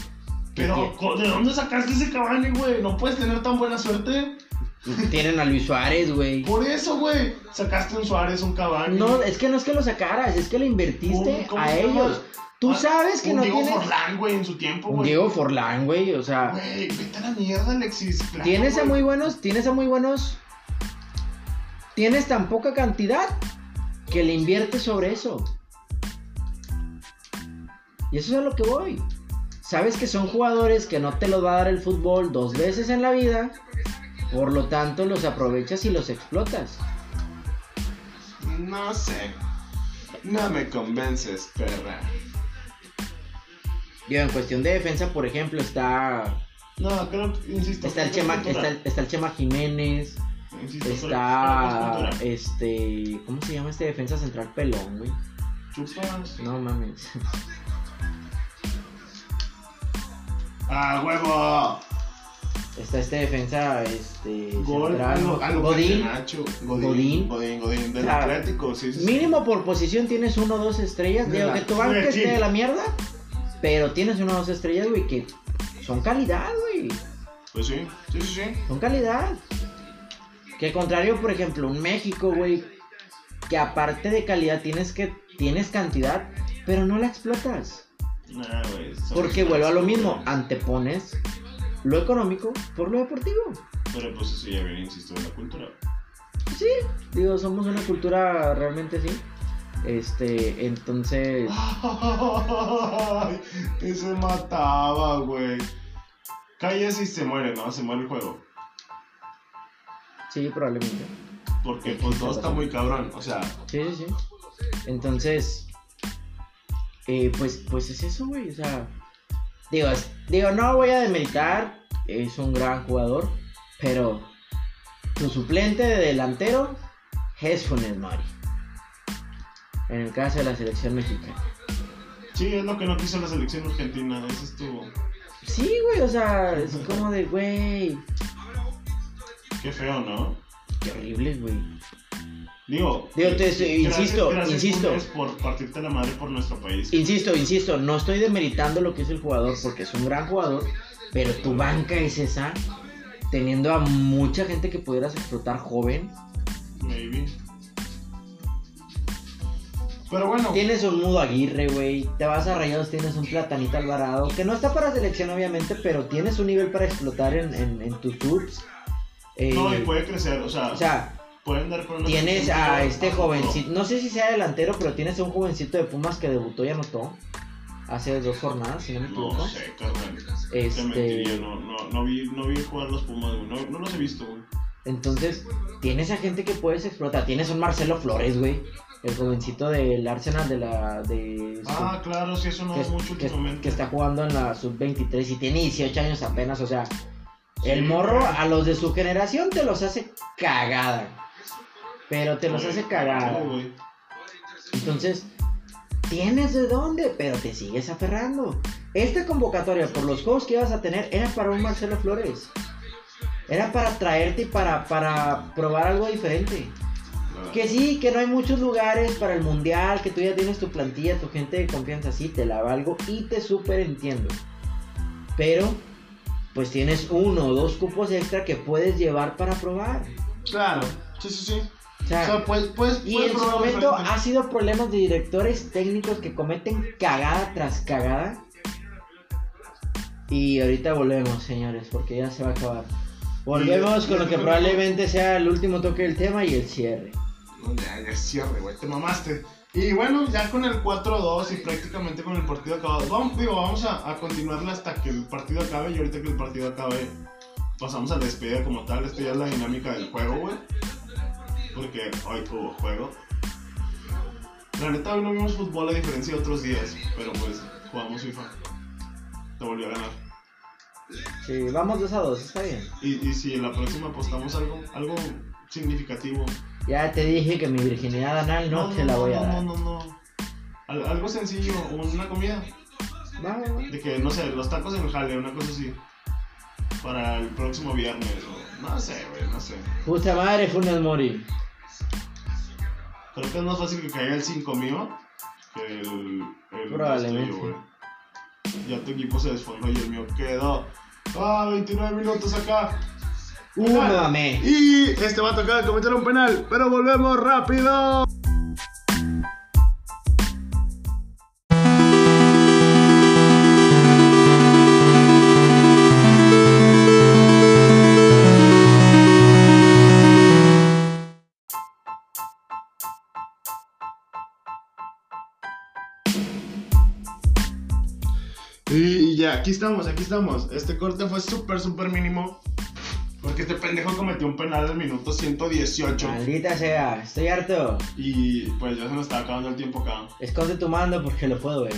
Speaker 2: que
Speaker 1: Pero, co- ¿de dónde sacaste ese Cavani, güey? ¿No puedes tener tan buena suerte?
Speaker 2: tie- Tienen a Luis Suárez, güey.
Speaker 1: Por eso, güey, sacaste un Suárez, un Cavani.
Speaker 2: No, es que no es que lo sacaras, es que lo invertiste
Speaker 1: Un- ¿cómo
Speaker 2: a
Speaker 1: se llama?
Speaker 2: ellos. Tú
Speaker 1: Ah,
Speaker 2: sabes que
Speaker 1: un
Speaker 2: no
Speaker 1: Diego
Speaker 2: tienes.
Speaker 1: Forlán, güey, en su tiempo,
Speaker 2: Un
Speaker 1: güey.
Speaker 2: Diego Forlán, güey, o sea.
Speaker 1: Güey, vete a la mierda, Alexis. claro,
Speaker 2: Tienes a
Speaker 1: güey.
Speaker 2: muy buenos, tienes a muy buenos. Tienes tan poca cantidad que le inviertes sobre eso. Y eso es a lo que voy. Sabes que son jugadores que no te los va a dar el fútbol dos veces en la vida. Por lo tanto, los aprovechas y los explotas.
Speaker 1: No sé. No me convences, perra.
Speaker 2: Digo, en cuestión de defensa, por ejemplo, está.
Speaker 1: No, creo que, insisto.
Speaker 2: Está el
Speaker 1: creo
Speaker 2: Chema,
Speaker 1: que es
Speaker 2: está el-
Speaker 1: cultural.
Speaker 2: está el Chema Jiménez.
Speaker 1: Insisto, creo- creo
Speaker 2: Está.
Speaker 1: que es
Speaker 2: Este. ¿Cómo se llama este defensa central pelón, güey?
Speaker 1: cultural. Chupas.
Speaker 2: No mames.
Speaker 1: ¡Ah, huevo!
Speaker 2: Está este defensa, este.
Speaker 1: Gol,
Speaker 2: central,
Speaker 1: algo, algo
Speaker 2: Godín.
Speaker 1: Nacho, Godín,
Speaker 2: Godín.
Speaker 1: Godín, Godín, del
Speaker 2: Claro.
Speaker 1: Atlético, sí, sí, sí.
Speaker 2: Mínimo por posición tienes uno o dos estrellas.
Speaker 5: De
Speaker 2: Digo,
Speaker 5: la-
Speaker 2: que tu banca
Speaker 1: de
Speaker 2: esté
Speaker 1: Chile.
Speaker 2: de la mierda. Pero tienes uno o dos estrellas, güey, que son calidad, güey.
Speaker 1: Pues sí, sí, sí, sí.
Speaker 2: Son calidad. Que contrario, por ejemplo, un México, güey. Que aparte de calidad tienes que. Tienes cantidad, pero no la explotas.
Speaker 1: Nah, Ah, güey, son-
Speaker 2: Porque vuelvo a lo mismo. Antepones lo económico por lo deportivo.
Speaker 1: Pero pues eso ya viene, insisto, de la cultura.
Speaker 2: Digo, somos una cultura realmente así. Este, entonces.
Speaker 1: [LAUGHS] Ay, ese mataba, güey. Calles y se muere, ¿no? Se muere el juego.
Speaker 2: Sí, probablemente.
Speaker 1: Porque pues todo está muy cabrón. O sea,
Speaker 2: Sí, sí, sí. Entonces. eh, pues, pues es eso, güey. O sea. Digo, es- digo, no voy a demeritar. Es un gran jugador. Pero. Tu suplente de delantero es Funes Mari. En el caso de la selección mexicana.
Speaker 1: sí, es lo que no quiso la selección argentina. Eso estuvo.
Speaker 2: Sí, güey, o sea, es como de, güey.
Speaker 1: Qué feo, ¿no?
Speaker 2: Qué horrible, güey.
Speaker 1: Digo.
Speaker 2: Digo, te- insisto, insisto.
Speaker 1: Funes, por partirte la madre por nuestro país.
Speaker 2: Insisto, insisto, no estoy demeritando lo que es el jugador porque es un gran jugador, pero tu banca es esa, teniendo a mucha gente que pudieras explotar joven.
Speaker 1: Maybe.
Speaker 6: Pero bueno,
Speaker 2: Tienes un mudo Aguirre, güey. Te vas a Rayados, tienes un platanito Alvarado. Que no está para selección, obviamente, pero tienes un nivel para explotar en, en- en tus subs. Eh,
Speaker 1: No, y pues, puede crecer, o sea,
Speaker 2: o sea,
Speaker 1: pueden dar con una
Speaker 2: tienes
Speaker 1: selección
Speaker 2: a
Speaker 1: mejor,
Speaker 2: este
Speaker 1: no.
Speaker 2: jovencito. No sé si sea delantero, pero tienes a un jovencito de Pumas que debutó y anotó. Hace dos jornadas, si no me
Speaker 1: No,
Speaker 2: equivoco.
Speaker 1: sé, carnal. Te mentiría,
Speaker 2: Este,
Speaker 1: no, no, no, vi, no vi jugar los Pumas, güey. No, no los he visto, güey.
Speaker 2: entonces, tienes a gente que puedes explotar. Tienes a un Marcelo Flores, güey. El jovencito del Arsenal de la. De,
Speaker 1: Ah, claro, sí, eso no
Speaker 2: que,
Speaker 1: es mucho
Speaker 2: que-
Speaker 1: últimamente.
Speaker 2: que está jugando en la sub-23 y tiene 18 años apenas, o sea, el
Speaker 1: Sí.
Speaker 2: morro a los de su generación te los hace cagada. Pero te los
Speaker 1: Güey,
Speaker 2: hace cagada.
Speaker 1: no, güey.
Speaker 2: Entonces, tienes de dónde, pero te sigues aferrando. Esta convocatoria por los juegos que ibas a tener era para un Marcelo Flores. Era para traerte y para, para probar algo diferente. Que sí, que no hay muchos lugares para el mundial, que tú ya tienes tu plantilla, tu gente de confianza, sí, te la valgo y te súper entiendo. Pero, pues tienes uno o dos cupos extra que puedes llevar para probar.
Speaker 6: claro. Sí, sí, sí.
Speaker 2: O
Speaker 6: O sea,
Speaker 2: sea,
Speaker 6: pues, pues,
Speaker 2: y
Speaker 6: puedes
Speaker 2: en su
Speaker 6: probar
Speaker 2: momento
Speaker 6: diferente.
Speaker 2: ha sido problemas de directores técnicos que cometen cagada tras cagada. Y ahorita volvemos, señores, porque ya se va a acabar. Volvemos
Speaker 6: Y-
Speaker 2: con
Speaker 6: y-
Speaker 2: lo que probablemente sea el último toque del tema y el cierre.
Speaker 6: No, ya, ya cierre, güey, te mamaste. Y bueno, ya con el 4-2 y prácticamente con el partido acabado. Vamos, digo, vamos a, a continuarla hasta que el partido acabe y ahorita que el partido acabe pasamos a la despedida como tal. Esto ya es la dinámica del juego, güey.
Speaker 1: Porque hoy hubo juego. La neta, hoy no vimos fútbol a diferencia de otros días, pero pues jugamos FIFA. Te volvió a ganar.
Speaker 2: Sí, vamos dos a dos, está bien.
Speaker 1: Y, y si en la próxima apostamos algo, algo significativo.
Speaker 2: Ya te dije que mi virginidad anal no, se la voy a dar.
Speaker 1: No, no, no. Al- algo sencillo, una comida.
Speaker 2: Va, va, va.
Speaker 1: De que, no sé, los tacos en el jale, una cosa así. Para el próximo viernes, o- no sé, güey, no sé.
Speaker 2: Puta madre, Funes Mori.
Speaker 1: Creo que es más fácil que caiga el 5 mío que el. el
Speaker 2: Probablemente.
Speaker 1: tuyo, güey. ya tu equipo se desforró y el mío quedó. Ah, 29 minutos acá.
Speaker 2: Uh, me mamé.
Speaker 6: Y este va a tocar cometer un penal, pero volvemos rápido. Y ya, aquí estamos, aquí estamos. Este corte fue súper, súper mínimo.
Speaker 1: Porque este pendejo cometió un penal al minuto 118.
Speaker 2: Maldita sea, estoy harto.
Speaker 1: Y pues ya se nos está acabando el tiempo acá.
Speaker 2: Esconde tu mando porque lo puedo ver.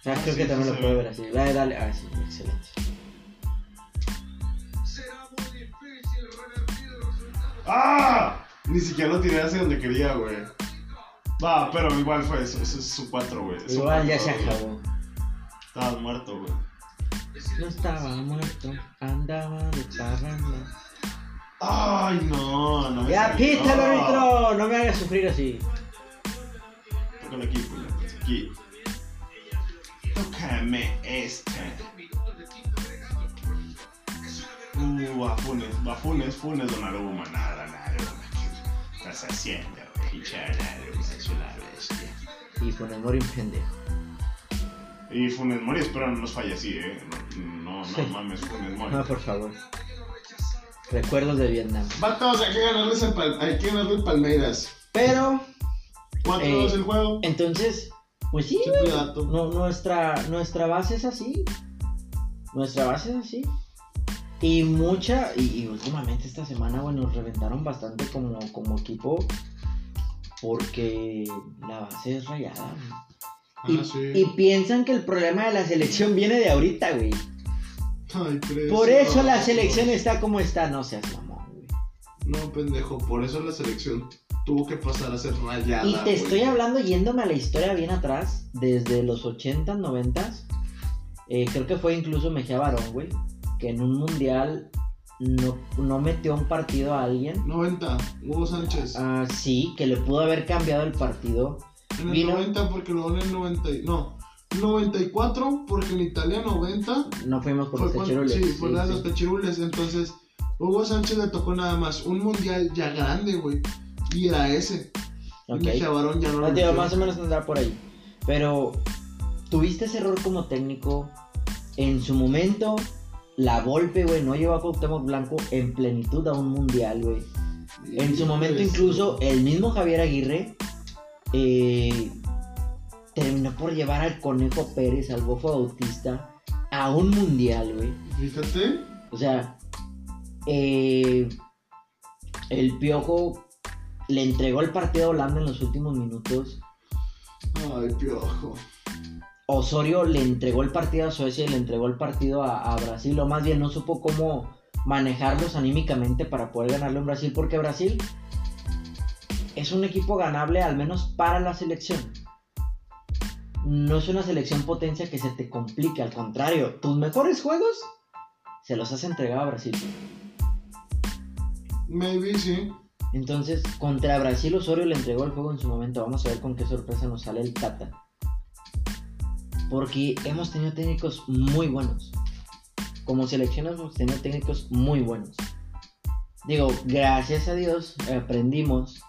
Speaker 2: O sea, creo
Speaker 1: sí,
Speaker 2: que
Speaker 1: sí
Speaker 2: también
Speaker 1: se
Speaker 2: lo
Speaker 1: ve.
Speaker 2: puedo ver así. Dale, dale. Ah, sí, excelente.
Speaker 1: ¡Ah! Ni siquiera lo tiré hacia donde quería, güey. Va, pero igual fue eso. Eso es su 4, güey. es su
Speaker 2: Igual ya
Speaker 1: cuatro,
Speaker 2: se
Speaker 1: güey.
Speaker 2: acabó.
Speaker 1: Estaba muerto, güey.
Speaker 2: No estaba muerto, andaba de parranda.
Speaker 1: Ay, no, no me
Speaker 2: Ya,
Speaker 1: salió.
Speaker 2: pítalo, árbitro. No me hagas sufrir así.
Speaker 1: Tócalo aquí, puñetas, pues, aquí. Tócame este. Uh, va Funes, va Funes, Funes, don Aruma, nada, nada, ¿qué estás haciendo, güey? Pinche Aruma, es una bestia.
Speaker 2: Y con el Mori un pendejo.
Speaker 1: Y Funes Mori, espero no nos falle así, eh. No, no, no mames, Funes Mori.
Speaker 2: No, por favor. Recuerdos de Vietnam.
Speaker 6: Vatos, hay que ganarles el pal- hay que ganarle el Palmeiras.
Speaker 2: Pero,
Speaker 6: 4-2 el juego.
Speaker 2: entonces, pues Eh, sí,
Speaker 6: Simple dato.
Speaker 2: No, nuestra, nuestra base es así. Nuestra base es así. Y mucha, y, y últimamente esta semana, bueno, nos reventaron bastante como, como equipo. Porque la base es rayada. güey.
Speaker 1: Ah,
Speaker 6: Ah,
Speaker 2: y, y piensan que el problema de la selección viene de ahorita, güey.
Speaker 6: Ay, ah, preso.
Speaker 2: Por eso la selección está como está, no seas mamón, güey.
Speaker 6: No, pendejo, por eso la selección tuvo que pasar a ser rayada.
Speaker 2: Y te
Speaker 6: güey.
Speaker 2: estoy hablando yéndome a la historia bien atrás, desde los 80, 90. Eh, creo que fue incluso Mejía Barón, güey, que en un mundial no, no metió un partido a alguien.
Speaker 6: 90, Hugo Sánchez.
Speaker 2: Ah, sí, que le pudo haber cambiado el partido.
Speaker 6: en el
Speaker 2: vino.
Speaker 6: 90 porque lo en el 90. y- No, 94 porque en Italia 90
Speaker 2: No fuimos por este los
Speaker 6: fue cuando.
Speaker 2: techeroles.
Speaker 6: Sí,
Speaker 2: sí,
Speaker 6: fue la de los
Speaker 2: sí.
Speaker 6: tachirules. Entonces, Hugo Sánchez le tocó nada más un mundial ya grande, güey. Y era ese.
Speaker 2: Ok.
Speaker 6: Ese varón ya no
Speaker 2: No,
Speaker 6: lo
Speaker 2: tío,
Speaker 6: metió.
Speaker 2: más o menos andar por ahí. Pero, ¿tuviste ese error como técnico? En su momento, la Volpe, güey, no llevó a Cuauhtémoc Blanco en plenitud a un mundial, güey. En su momento,
Speaker 6: Pues,
Speaker 2: incluso, el mismo Javier Aguirre eh, terminó por llevar al Conejo Pérez, al Bofo Bautista, a un mundial, güey.
Speaker 6: Fíjate.
Speaker 2: O sea, eh, el Piojo le entregó el partido a Holanda en los últimos minutos.
Speaker 6: Ay, piojo.
Speaker 2: Osorio le entregó el partido a Suecia y le entregó el partido a, a Brasil, o más bien no supo cómo manejarlos anímicamente para poder ganarlo en Brasil, porque Brasil es un equipo ganable, al menos para la selección. No es una selección potencia que se te complique, al contrario, tus mejores juegos se los has entregado a Brasil.
Speaker 6: Maybe sí.
Speaker 2: Entonces, contra Brasil, Osorio le entregó el juego en su momento. Vamos a ver con qué sorpresa nos sale el Tata. Porque hemos tenido técnicos muy buenos. Como selección hemos tenido técnicos muy buenos. Digo, gracias a Dios aprendimos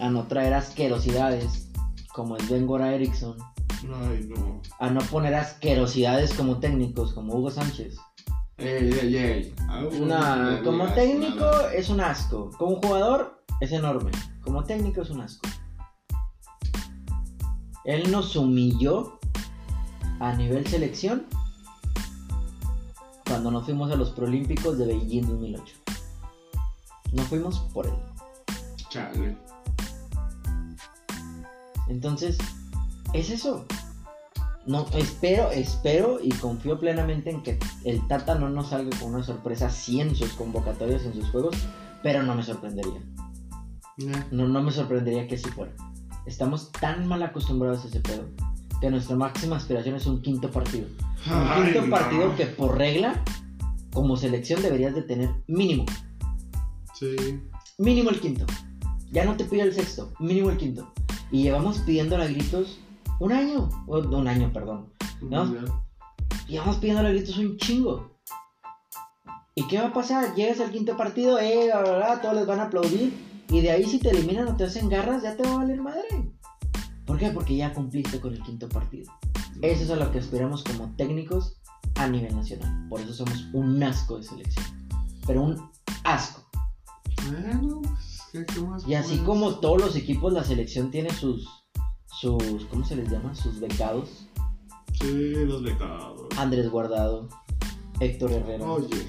Speaker 2: a no traer asquerosidades como el Ben Gora Eriksson,
Speaker 6: Ay, no.
Speaker 2: a no poner asquerosidades como técnicos como Hugo Sánchez.
Speaker 6: Ey, ey, ey. Ah,
Speaker 2: No,
Speaker 6: no
Speaker 2: como
Speaker 6: digas
Speaker 2: técnico
Speaker 6: nada.
Speaker 2: es un asco. Como jugador es enorme. Como técnico es un asco. Él nos humilló a nivel selección cuando nos fuimos a los Prolímpicos de Beijing 2008. No fuimos por él.
Speaker 6: Chale.
Speaker 2: Entonces, es eso. No, espero, espero y confío plenamente en que el Tata no nos salga con una sorpresa así en sus convocatorias, en sus juegos, pero no me sorprendería.
Speaker 6: Ya.
Speaker 2: No, no me sorprendería que sí fuera. Estamos tan mal acostumbrados a ese pedo que nuestra máxima aspiración es un quinto partido. Un
Speaker 6: Ay,
Speaker 2: quinto
Speaker 6: no.
Speaker 2: partido que por regla, como selección, deberías de tener mínimo.
Speaker 6: Sí.
Speaker 2: Mínimo el quinto. Ya no te pido el sexto, mínimo el quinto. Y llevamos pidiendo a gritos un año, o no, un año, perdón. ¿No?
Speaker 6: Ya.
Speaker 2: Llevamos pidiendo a gritos un chingo. ¿Y qué va a pasar? Llegas al quinto partido, eh, bla, bla, bla, todos les van a aplaudir. Y de ahí si te eliminan o te hacen garras, ya te va a valer madre. ¿Por qué? Porque ya cumpliste con el quinto partido. Eso es a lo que esperamos como técnicos a nivel nacional. Por eso somos un asco de selección. Pero un asco.
Speaker 6: Bueno, pues, ¿qué, qué más
Speaker 2: Y así
Speaker 6: puedes?
Speaker 2: como todos los equipos, la selección tiene sus, sus, ¿cómo se les llama? Sus becados.
Speaker 6: Sí, los becados.
Speaker 2: Andrés Guardado, Héctor Herrera.
Speaker 6: Oye.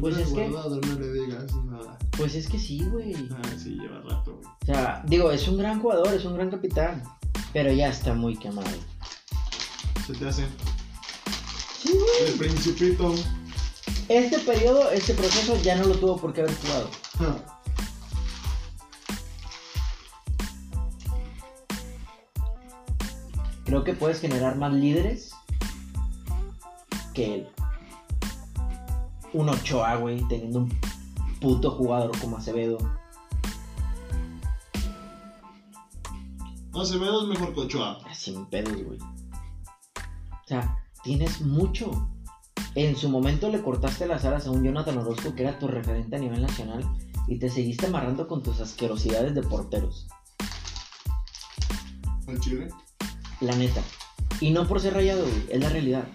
Speaker 2: Pues
Speaker 6: Andrés
Speaker 2: es que-
Speaker 6: Guardado, no le digas nada.
Speaker 2: Pues es que sí, güey.
Speaker 6: Ah, sí, lleva rato, güey.
Speaker 2: O sea, digo, es un gran jugador, es un gran capitán, pero ya está muy quemado.
Speaker 6: Se te hace.
Speaker 2: Sí, güey.
Speaker 6: El principito.
Speaker 2: Este periodo, este proceso ya no lo tuvo por qué haber jugado.
Speaker 6: Ja.
Speaker 2: Creo que puedes generar más líderes que él. Un Ochoa, güey, teniendo un puto jugador como Acevedo.
Speaker 6: Acevedo es mejor que Ochoa.
Speaker 2: Ah, Sin pedos, güey. O sea, tienes mucho. En su momento le cortaste las alas a un Jonathan Orozco que era tu referente a nivel nacional y te seguiste amarrando con tus asquerosidades de porteros.
Speaker 6: Al Chile.
Speaker 2: La neta. Y no por ser rayado, güey, es la realidad.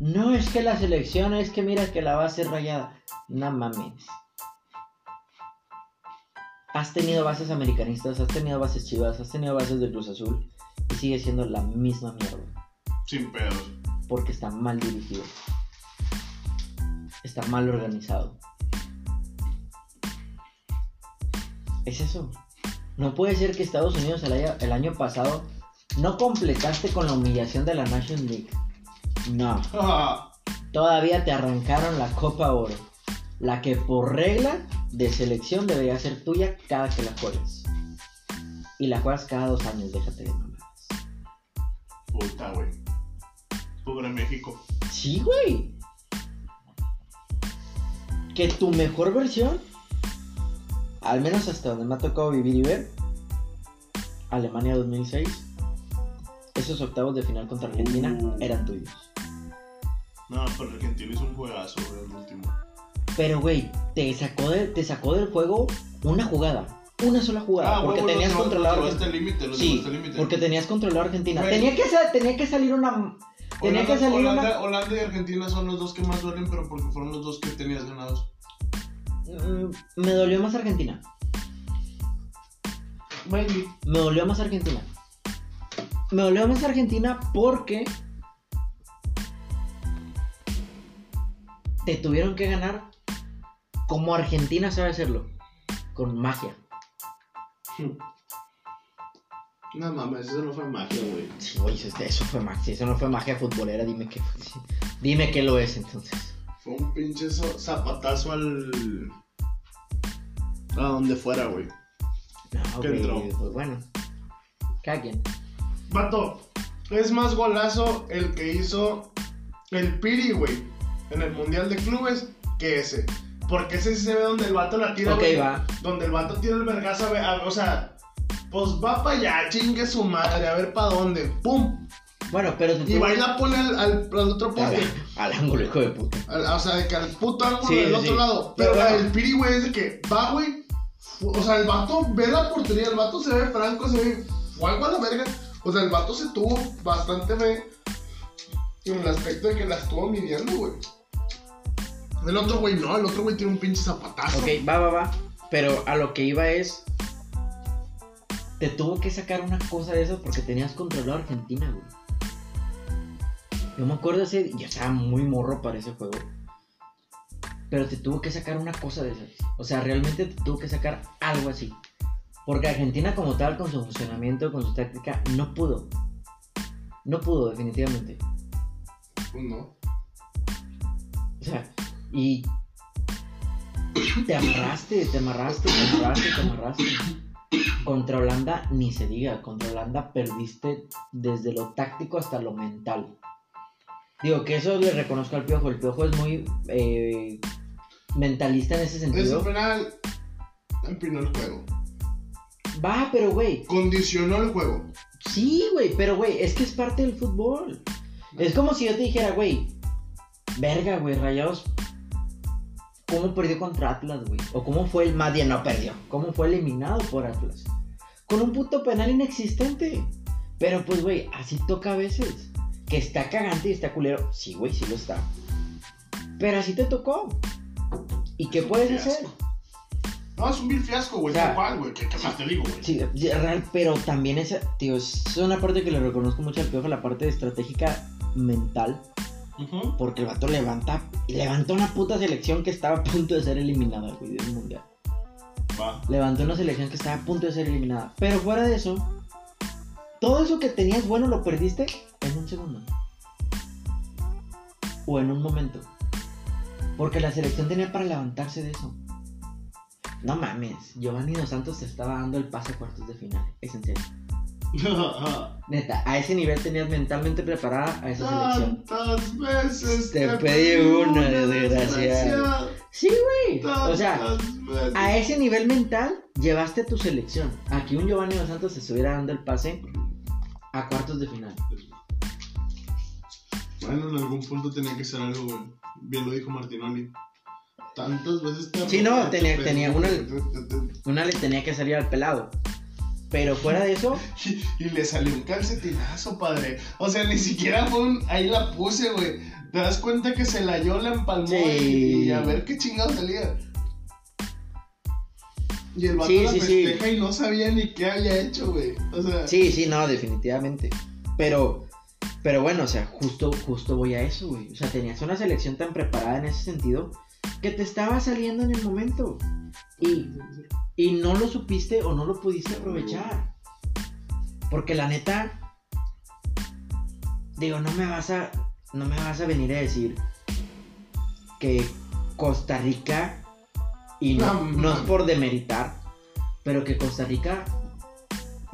Speaker 2: No es que la selección es que mira que la va a hacer rayada. No mames. Has tenido bases americanistas, has tenido bases chivas, has tenido bases de Cruz Azul y sigue siendo la misma mierda.
Speaker 6: Sin pedos.
Speaker 2: Porque está mal dirigido. Está mal organizado. Es eso. No puede ser que Estados Unidos el año, el año pasado no completaste con la humillación de la National League. No.
Speaker 6: Ja, ja.
Speaker 2: Todavía te arrancaron la Copa Oro. La que por regla de selección debería ser tuya cada que la juegues. Y la juegas cada dos años, déjate de mamadas.
Speaker 6: Puta, güey. Pobre México.
Speaker 2: Sí, güey. Que tu mejor versión, al menos hasta donde me ha tocado vivir y ver, Alemania 2006, esos octavos de final contra Argentina
Speaker 6: Uh.
Speaker 2: eran tuyos.
Speaker 6: No, pero Argentina hizo un juegazo güey, el último.
Speaker 2: Pero, güey, te sacó, de- te sacó del juego una jugada. Una sola jugada.
Speaker 6: Ah,
Speaker 2: porque
Speaker 6: huevo,
Speaker 2: tenías
Speaker 6: los-
Speaker 2: controlado a
Speaker 6: los llevaste
Speaker 2: Argentina.
Speaker 6: al este límite, los
Speaker 2: Sí,
Speaker 6: llevaste al límite.
Speaker 2: porque tenías controlado a Argentina.
Speaker 6: Güey.
Speaker 2: Tenía que, sa- tenía que salir una. Tenía que
Speaker 6: Holanda-
Speaker 2: salir una.
Speaker 6: Holanda, Holanda y Argentina son los dos que más duelen, pero porque fueron los dos que tenías ganados.
Speaker 2: Mm, Me dolió más Argentina.
Speaker 6: Maybe.
Speaker 2: Me dolió más Argentina. Me dolió más Argentina porque te tuvieron que ganar como Argentina sabe hacerlo. Con magia.
Speaker 6: No mames, eso no fue magia, güey.
Speaker 2: Sí, güey, eso, eso fue magia. Si eso no fue magia futbolera, dime que, [LAUGHS] dime que lo es entonces.
Speaker 6: Fue un pinche so- zapatazo al. a donde fuera, güey.
Speaker 2: No,
Speaker 6: ¿Qué
Speaker 2: güey,
Speaker 6: entró?
Speaker 2: pues bueno. Cada quien.
Speaker 6: Vato, es más golazo el que hizo el Piri, güey, en el Mundial de Clubes que ese. Porque ese sí se ve donde el vato la tira,
Speaker 2: Ok,
Speaker 6: güey.
Speaker 2: va.
Speaker 6: Donde el vato tira el vergazo, a ver, a- o sea, pues va para allá, chingue su madre, a ver para dónde. ¡Pum!
Speaker 2: Bueno, pero te
Speaker 6: Y va y la pone al, al- al otro poste.
Speaker 2: al, [LAUGHS] al ángulo, hijo de puta.
Speaker 6: Al- o sea, de que al puto ángulo
Speaker 2: Sí,
Speaker 6: del
Speaker 2: sí.
Speaker 6: otro lado.
Speaker 2: Pero
Speaker 6: Pero la
Speaker 2: bueno.
Speaker 6: del Piri, güey, es de que va, güey. fu- O sea, el vato ve la portería, el vato se ve franco, se ve fue algo a la verga. O sea, el vato se tuvo bastante fe en el aspecto de que la estuvo midiendo, güey. El otro güey no, el otro güey tiene un pinche zapatazo.
Speaker 2: Ok, va, va, va. Pero a lo que iba es. Te tuvo que sacar una cosa de eso porque tenías controlado a Argentina, güey. Yo me acuerdo ese. Yo estaba muy morro para ese juego. Pero te tuvo que sacar una cosa de esas. O sea, realmente te tuvo que sacar algo así. Porque Argentina, como tal, con su funcionamiento, con su táctica, no pudo. No pudo, definitivamente.
Speaker 6: Pues no.
Speaker 2: O sea, y te amarraste, te amarraste, te amarraste, te amarraste. Contra Holanda ni se diga, contra Holanda perdiste desde lo táctico hasta lo mental. Digo que eso le reconozco al piojo, el piojo es muy eh, mentalista en ese
Speaker 6: Ese
Speaker 2: sentido.
Speaker 6: penal empinó el juego.
Speaker 2: Va, pero güey,
Speaker 6: Condicionó el juego.
Speaker 2: sí, güey, pero güey, es que es parte del fútbol. Es como si yo te dijera, güey, verga, güey, rayados. ¿Cómo perdió contra Atlas, güey? O cómo fue el más bien no perdió. ¿Cómo fue eliminado por Atlas? Con un puto penal inexistente. Pero pues, güey, así toca a veces. Que está cagante y está culero. Sí, güey, sí lo está. Pero así te tocó. ¿Y qué puedes hacer?
Speaker 6: No, es un vil fiasco, güey.
Speaker 2: O sea,
Speaker 6: tal cual, güey. ¿Qué, qué más te digo, güey?
Speaker 2: Sí, sí, real, pero también esa, tío, es una parte que le reconozco mucho al piojo, la parte estratégica mental. [LAUGHS]
Speaker 6: Ujú.
Speaker 2: Porque el vato levanta, levantó una puta selección que estaba a punto de ser eliminada, güey, del mundial.
Speaker 6: Va.
Speaker 2: Levantó una selección que estaba a punto de ser eliminada. Pero fuera de eso, todo eso que tenías bueno lo perdiste en un segundo. O en un momento. Porque la selección tenía para levantarse de eso. No mames, Giovanni Dos Santos te estaba dando el pase a cuartos de final. Es en serio. Neta, a ese nivel tenías mentalmente preparada a esa selección.
Speaker 6: Tantas veces
Speaker 2: Te pedí una, desgraciado. Sí, güey. O sea,
Speaker 6: tantas veces.
Speaker 2: A ese nivel mental llevaste tu selección. Aquí un Giovanni Dos Santos se estuviera dando el pase a cuartos de final.
Speaker 6: Bueno, en algún punto tenía que ser algo, güey. Bien lo dijo Martinoli. Tantas veces te
Speaker 2: Sí, no,
Speaker 6: te
Speaker 2: tenía-
Speaker 6: pedí
Speaker 2: tenía una-
Speaker 6: te- te- te-
Speaker 2: Una le tenía que salir al pelado. Pero fuera de eso,
Speaker 6: Y le salió un calcetinazo, padre. O sea, ni siquiera fue un. Ahí la puse, güey. Te das cuenta que se la yo, la empalmó
Speaker 2: Sí.
Speaker 6: y, y a ver qué chingado salía. Y el vato
Speaker 2: Sí,
Speaker 6: la
Speaker 2: sí, sí.
Speaker 6: festeja y no sabía ni qué había hecho, güey. O sea,
Speaker 2: sí, sí, no, definitivamente. Pero, pero bueno, o sea, justo, justo voy a eso, güey. O sea, tenías una selección tan preparada en ese sentido que te estaba saliendo en el momento. Y, y no lo supiste o no lo pudiste aprovechar. Porque la neta, digo, no me vas a, no me vas a venir a decir que Costa Rica, y no,
Speaker 6: No,
Speaker 2: no es
Speaker 6: no.
Speaker 2: por demeritar, pero que Costa Rica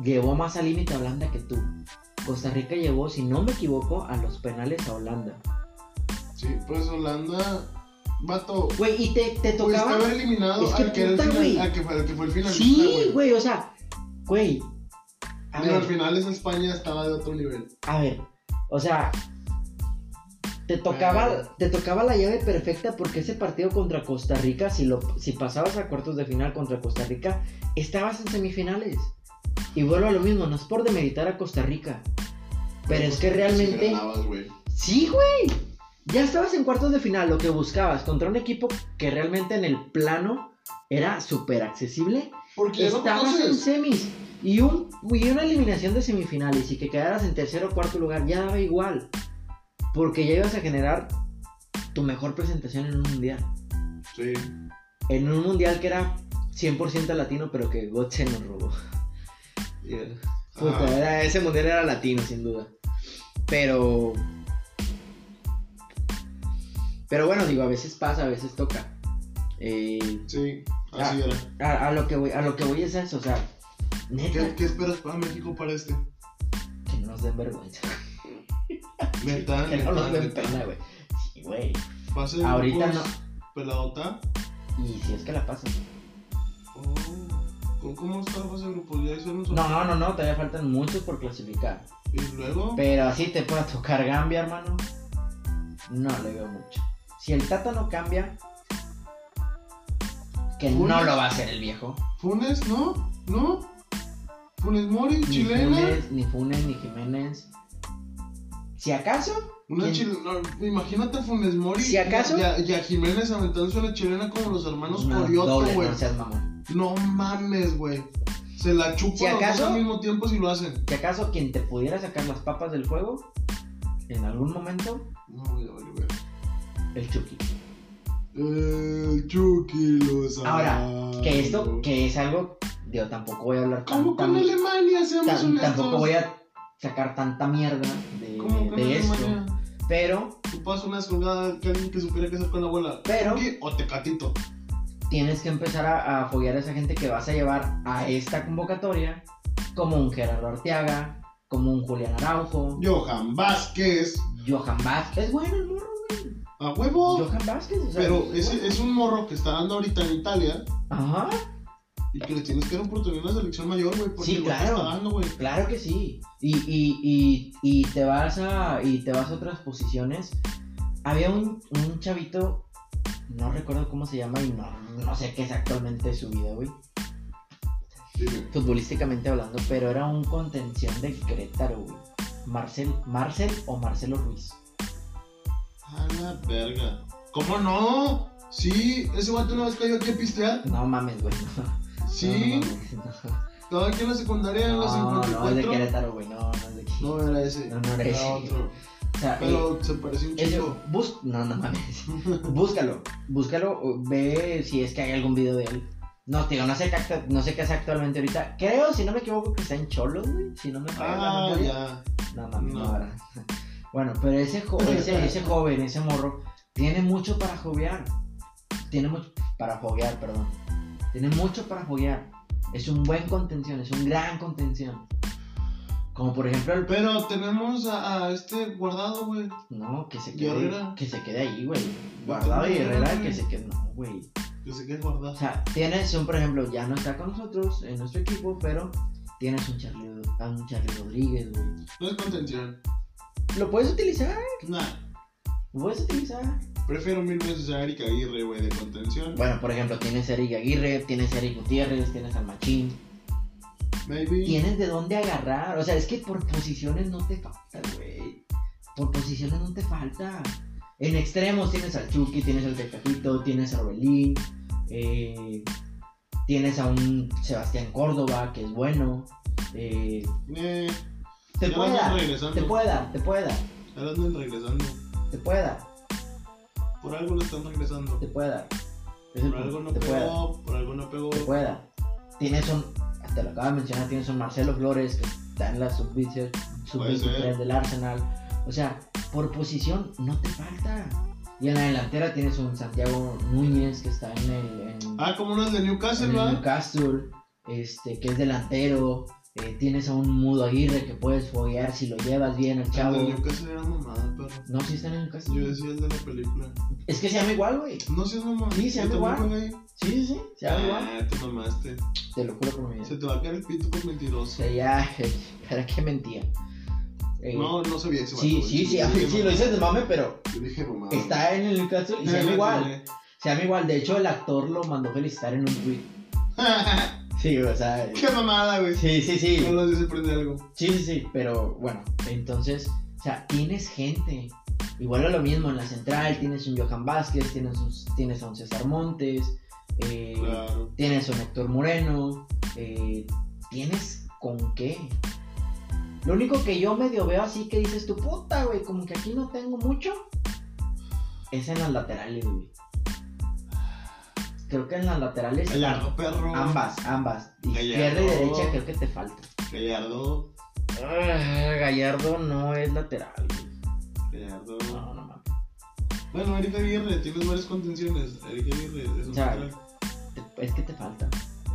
Speaker 2: llevó más al límite a Holanda que tú. Costa Rica llevó, si no me equivoco, a los penales a Holanda.
Speaker 6: Sí, pues Holanda. Vato.
Speaker 2: Güey, y te, te
Speaker 6: Pues
Speaker 2: tocaba...
Speaker 6: estaba eliminado
Speaker 2: Es que
Speaker 6: al, que era el
Speaker 2: puta,
Speaker 6: final-
Speaker 2: güey.
Speaker 6: al que fue, al que fue el final.
Speaker 2: Sí, güey, o sea, güey. A
Speaker 6: Pero al
Speaker 2: ver,
Speaker 6: final esa España estaba de otro nivel.
Speaker 2: a ver, o sea, Te tocaba, te tocaba la llave perfecta porque ese partido contra Costa Rica, si, lo, si pasabas a cuartos de final contra Costa Rica, estabas en semifinales. Y vuelvo a lo mismo, no es por demeritar a Costa Rica. Pero es que realmente...
Speaker 6: Ganabas, güey.
Speaker 2: Sí, güey. Ya estabas en cuartos de final, lo que buscabas contra un equipo que realmente en el plano era súper accesible.
Speaker 6: Porque ya lo
Speaker 2: Estabas en
Speaker 6: Eh, conoces.
Speaker 2: semis y, un, y una eliminación de semifinales y que quedaras en tercer o cuarto lugar ya daba igual. Porque ya ibas a generar tu mejor presentación en un mundial.
Speaker 6: Sí.
Speaker 2: En un mundial que era 100% latino, pero que Gotze nos
Speaker 6: [LAUGHS]
Speaker 2: robó. Puta,
Speaker 6: Ah.
Speaker 2: era- ese mundial era latino, sin duda. Pero. Pero bueno, digo, a veces pasa, a veces toca. Eh,
Speaker 6: Sí. Así
Speaker 2: Ah.
Speaker 6: era.
Speaker 2: a, a lo que voy, a lo que voy es eso, o sea,
Speaker 6: ¿Qué,
Speaker 2: neta,
Speaker 6: qué esperas para México para este?
Speaker 2: que no nos den vergüenza.
Speaker 6: Neta,
Speaker 2: Que no
Speaker 6: neta,
Speaker 2: nos den
Speaker 6: neta.
Speaker 2: pena, güey. Sí, güey.
Speaker 6: Pase de
Speaker 2: Ahorita
Speaker 6: grupos, Peladota.
Speaker 2: Y si es que la pasan.
Speaker 6: Oh, ¿Cómo, ¿Cómo está la fase de grupos? Ya hicieron su-
Speaker 2: No, no, no, no, todavía faltan muchos por clasificar.
Speaker 6: Y luego.
Speaker 2: Pero así te pueda tocar Gambia, hermano. No le veo mucho. Si el Tata no cambia, que no
Speaker 6: Uy.
Speaker 2: lo va a hacer el viejo.
Speaker 6: Funes, ¿no? ¿No? Funes Mori,
Speaker 2: Ni
Speaker 6: chilena.
Speaker 2: Funes, ni Funes, ni Jiménez. Si acaso,
Speaker 6: Una
Speaker 2: ¿Quién?
Speaker 6: chilena. Imagínate a Funes Mori.
Speaker 2: Si acaso-
Speaker 6: Y a, y a Jiménez aventándose una chilena como los hermanos
Speaker 2: no,
Speaker 6: Corioto,
Speaker 2: doble,
Speaker 6: güey.
Speaker 2: no seas mamón.
Speaker 6: No mames, güey. Se la chupan
Speaker 2: Si
Speaker 6: los dos
Speaker 2: acaso-
Speaker 6: al mismo tiempo si lo hacen.
Speaker 2: Si acaso quien te pudiera sacar las papas del fuego, en algún momento,
Speaker 6: No, güey, vale, güey.
Speaker 2: el Chucky.
Speaker 6: El Chucky Lozano.
Speaker 2: Ahora, Que esto, que es algo, yo tampoco voy a hablar tan-
Speaker 6: Como con
Speaker 2: tan-
Speaker 6: Alemania, seamos
Speaker 2: tan-
Speaker 6: honestos.
Speaker 2: tampoco voy a sacar tanta mierda de,
Speaker 6: Como con
Speaker 2: de esto.
Speaker 6: Alemania.
Speaker 2: Pero,
Speaker 6: Tú pasas una colgada que alguien que supiera qué hacer con la abuela.
Speaker 2: pero,
Speaker 6: Chucky o Tecatito.
Speaker 2: tienes que empezar a, a foguear a esa gente que vas a llevar a esta convocatoria, como un Gerardo Arteaga, como un Julián Araujo,
Speaker 6: Johan Vázquez.
Speaker 2: Johan Vázquez. Es bueno el morro, güey.
Speaker 6: A huevo.
Speaker 2: Johan Vázquez, o sea,
Speaker 6: Pero
Speaker 2: es
Speaker 6: es,
Speaker 2: bueno.
Speaker 6: es un morro que está dando ahorita en Italia
Speaker 2: Ajá,
Speaker 6: y que le tienes que dar oportunidad en la selección mayor, güey. Porque
Speaker 2: Sí,
Speaker 6: el güey
Speaker 2: claro.
Speaker 6: está dando, güey.
Speaker 2: claro que sí. Y, y, y, y te vas a. Y te vas a otras posiciones. Había un, un chavito. No recuerdo cómo se llama y no, no sé qué es actualmente su vida, güey.
Speaker 6: Dime.
Speaker 2: futbolísticamente hablando, pero era un contención de Querétaro, güey. Marcel, Marcel o Marcelo Ruiz.
Speaker 6: A la verga. ¿Cómo no? Sí, ese guante una vez cayó aquí a pistear.
Speaker 2: No mames, güey. No,
Speaker 6: Sí,
Speaker 2: no, mames,
Speaker 6: estaba aquí en la secundaria, en la
Speaker 2: no, no, no, es de
Speaker 6: 54.
Speaker 2: Querétaro, güey. No, no es de aquí.
Speaker 6: No, era ese.
Speaker 2: No, no era ese.
Speaker 6: otro.
Speaker 2: O sea, eh,
Speaker 6: Pero se parecía un
Speaker 2: es de- [LAUGHS]
Speaker 6: chico.
Speaker 2: bus- No, no mames. Búscalo. Búscalo. o Ve si es que hay algún video de él. No, tío, no sé qué, acta- no sé qué hace actualmente ahorita. Creo, si no me equivoco, que está en Cholo, güey. Si no me falla la
Speaker 6: Ah,
Speaker 2: memoria.
Speaker 6: ya.
Speaker 2: No, mames, no,
Speaker 6: No.
Speaker 2: ¿verdad? [LAUGHS] Bueno, pero ese,
Speaker 6: [LAUGHS]
Speaker 2: jo- ese, ese joven, ese morro, tiene mucho para jovear. Tiene mucho para foguear, perdón. Tiene mucho para foguear. Es un buen contención, es un gran contención. Como por ejemplo el...
Speaker 6: Pero tenemos a, a este guardado, güey.
Speaker 2: No, que se
Speaker 6: ¿Y
Speaker 2: quede,
Speaker 6: Herrera?
Speaker 2: que se quede ahí, güey. Guardado y Herrera, que se quede... No, güey.
Speaker 6: Que se quede
Speaker 2: O
Speaker 6: guardado.
Speaker 2: sea, tienes un, por ejemplo, ya no está con nosotros, en nuestro equipo, pero tienes un Charlie, a un Charlie Rodríguez, güey.
Speaker 6: No es contención.
Speaker 2: Lo puedes utilizar,
Speaker 6: Nah,
Speaker 2: lo puedes utilizar.
Speaker 6: prefiero mil veces a Erika Aguirre, güey, de contención.
Speaker 2: Bueno, por ejemplo, tienes Eric Aguirre, tienes Eric Gutiérrez, tienes al Machín.
Speaker 6: Maybe.
Speaker 2: Tienes de dónde agarrar. O sea, es que por posiciones no te falta, güey. Por posiciones no te falta. En extremos tienes al Chucky, tienes al Tecatito, tienes a Orbelín, eh, tienes a un Sebastián Córdoba, que es bueno. eh,
Speaker 6: Eh,
Speaker 2: te
Speaker 6: ya
Speaker 2: puede
Speaker 6: andan
Speaker 2: dar, te
Speaker 6: regresando.
Speaker 2: puede dar, te puede dar,
Speaker 6: Ya la andan regresando.
Speaker 2: te puede dar,
Speaker 6: Por algo lo están regresando.
Speaker 2: te puede dar. Es el
Speaker 6: Por algo
Speaker 2: punto,
Speaker 6: no
Speaker 2: te puede dar.
Speaker 6: pegó, por algo no pegó.
Speaker 2: que pueda. Tienes un, te lo acabo de mencionar, tienes un Marcelo Flores que está en la sub-23
Speaker 6: Puede ser.
Speaker 2: sub del Arsenal. O sea, por posición no te falta. Y en la delantera tienes un Santiago Núñez que está en el, en,
Speaker 6: Ah, como unas de Newcastle,
Speaker 2: en el
Speaker 6: ¿verdad?
Speaker 2: Newcastle, este, que es delantero. Eh, tienes a un Mudo Aguirre que puedes foguear si lo llevas bien al
Speaker 6: El de
Speaker 2: chavo.
Speaker 6: Newcastle era mamada, perro.
Speaker 2: No, si está en el
Speaker 6: Yo
Speaker 2: Newcastle.
Speaker 6: decía el de la película.
Speaker 2: Es que se llama igual, güey.
Speaker 6: No seas mamá.
Speaker 2: Sí, se
Speaker 6: ¿Te
Speaker 2: llama
Speaker 6: tocó
Speaker 2: igual.
Speaker 6: con ella?
Speaker 2: Sí, sí, sí. Se llama igual.
Speaker 6: Ah, te mamaste.
Speaker 2: Te lo juro por mi vida.
Speaker 6: Se te va a caer el pito por
Speaker 2: O [LAUGHS]
Speaker 6: mentiroso.
Speaker 2: sea, ya, para qué mentía. Eh,
Speaker 6: No, no sabía eso.
Speaker 2: sí,
Speaker 6: vato,
Speaker 2: sí,
Speaker 6: güey.
Speaker 2: sí,
Speaker 6: Yo
Speaker 2: a-
Speaker 6: dije,
Speaker 2: [LAUGHS] sí, lo
Speaker 6: mamá.
Speaker 2: dices de mame, pero
Speaker 6: Yo dije, mamá.
Speaker 2: está en el Newcastle y se llama
Speaker 6: Eh,
Speaker 2: igual.
Speaker 6: eh,
Speaker 2: Se llama igual. De hecho, el actor lo mandó felicitar en un tweet. Sí, o [LAUGHS] sea.
Speaker 6: [LAUGHS] Qué mamada, güey.
Speaker 2: Sí, sí, sí.
Speaker 6: No nos sorprende algo.
Speaker 2: Sí, sí, sí, pero bueno, entonces, o sea, tienes gente. Igual a lo mismo en la central, tienes un Johan Vázquez, tienes, un- tienes a un César Montes, eh,
Speaker 6: Claro.
Speaker 2: tienes a un Héctor Moreno, eh, tienes con qué. Lo único que yo medio veo así que dices tu puta, güey, como que aquí no tengo mucho, es en las laterales, güey. Creo que en las laterales,
Speaker 6: Gallardo, perro.
Speaker 2: ambas, ambas, izquierda y
Speaker 7: Gallardo.
Speaker 2: derecha, creo que te falta.
Speaker 6: Gallardo.
Speaker 2: Ah, Gallardo no es lateral. güey.
Speaker 6: Gallardo.
Speaker 2: No, no mames.
Speaker 6: Bueno, Erika Aguirre, tienes varias contenciones. Erika Aguirre es un
Speaker 2: Ya.
Speaker 6: lateral.
Speaker 2: Te- Es que te falta.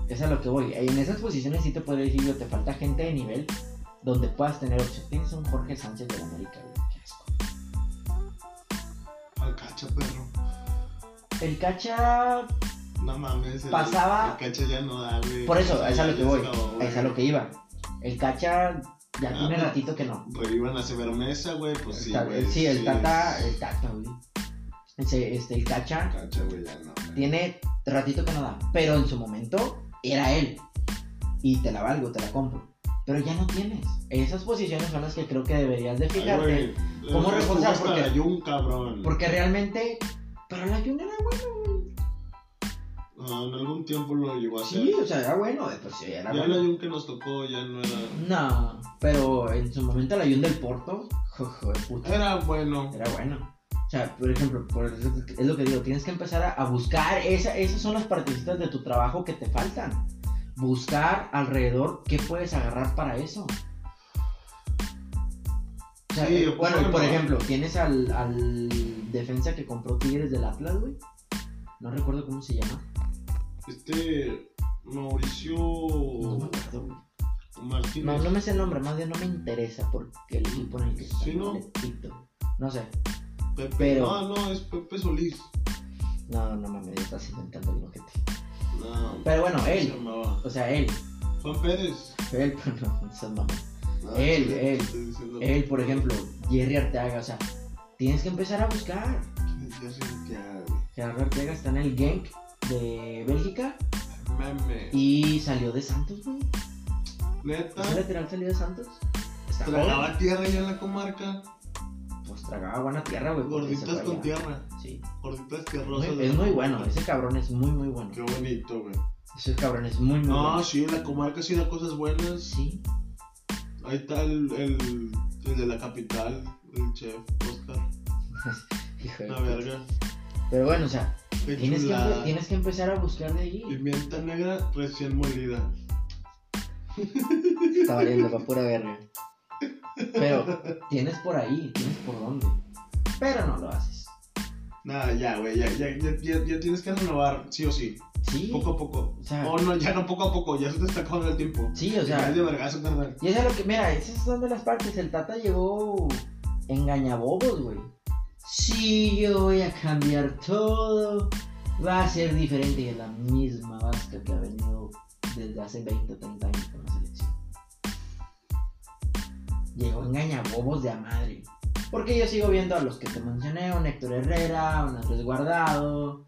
Speaker 2: Es a lo que voy. En esas posiciones sí te podría decir yo, te falta gente de nivel donde puedas tener opción. Tienes a un Jorge Sánchez de la América, güey. Qué asco.
Speaker 6: Al cacha, perro.
Speaker 2: El cacha.
Speaker 6: No mames. el-
Speaker 2: Pasaba-
Speaker 6: El cacha ya no da, güey.
Speaker 2: Por eso, es a lo que voy. Es
Speaker 6: Es
Speaker 2: a lo que iba. El cacha ya
Speaker 6: Ah,
Speaker 2: tiene
Speaker 6: pues,
Speaker 2: ratito que no.
Speaker 6: Revivan a Severmesa, güey. Pues sí,
Speaker 2: Ta-
Speaker 6: güey.
Speaker 2: sí, el tata. eh,
Speaker 6: es-
Speaker 2: El tata, güey. Ese- este, el cacha
Speaker 6: Cacha, güey, ya no. güey.
Speaker 2: tiene ratito que no da, pero en su momento era él. Y te la valgo, te la compro. Pero ya no tienes. Esas posiciones son las que creo que deberías de
Speaker 6: Ay,
Speaker 2: fijarte.
Speaker 6: güey,
Speaker 2: ¿Cómo
Speaker 6: eh,
Speaker 2: reforzar?
Speaker 6: jugaste
Speaker 2: Porque-
Speaker 6: a Layún, cabrón.
Speaker 2: porque realmente, para la Jun era bueno.
Speaker 6: No, en algún tiempo lo llegó a hacer.
Speaker 2: Sí, o sea, era bueno. de por sí, era
Speaker 6: ya el
Speaker 2: bueno.
Speaker 6: Layún que nos tocó ya no era.
Speaker 2: No, pero en su momento la Jun del Porto, jojo, de puta,
Speaker 6: Era bueno.
Speaker 2: era bueno. O sea, por ejemplo, por- es lo que digo, tienes que empezar a, a buscar, esa, esas son las partecitas de tu trabajo que te faltan. Buscar alrededor qué puedes agarrar para eso. O sea,
Speaker 6: Sí,
Speaker 2: eh,
Speaker 6: yo
Speaker 2: bueno,
Speaker 6: creo que
Speaker 2: por
Speaker 6: no.
Speaker 2: ejemplo, tienes al, al defensa que compró Tigres del Atlas, güey. No recuerdo cómo se llama.
Speaker 6: Este. Mauricio.
Speaker 2: No me acuerdo, güey.
Speaker 6: Martínez.
Speaker 2: No, no me sé el nombre, más bien no me interesa porque el equipo en el que está.
Speaker 6: Sí, ¿no?
Speaker 2: le pito. No sé.
Speaker 6: Pepe.
Speaker 2: pero-
Speaker 6: No, no, es Pepe Solís.
Speaker 2: No, no mames, ya estás inventando el ojete.
Speaker 6: No.
Speaker 2: Pero bueno,
Speaker 6: ¿cómo Se
Speaker 2: él.
Speaker 6: llamaba.
Speaker 2: O sea, él.
Speaker 6: Juan Pérez.
Speaker 2: Él, [LAUGHS] pero no, no seas mamón.
Speaker 6: No,
Speaker 2: Él,
Speaker 6: sí,
Speaker 2: él,
Speaker 6: estoy diciendo-
Speaker 2: Él, por ejemplo, Jerry Arteaga, o sea, tienes que empezar a buscar.
Speaker 6: Yo soy el que haga, güey.
Speaker 2: Gerardo Arteaga está en el Genk de Bélgica
Speaker 6: Meme.
Speaker 2: y salió de Santos, güey. ¿Ese
Speaker 6: Neta.
Speaker 2: lateral salió de Santos? Está joven.
Speaker 6: Tragaba tierra ya en la comarca.
Speaker 2: Pues tragaba buena tierra, güey. porque se
Speaker 6: Gorditas
Speaker 2: fue
Speaker 6: con
Speaker 2: allá.
Speaker 6: tierra.
Speaker 2: Sí.
Speaker 6: Gorditas
Speaker 2: Muy-
Speaker 6: tierrosas.
Speaker 2: es muy bueno, ese cabrón es muy, muy bueno.
Speaker 6: Qué bonito, güey.
Speaker 2: Ese cabrón es muy, muy
Speaker 6: No,
Speaker 2: bueno.
Speaker 6: sí, la comarca sí da cosas buenas.
Speaker 2: Sí.
Speaker 6: Ahí está el, el, el de la capital, el chef Oscar.
Speaker 2: Hijo de
Speaker 6: Una
Speaker 2: puta.
Speaker 6: verga.
Speaker 2: Pero bueno, o sea,
Speaker 6: Qué
Speaker 2: tienes que,
Speaker 6: chulada.
Speaker 2: empe- tienes que empezar a buscar de
Speaker 6: [LAUGHS]
Speaker 2: allí.
Speaker 6: Pimienta negra recién molida.
Speaker 2: Está valiendo para pura verga. Pero tienes por ahí, tienes por dónde. Pero no lo haces.
Speaker 6: Nada, ya, güey, ya, ya, ya, ya, ya tienes que renovar, sí o sí.
Speaker 2: Sí.
Speaker 6: Poco a poco.
Speaker 2: O sea,
Speaker 6: Oh, no, ya no poco a poco, ya se te está acabando el tiempo.
Speaker 2: sí, o
Speaker 6: Ya
Speaker 2: sea.
Speaker 6: es de vergazo, carnal.
Speaker 2: Y eso es lo que, mira, esas son de las partes. El Tata llegó engañabobos, güey. Sí, yo voy a cambiar todo. Va a ser diferente de la misma vasca que ha venido desde hace 20 o 30 años con la selección. Llegó engañabobos de a madre. Porque yo sigo viendo a los que te mencioné, un Héctor Herrera, un Andrés Guardado.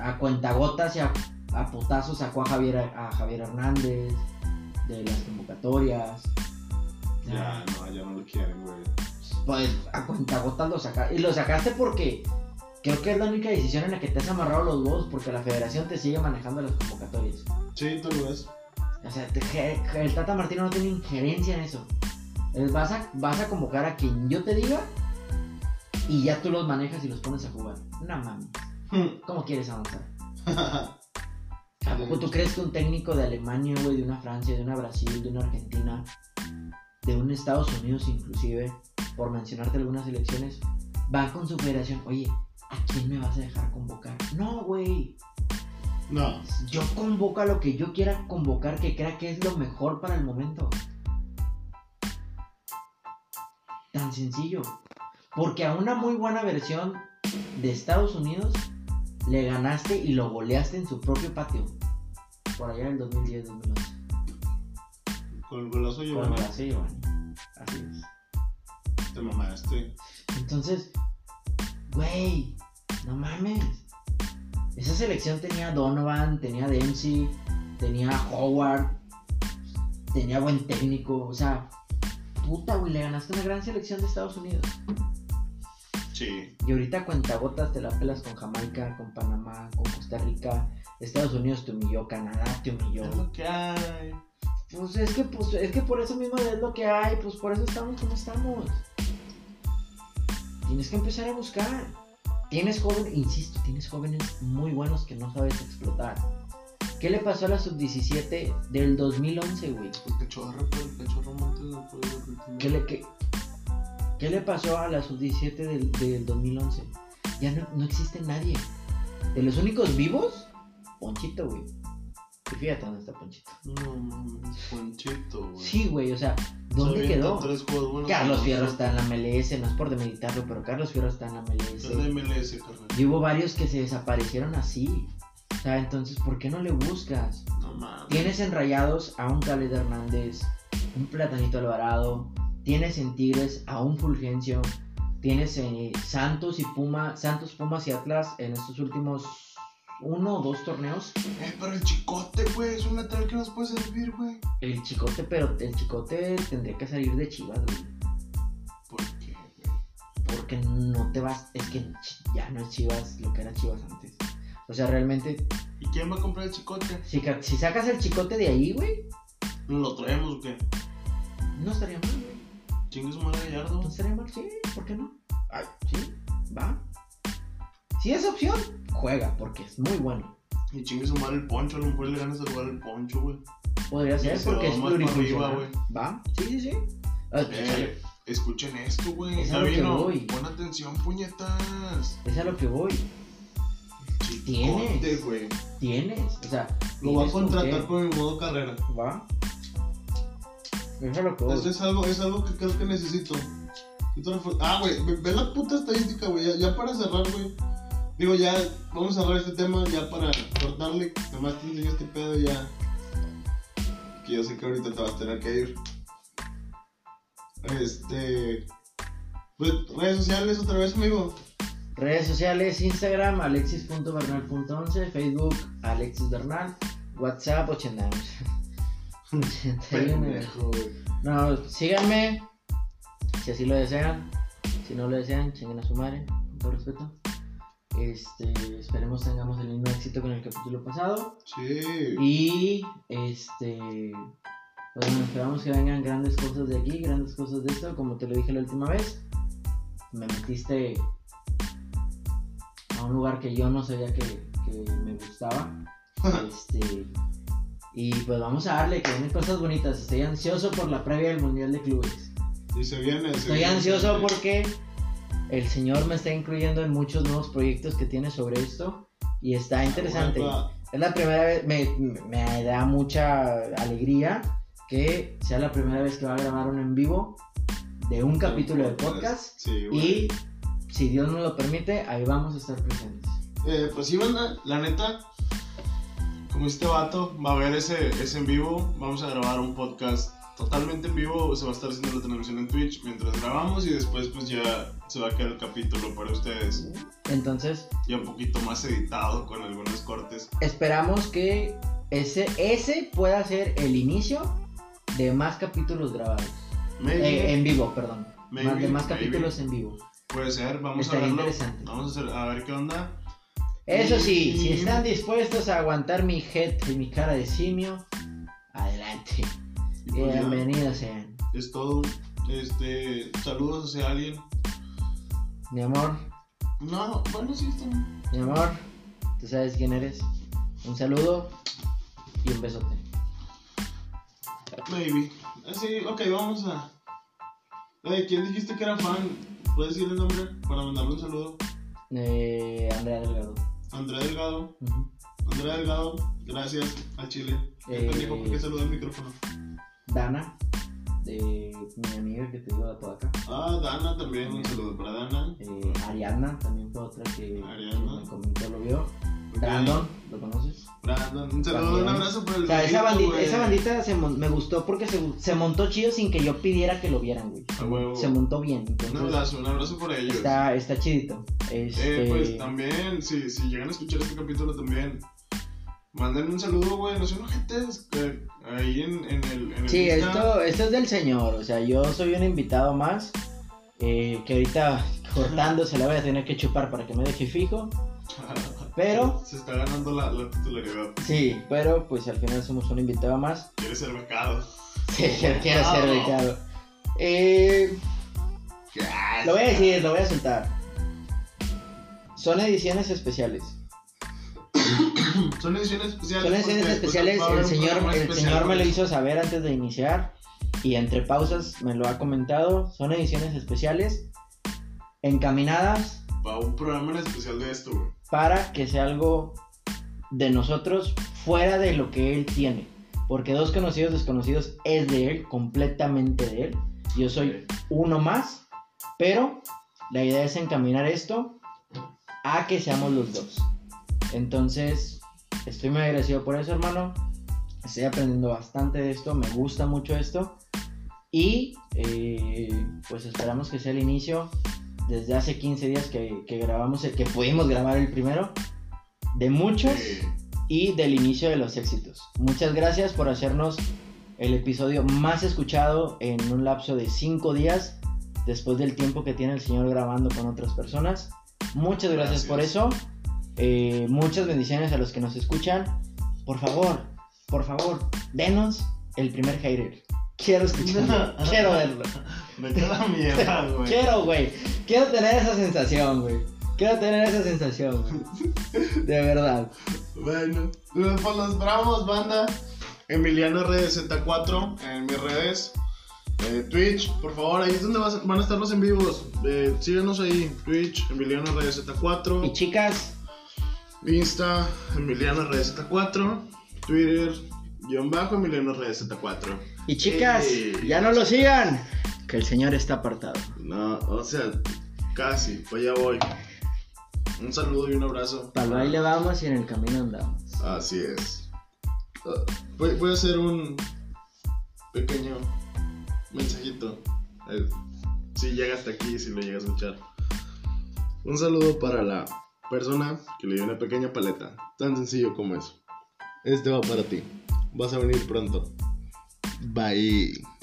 Speaker 2: A cuentagotas y a, a putazos sacó a Javier, a Javier Hernández de las convocatorias.
Speaker 6: Ya, no, ya no lo quieren, güey.
Speaker 2: Pues a cuentagotas lo sacaste. Y lo sacaste porque creo que es la única decisión en la que te has amarrado los huevos porque la federación te sigue manejando las convocatorias.
Speaker 6: Sí, tal vez.
Speaker 2: O sea, te- je- je- el Tata Martino no tiene injerencia en eso. Él Vas a, vas a convocar a quien yo te diga y ya tú los manejas y los pones a jugar. No mames. ¿Cómo quieres avanzar? ¿A poco tú crees que un técnico de Alemania, güey, de una Francia, de una Brasil, de una Argentina, de un Estados Unidos inclusive, por mencionarte algunas elecciones, va con su federación? Oye, ¿a quién me vas a dejar convocar? No, güey.
Speaker 6: [LAUGHS] no.
Speaker 2: Yo convoco a lo que yo quiera convocar, que crea que es lo mejor para el momento. Tan sencillo. Porque a una muy buena versión de Estados Unidos le ganaste y lo goleaste en su propio patio. Por allá del 2010-2011.
Speaker 6: Con el golazo
Speaker 2: Con
Speaker 6: Giovanni.
Speaker 2: Brasil, Giovanni.
Speaker 1: Así es.
Speaker 7: Te mamaste.
Speaker 2: Entonces, güey, no mames. Esa selección tenía a Donovan, tenía a Dempsey, tenía a Howard, tenía buen técnico. O sea, puta, güey, le ganaste una gran selección de Estados Unidos.
Speaker 7: Sí.
Speaker 2: Y ahorita cuentagotas te la pelas con Jamaica, con Panamá, con Costa Rica. Estados Unidos te humilló, Canadá te humilló.
Speaker 7: Es lo que hay.
Speaker 2: Pues es que, pues, es que por eso mismo es lo que hay, pues por eso estamos como estamos. Tienes que empezar a buscar. Tienes jóvenes, insisto, tienes jóvenes muy buenos que no sabes explotar. ¿Qué le pasó a la sub-17 del 2011, güey?
Speaker 6: El cachorro, pues, el cachorro monte del pueblo.
Speaker 2: ¿Qué le, qué- qué le pasó a la sub-17 del, del 2011? Ya no, no existe nadie. De los únicos vivos, Ponchito, güey. Y fíjate dónde está Ponchito.
Speaker 6: No mames, Ponchito, güey.
Speaker 2: Sí, güey, o sea, ¿dónde
Speaker 6: Se
Speaker 2: quedó?
Speaker 6: avienta Tres juegos buenos.
Speaker 2: Carlos Fierro está en la MLS, no es por demeditarlo, pero Carlos Fierro está en la MLS.
Speaker 6: Es de MLS, carnal.
Speaker 2: Y hubo varios que se desaparecieron así. O sea, entonces, ¿por qué no le buscas?
Speaker 6: No mames.
Speaker 2: Tienes enrayados a un Khaled Hernández, un Platanito Alvarado, tienes en Tigres a un Fulgencio, tienes en eh, Santos y Puma, Santos, Pumas y Atlas en estos últimos uno o dos torneos.
Speaker 6: Eh, pero el chicote, güey, es un lateral que nos puede servir, güey.
Speaker 2: El chicote, pero el chicote tendría que salir de Chivas, güey.
Speaker 6: ¿Por qué, güey?
Speaker 2: porque no te vas, es que ch- ya no es Chivas lo que era Chivas antes. O sea, realmente,
Speaker 6: ¿Y quién va a comprar el chicote?
Speaker 2: si, ca- si sacas el chicote de ahí, güey,
Speaker 6: ¿Nos lo traemos, güey?
Speaker 2: no estaría mal, güey.
Speaker 6: Chingue su madre Gallardo.
Speaker 2: No estaría mal, sí, ¿por qué no? Ay, sí, va. Si es opción, juega, porque es muy bueno.
Speaker 6: Y chingue su madre el poncho, a lo mejor le ganas el lugar al poncho, güey.
Speaker 2: Podría ser
Speaker 6: Sí, se
Speaker 2: porque
Speaker 6: va
Speaker 2: es
Speaker 6: más para arriba,
Speaker 2: plurifuncional. Va, sí, sí, sí. Ah,
Speaker 6: Eh, escuchen esto, güey.
Speaker 2: Es a lo que
Speaker 6: Sabino,
Speaker 2: voy.
Speaker 6: Pon atención, puñetas.
Speaker 2: Es a lo que voy.
Speaker 6: Chicote,
Speaker 2: Tienes.
Speaker 6: güey.
Speaker 2: Tienes, o sea,
Speaker 6: Lo va a
Speaker 2: tienes con
Speaker 6: contratar por mi modo carrera.
Speaker 2: qué. Va. Es a lo que voy.
Speaker 6: Eso es algo, es algo que creo que necesito. Necesito refor- Ah, güey, ve- ve la puta estadística, güey. Ya, ya para cerrar, güey. Digo, ya vamos a cerrar este tema, ya para cortarle. Nomás te enseño este pedo ya. Que yo sé que ahorita te vas a tener que ir. Este. Pues, redes sociales otra vez, amigo.
Speaker 2: Redes sociales, Instagram, alexis.bernal.11, Facebook, Alexis Bernal, WhatsApp, 80. [LAUGHS] 81.
Speaker 6: Pendejo, güey.
Speaker 2: No, síganme, si así lo desean, si no lo desean, chinguen a su madre, con todo respeto. Este, esperemos tengamos el mismo éxito con el capítulo pasado.
Speaker 6: Sí.
Speaker 2: Y, este, pues bueno, esperamos que vengan grandes cosas de aquí, grandes cosas de esto, como te lo dije la última vez. Me metiste a un lugar que yo no sabía que, que me gustaba. este, y pues vamos a darle, que vienen cosas bonitas. Estoy ansioso por la previa del Mundial de Clubes.
Speaker 6: Y se viene. se
Speaker 2: Estoy
Speaker 6: viene.
Speaker 2: ansioso porque el señor me está incluyendo en muchos nuevos proyectos que tiene sobre esto. Y está interesante.
Speaker 6: Hueva.
Speaker 2: Es la primera vez, me, me da mucha alegría que sea la primera vez que va a grabar un en vivo de un capítulo del podcast.
Speaker 6: Sí, güey.
Speaker 2: Y si Dios nos lo permite, ahí vamos a estar presentes.
Speaker 6: Eh, pues sí, banda, la neta, como este vato, va a ver ese, ese en vivo. Vamos a grabar un podcast totalmente en vivo. Se va a estar haciendo la transmisión en Twitch mientras grabamos y después, pues ya se va a quedar el capítulo para ustedes.
Speaker 2: Entonces,
Speaker 6: Ya un poquito más editado con algunos cortes.
Speaker 2: esperamos que ese, ese pueda ser el inicio de más capítulos grabados. Eh,
Speaker 6: Maybe,
Speaker 2: en vivo, perdón.
Speaker 6: Maybe,
Speaker 2: Más- de más
Speaker 6: maybe.
Speaker 2: capítulos en vivo.
Speaker 6: puede ser, vamos a
Speaker 2: estaría
Speaker 6: verlo.
Speaker 2: interesante.
Speaker 6: Vamos a, hacer- a ver qué onda.
Speaker 2: Eso sí,
Speaker 6: Y-
Speaker 2: si están dispuestos a aguantar mi head y mi cara de simio, adelante.
Speaker 6: Y pues ya,
Speaker 2: Bienvenidos sean.
Speaker 6: es todo. Este, saludos hacia alguien.
Speaker 2: Mi amor,
Speaker 6: No, bueno, sí, está bien.
Speaker 2: mi amor, tú sabes quién eres. Un saludo y un besote.
Speaker 6: Maybe. Ah, Sí, ok, vamos a. Oye, ¿quién dijiste que era fan? ¿Puedes decir el nombre para mandarle un saludo?
Speaker 2: Eh, Andrea Delgado.
Speaker 6: Andrea Delgado.
Speaker 2: Ujú.
Speaker 6: Andrea Delgado, gracias al Chile.
Speaker 2: Eh.
Speaker 6: El pendejo porque saluda el micrófono.
Speaker 2: Dana, de mi amiga que te digo de Apodaca.
Speaker 6: Ah, Dana también, un saludo para Dana.
Speaker 2: Eh, Ariana, también fue otra que, que
Speaker 6: Ariana.
Speaker 2: me comentó, lo vio. Brandon, ¿lo conoces?
Speaker 6: Brandon, un saludo,
Speaker 2: También.
Speaker 6: un abrazo por el
Speaker 2: O sea, esa
Speaker 6: dedito,
Speaker 2: bandita,
Speaker 6: güey.
Speaker 2: esa bandita se mon- me gustó porque se, se montó chido sin que yo pidiera que lo vieran, güey.
Speaker 6: A huevo.
Speaker 2: Se montó bien,
Speaker 6: Un
Speaker 2: entonces
Speaker 6: abrazo, un abrazo por ellos.
Speaker 2: está, está chidito. Este,
Speaker 6: Eh, pues también, si, si llegan a escuchar este capítulo también, manden un saludo, güey, no sean ojetes, que ahí en, en el... En el
Speaker 2: sí,
Speaker 6: Insta.
Speaker 2: esto, esto es del señor, o sea, yo soy un invitado más eh, que
Speaker 6: [LAUGHS]
Speaker 2: ahorita cortando se la voy a tener que chupar para que me deje fijo. Pero,
Speaker 6: Se está ganando la, la titularidad,
Speaker 2: sí, pero pues al final somos un invitado más.
Speaker 6: quiere ser becado.
Speaker 2: Sí, yo quiero ser becado. Eh, lo voy a decir, lo voy a soltar. Son ediciones especiales.
Speaker 6: Son ediciones especiales.
Speaker 2: Son ediciones
Speaker 6: porque después
Speaker 2: especiales,
Speaker 6: va a haber
Speaker 2: el
Speaker 6: un
Speaker 2: señor,
Speaker 6: programa
Speaker 2: el
Speaker 6: especial,
Speaker 2: señor me lo
Speaker 6: güey.
Speaker 2: hizo saber antes de iniciar y entre pausas me lo ha comentado. Son ediciones especiales encaminadas
Speaker 6: Va un programa en especial de esto, güey.
Speaker 2: para que sea algo de nosotros fuera de lo que él tiene. Porque dos conocidos desconocidos es de él, completamente de él. Yo
Speaker 6: Eh,
Speaker 2: soy uno más, pero la idea es encaminar esto a que seamos los dos. Entonces, estoy muy agradecido por eso, hermano. Estoy aprendiendo bastante de esto, me gusta mucho esto. Y eh, pues esperamos que sea el inicio desde hace 15 días que, que grabamos, el, que pudimos grabar el primero, de muchos
Speaker 6: Eh,
Speaker 2: y del inicio de los éxitos. Muchas gracias por hacernos el episodio más escuchado en un lapso de 5 días, después del tiempo que tiene el señor grabando con otras personas. Muchas gracias, por eso. Eh, muchas bendiciones a los que nos escuchan. Por favor, por favor, denos el primer hater. Quiero escucharlo, quiero verlo.
Speaker 7: Vete a la
Speaker 2: [LAUGHS]
Speaker 7: mierda, güey.
Speaker 2: Quiero, güey. Quiero tener esa sensación, güey. Quiero tener esa sensación, güey. De verdad.
Speaker 6: Bueno, pues los bravos, banda. Emiliano RDZ4 en mis redes. Eh, Twitch, por favor, ahí es donde vas- van a estar los en vivos. Eh, síganos ahí, Twitch, Emiliano
Speaker 2: Y
Speaker 6: RDZ4,
Speaker 2: chicas,
Speaker 6: Insta, Emiliano RDZ4, Twitter, guión bajo, Emiliano RDZ4.
Speaker 2: y chicas,
Speaker 6: Eh.
Speaker 2: ya no lo sigan. Que el señor está apartado.
Speaker 6: No, o sea, casi, pues ya voy. Un saludo y un abrazo.
Speaker 2: Para el baile vamos y en el camino andamos.
Speaker 6: Así es. Ah, Voy, voy a hacer un pequeño mensajito. eh, si llega hasta aquí, si lo llega a escuchar. Un saludo para la persona que le dio una pequeña paleta. Tan sencillo como eso. Este va para ti. Vas a venir pronto. Bye.